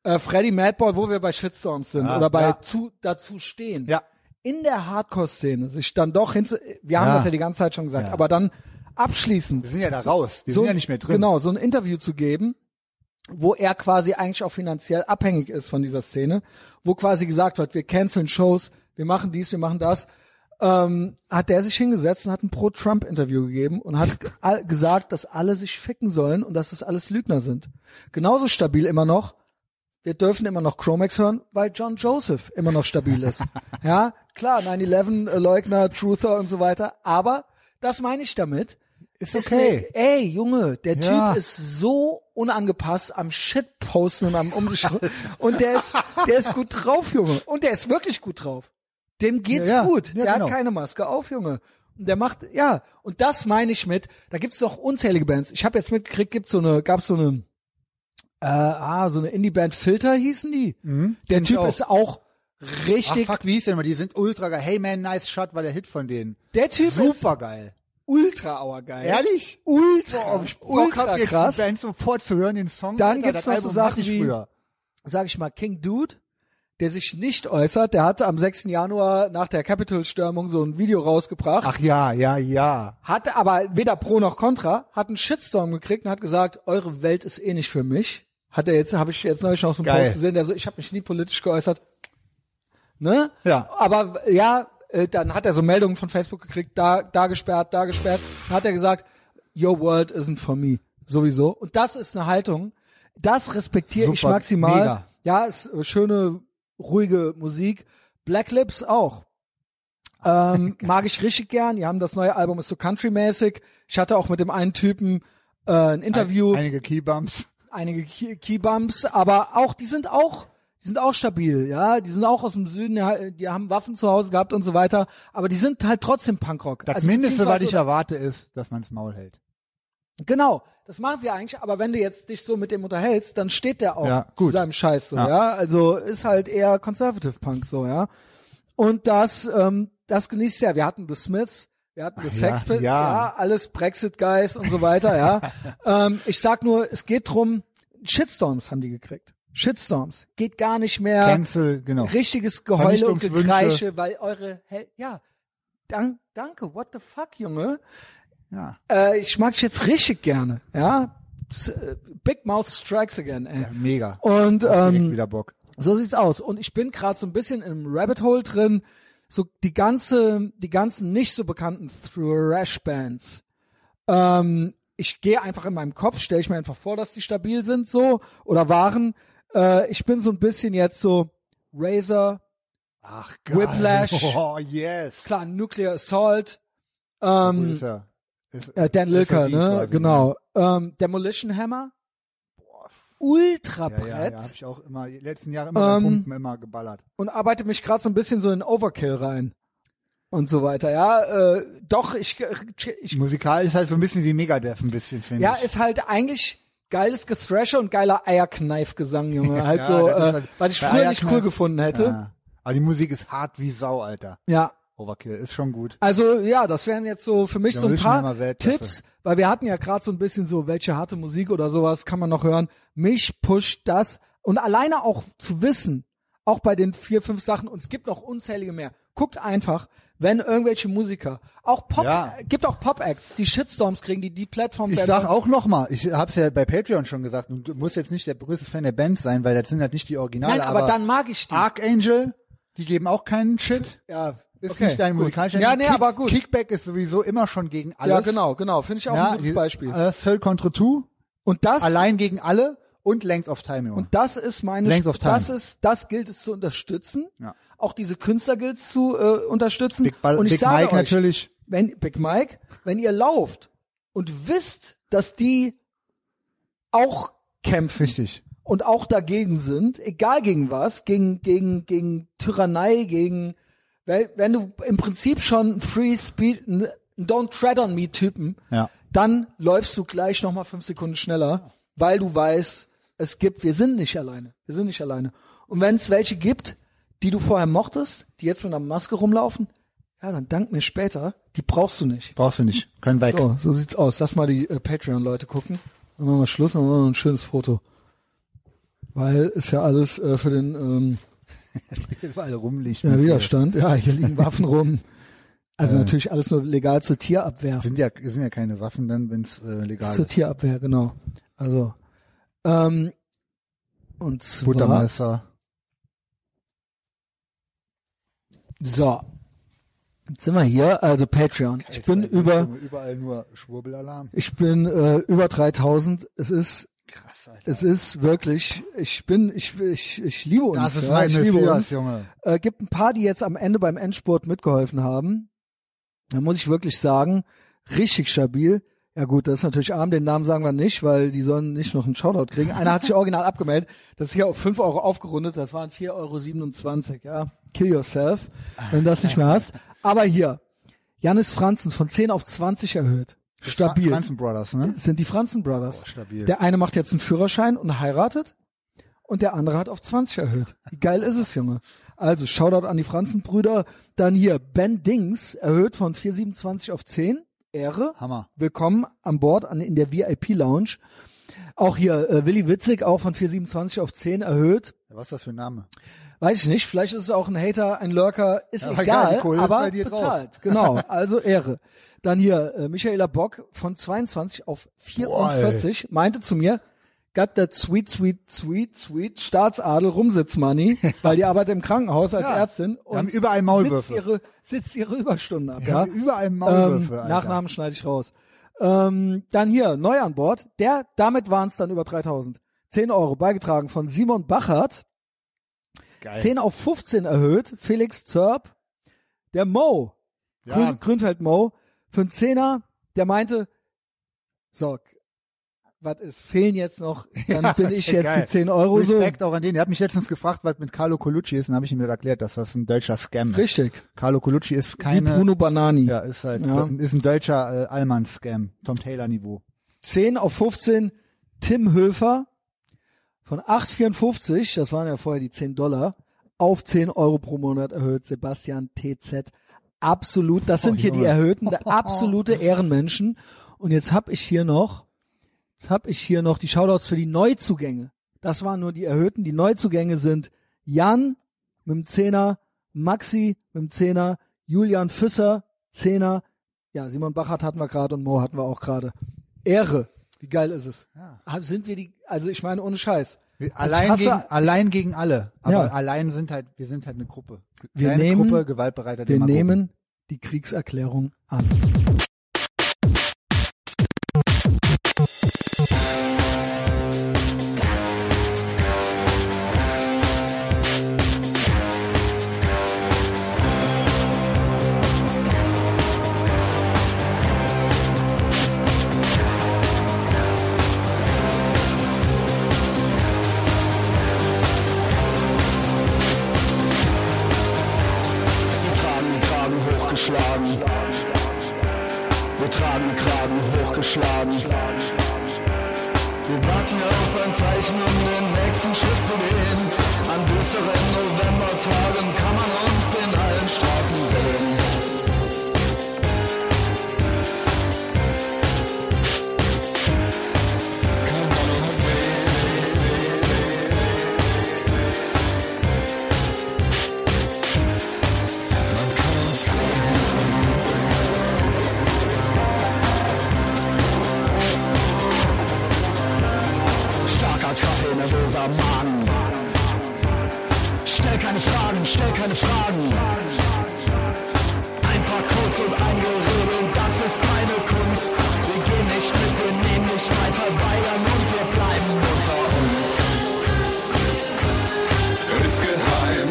Speaker 1: Äh, Freddy Madball, wo wir bei Shitstorms sind
Speaker 2: Ja,
Speaker 1: oder bei
Speaker 2: Ah, ja.
Speaker 1: zu, dazu stehen.
Speaker 2: Ja.
Speaker 1: In der Hardcore-Szene sich dann doch hinzu, wir haben
Speaker 2: Ja.
Speaker 1: das ja die ganze Zeit schon gesagt,
Speaker 2: Ja.
Speaker 1: aber dann abschließend
Speaker 2: Wir sind ja da raus. Wir sind ja nicht mehr drin.
Speaker 1: Genau, so ein Interview zu geben, wo er quasi eigentlich auch finanziell abhängig ist von dieser Szene, wo quasi gesagt wird, wir canceln Shows, wir machen dies, wir machen das. Ähm, hat der sich hingesetzt und hat ein Pro-Trump-Interview gegeben und hat ge- all- gesagt, dass alle sich ficken sollen und dass das alles Lügner sind. Genauso stabil immer noch, wir dürfen immer noch Chromax hören, weil John Joseph immer noch stabil ist. ja, klar, 9-11, äh, Leugner, Truther und so weiter, aber das meine ich damit.
Speaker 2: Ist okay.
Speaker 1: mir- ey, Junge, der
Speaker 2: Ja.
Speaker 1: Typ ist so unangepasst am Shitposten und am Umschreiben. und der ist, der ist gut drauf, Junge. Und der ist wirklich gut drauf. Dem geht's
Speaker 2: Ja, ja.
Speaker 1: gut.
Speaker 2: Ja,
Speaker 1: der
Speaker 2: genau.
Speaker 1: hat keine Maske auf, Junge. Und der macht, ja. Und das meine ich mit, da gibt's doch unzählige Bands. Ich habe jetzt mitgekriegt, gibt's so eine, gab's so eine, äh, ah, so eine Indie-Band Filter hießen die. Der
Speaker 2: kenn Mhm. ich
Speaker 1: Typ
Speaker 2: auch.
Speaker 1: ist auch
Speaker 2: Ach
Speaker 1: richtig,
Speaker 2: fuck, wie hieß denn mal? Die sind ultra geil. Hey man, nice shot war der Hit von denen.
Speaker 1: Der Typ ist-
Speaker 2: Super geil.
Speaker 1: ultra auergeil.
Speaker 2: Ehrlich?
Speaker 1: Ultra,
Speaker 2: Boah, ich Bock
Speaker 1: ultra
Speaker 2: hab jetzt
Speaker 1: krass.
Speaker 2: die Band sofort zu hören, den Song.
Speaker 1: Dann
Speaker 2: Alter,
Speaker 1: gibt's
Speaker 2: das
Speaker 1: noch so
Speaker 2: Album hatte
Speaker 1: Sachen
Speaker 2: ich
Speaker 1: wie-
Speaker 2: früher.
Speaker 1: sag ich mal, King Dude, der sich nicht äußert, der hatte am 6. Januar nach der Capitol-Stürmung so ein Video rausgebracht,
Speaker 2: Ach ja, ja, ja.
Speaker 1: hatte aber weder Pro noch Contra, hat einen Shitstorm gekriegt und hat gesagt, eure Welt ist eh nicht für mich. Hat er jetzt, habe ich jetzt neulich noch so einen
Speaker 2: Geil.
Speaker 1: Post gesehen, der so, ich habe mich nie politisch geäußert. Ne?
Speaker 2: Ja.
Speaker 1: Aber äh, ja, äh, dann hat er so Meldungen von Facebook gekriegt, da, da gesperrt, da gesperrt. Dann hat er gesagt, your world isn't for me. Sowieso. Und das ist eine Haltung. Das respektiere ich
Speaker 2: Super,
Speaker 1: maximal.
Speaker 2: mega.
Speaker 1: Ja, ist äh, schöne, ruhige Musik. Black Lips auch. Ähm, mag ich richtig gern. Die haben das neue Album ist so country-mäßig. Ich hatte auch mit dem einen Typen äh, ein Interview,
Speaker 2: Einige Keybumps.
Speaker 1: einige Key- Keybumps, aber auch die sind auch die sind auch stabil, ja, die sind auch aus dem Süden, ja, die haben Waffen zu Hause gehabt und so weiter, aber die sind halt trotzdem Punkrock.
Speaker 2: Das
Speaker 1: Also
Speaker 2: Mindeste, was
Speaker 1: beziehungsweise-
Speaker 2: ich erwarte, ist, dass man's Maul hält.
Speaker 1: Genau, das machen sie eigentlich, aber wenn du jetzt dich so mit dem unterhältst, dann steht der auch
Speaker 2: Ja,
Speaker 1: zu
Speaker 2: gut.
Speaker 1: seinem Scheiß so, ja.
Speaker 2: Ja.
Speaker 1: Also ist halt eher Conservative Punk so, ja. Und das, ähm, das genießt er. Wir hatten The Smiths, wir hatten The
Speaker 2: ja,
Speaker 1: Sex Pistols,
Speaker 2: ja.
Speaker 1: alles Brexit Guys und so weiter, ja. ähm, ich sag nur, es geht drum, Shitstorms haben die gekriegt. Shitstorms. Geht gar nicht mehr
Speaker 2: Cancel, genau.
Speaker 1: richtiges Geheule und
Speaker 2: Vernichtungswünsche.
Speaker 1: Gekreische, weil eure, Hel ja, dank, danke, what the fuck, Junge
Speaker 2: Ja.
Speaker 1: äh, ich mag dich jetzt richtig gerne, ja. S- äh, Big Mouth Strikes Again, ey.
Speaker 2: ja mega.
Speaker 1: Und
Speaker 2: Direkt
Speaker 1: ähm,
Speaker 2: wieder Bock.
Speaker 1: so sieht's aus. Und ich bin gerade so ein bisschen im Rabbit Hole drin. So die ganze, die ganzen nicht so bekannten Thrash Bands. Ähm, ich gehe einfach in meinem Kopf, stelle ich mir einfach vor, dass die stabil sind so oder waren. Äh, ich bin so ein bisschen jetzt so Razor,
Speaker 2: Ach,
Speaker 1: geil.
Speaker 2: Oh, yes.
Speaker 1: klar Nuclear Assault, ähm,
Speaker 2: Ist er. Ist,
Speaker 1: Äh, Dan Lilker,
Speaker 2: SOD
Speaker 1: ne?
Speaker 2: quasi,
Speaker 1: genau. Ähm, Demolition Hammer. Ultra
Speaker 2: Ja,
Speaker 1: Brett
Speaker 2: ja, ja, hab ich auch immer, die letzten Jahre immer
Speaker 1: Ähm,
Speaker 2: ähm, Pumpen immer geballert.
Speaker 1: und arbeite mich gerade so ein bisschen so in Overkill rein und so weiter. Ja, äh, doch ich, ich
Speaker 2: Musikal ist halt so ein bisschen wie Megadeth ein bisschen, finde
Speaker 1: ja
Speaker 2: ich.
Speaker 1: ist halt eigentlich geiles Gethrasher und geiler Eierkneifgesang, Junge. Halt
Speaker 2: Ja,
Speaker 1: so,
Speaker 2: das ist
Speaker 1: äh,
Speaker 2: halt-
Speaker 1: was ich
Speaker 2: bei
Speaker 1: früher nicht
Speaker 2: Eierkneif-
Speaker 1: cool gefunden hätte.
Speaker 2: Ja. Aber die Musik ist hart wie Sau, Alter.
Speaker 1: ja.
Speaker 2: Overkill ist schon gut.
Speaker 1: Also ja, das wären jetzt so für mich
Speaker 2: Ja,
Speaker 1: so ein
Speaker 2: wir schon
Speaker 1: paar
Speaker 2: immer Weltklasse.
Speaker 1: Tipps, weil wir hatten ja gerade so ein bisschen so, welche harte Musik oder sowas kann man noch hören. Mich pusht das und alleine auch zu wissen, auch bei den vier, fünf Sachen, und es gibt noch unzählige mehr. Guckt einfach, wenn irgendwelche Musiker, auch Pop,
Speaker 2: Ja.
Speaker 1: äh, gibt auch Pop-Acts, die Shitstorms kriegen, die die Plattform
Speaker 2: Ich
Speaker 1: werden.
Speaker 2: sag auch nochmal, ich hab's ja bei Patreon schon gesagt, und du musst jetzt nicht der größte Fan der Band sein, weil das sind halt nicht die Originale.
Speaker 1: Nein, aber, dann mag ich die.
Speaker 2: Archangel, die geben auch keinen Shit.
Speaker 1: ja,
Speaker 2: Ist
Speaker 1: okay,
Speaker 2: nicht dein
Speaker 1: gut.
Speaker 2: musikalischer
Speaker 1: Ja, nee,
Speaker 2: Kick-
Speaker 1: aber gut.
Speaker 2: Kickback ist sowieso immer schon gegen alles.
Speaker 1: ja, genau, genau. Finde ich auch
Speaker 2: Ja,
Speaker 1: ein gutes
Speaker 2: die-
Speaker 1: Beispiel.
Speaker 2: Äh, Soul Contra 2,
Speaker 1: und das
Speaker 2: allein gegen alle und Length of Time. Junge.
Speaker 1: Und das ist meine,
Speaker 2: Length of time.
Speaker 1: das ist, das gilt es zu unterstützen.
Speaker 2: Ja.
Speaker 1: Auch diese Künstler gilt es zu äh, unterstützen.
Speaker 2: Big, Ball,
Speaker 1: und ich
Speaker 2: Big
Speaker 1: sage
Speaker 2: Mike
Speaker 1: euch,
Speaker 2: natürlich.
Speaker 1: wenn Big Mike, wenn ihr lauft und wisst, dass die auch kämpfen
Speaker 2: Richtig.
Speaker 1: und auch dagegen sind, egal gegen was, gegen gegen gegen Tyrannei, gegen weil wenn du im Prinzip schon Free Speech, n- Don't Tread on Me Typen,
Speaker 2: Ja.
Speaker 1: dann läufst du gleich nochmal fünf Sekunden schneller, weil du weißt, Es gibt, wir sind nicht alleine. Wir sind nicht alleine. Und wenn es welche gibt, die du vorher mochtest, die jetzt mit einer Maske rumlaufen, ja, dann dank mir später. Die brauchst du nicht.
Speaker 2: Brauchst du nicht. Können weg.
Speaker 1: So, so sieht's aus. Lass mal die äh, Patreon-Leute gucken. Dann machen wir Schluss und machen wir noch ein schönes Foto. Weil ist ja alles äh, für den ähm,
Speaker 2: Überall rumlicht.
Speaker 1: ja, Widerstand. Ja, hier liegen Waffen rum.
Speaker 2: Äh.
Speaker 1: Also natürlich alles nur legal zur Tierabwehr.
Speaker 2: Sind ja, sind ja keine Waffen dann, wenn es äh, legal
Speaker 1: Zur
Speaker 2: ist.
Speaker 1: Tierabwehr, genau. Also. Ähm, und zwar.
Speaker 2: Buttermesser.
Speaker 1: So. Jetzt sind wir hier, also Patreon. Ich bin über,
Speaker 2: Überall nur Schwurbelalarm.
Speaker 1: ich bin äh, über 3000. Es ist,
Speaker 2: Krass, Alter.
Speaker 1: es ist wirklich, ich bin, ich, ich, ich liebe uns.
Speaker 2: Das ist
Speaker 1: ja,
Speaker 2: mein
Speaker 1: ich liebe
Speaker 2: Messias,
Speaker 1: uns.
Speaker 2: Junge.
Speaker 1: Äh, gibt ein paar, die jetzt am Ende beim Endspurt mitgeholfen haben. Da muss ich wirklich sagen, richtig stabil. Ja gut, das ist natürlich arm, den Namen sagen wir nicht, weil die sollen nicht noch einen Shoutout kriegen. Einer hat sich original abgemeldet, das ist hier auf 5 Euro aufgerundet, das waren 4,27 Euro, ja. Kill yourself, wenn du das nicht mehr hast. Aber hier, Janis Franzen von 10 auf 20 erhöht. Stabil.
Speaker 2: Franzen Brothers, ne?
Speaker 1: sind die Franzen Brothers.
Speaker 2: stabil.
Speaker 1: Der eine macht jetzt einen Führerschein und heiratet und der andere hat auf 20 erhöht. Wie geil ist es, Junge? Also, Shoutout an die Franzenbrüder. Dann hier, Ben Dings erhöht von 4,27 auf 10. Ehre.
Speaker 2: Hammer.
Speaker 1: Willkommen an Bord an, in der VIP-Lounge. Auch hier, äh, Willi Witzig auch von 4,27 auf 10 erhöht.
Speaker 2: Was ist das für ein Name?
Speaker 1: Weiß ich nicht, vielleicht ist es auch ein Hater, ein Lurker, ist
Speaker 2: Aber egal,
Speaker 1: egal,
Speaker 2: die Kohle ist
Speaker 1: aber
Speaker 2: bei dir drauf.
Speaker 1: bezahlt. Genau, also Ehre. Dann hier, äh, Michaela Bock von 22 auf 44 meinte zu mir, got that sweet, sweet, sweet, sweet Staatsadel Rumsitzmoney, weil die arbeitet im Krankenhaus als
Speaker 2: Ja.
Speaker 1: Ärztin
Speaker 2: Wir haben
Speaker 1: und
Speaker 2: überall
Speaker 1: sitzt
Speaker 2: Maulwürfe.
Speaker 1: ihre, sitzt ihre Überstunden ab.
Speaker 2: Wir
Speaker 1: Ja,
Speaker 2: haben überall
Speaker 1: ähm,
Speaker 2: Maulwürfe, Alter.
Speaker 1: Nachnamen schneide ich raus. Ähm, dann hier, neu an Bord, der, damit waren es dann über 3000. 10 Euro beigetragen von Simon Bachert.
Speaker 2: Geil.
Speaker 1: 10 auf 15 erhöht. Felix Zerb, der Mo,
Speaker 2: Ja.
Speaker 1: Grün, Grünfeld Mo, für einen Zehner, der meinte, so, was ist, fehlen jetzt noch, dann bin ich jetzt
Speaker 2: Geil.
Speaker 1: die 10 Euro
Speaker 2: Respekt auch an den. Er hat mich letztens gefragt, was mit Carlo Colucci ist, und habe ich ihm dann erklärt, dass das ein deutscher Scam
Speaker 1: so.
Speaker 2: ist.
Speaker 1: Richtig,
Speaker 2: Carlo Colucci ist
Speaker 1: wie
Speaker 2: keine.
Speaker 1: Bruno Banani.
Speaker 2: ja, ist halt
Speaker 1: Ja.
Speaker 2: ist ein deutscher äh, Allmann-Scam, Tom Taylor Niveau.
Speaker 1: 10 auf 15, Tim Höfer, von 8,54, das waren ja vorher die 10 Dollar, auf 10 Euro pro Monat erhöht. Sebastian TZ. Absolut, das sind hier die
Speaker 2: Junge.
Speaker 1: erhöhten, der absolute Ehrenmenschen. Und jetzt hab ich hier noch, jetzt hab ich hier noch die Shoutouts für die Neuzugänge. Das waren nur die erhöhten. Die Neuzugänge sind Jan mit dem Zehner, Maxi mit dem Zehner, Julian Füsser, Zehner, ja, Simon Bachert hatten wir gerade und Mo hatten wir auch gerade. Ehre. Wie geil ist es?
Speaker 2: Ja.
Speaker 1: Hab- Sind wir die, also ich meine, ohne Scheiß.
Speaker 2: Allein,
Speaker 1: Ich hasse-
Speaker 2: gegen, allein gegen alle. Aber
Speaker 1: Ja.
Speaker 2: allein sind halt, wir sind halt eine Gruppe.
Speaker 1: Wir
Speaker 2: Kleine
Speaker 1: nehmen-
Speaker 2: Gruppe gewaltbereiter
Speaker 1: Wir
Speaker 2: Demagogen.
Speaker 1: nehmen die Kriegserklärung an.
Speaker 5: Wir tragen den Kragen hochgeschlagen. Wir tragen den Kragen hochgeschlagen. Wir warten auf ein Zeichen, um den nächsten Schritt zu gehen. An düsteren Novembertagen kann man uns in allen Straßen sehen. Kann man uns Starker Kaffee, nervöser Magen. Stell keine Fragen, stell keine Fragen. Ein paar Codes und ein Gerede, das ist meine Kunst. Wir gehen nicht mit, wir nehmen nicht frei verweigern und wir bleiben unter uns.
Speaker 6: Ist geheim.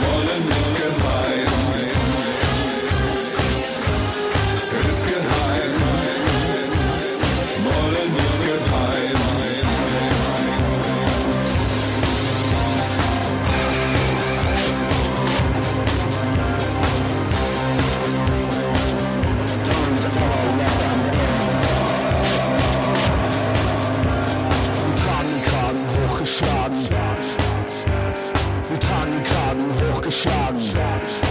Speaker 6: Wollen ist geheim. Ist geheim. Wollen ist geheim.
Speaker 5: Kann man uns sehen? hochgeschlagen.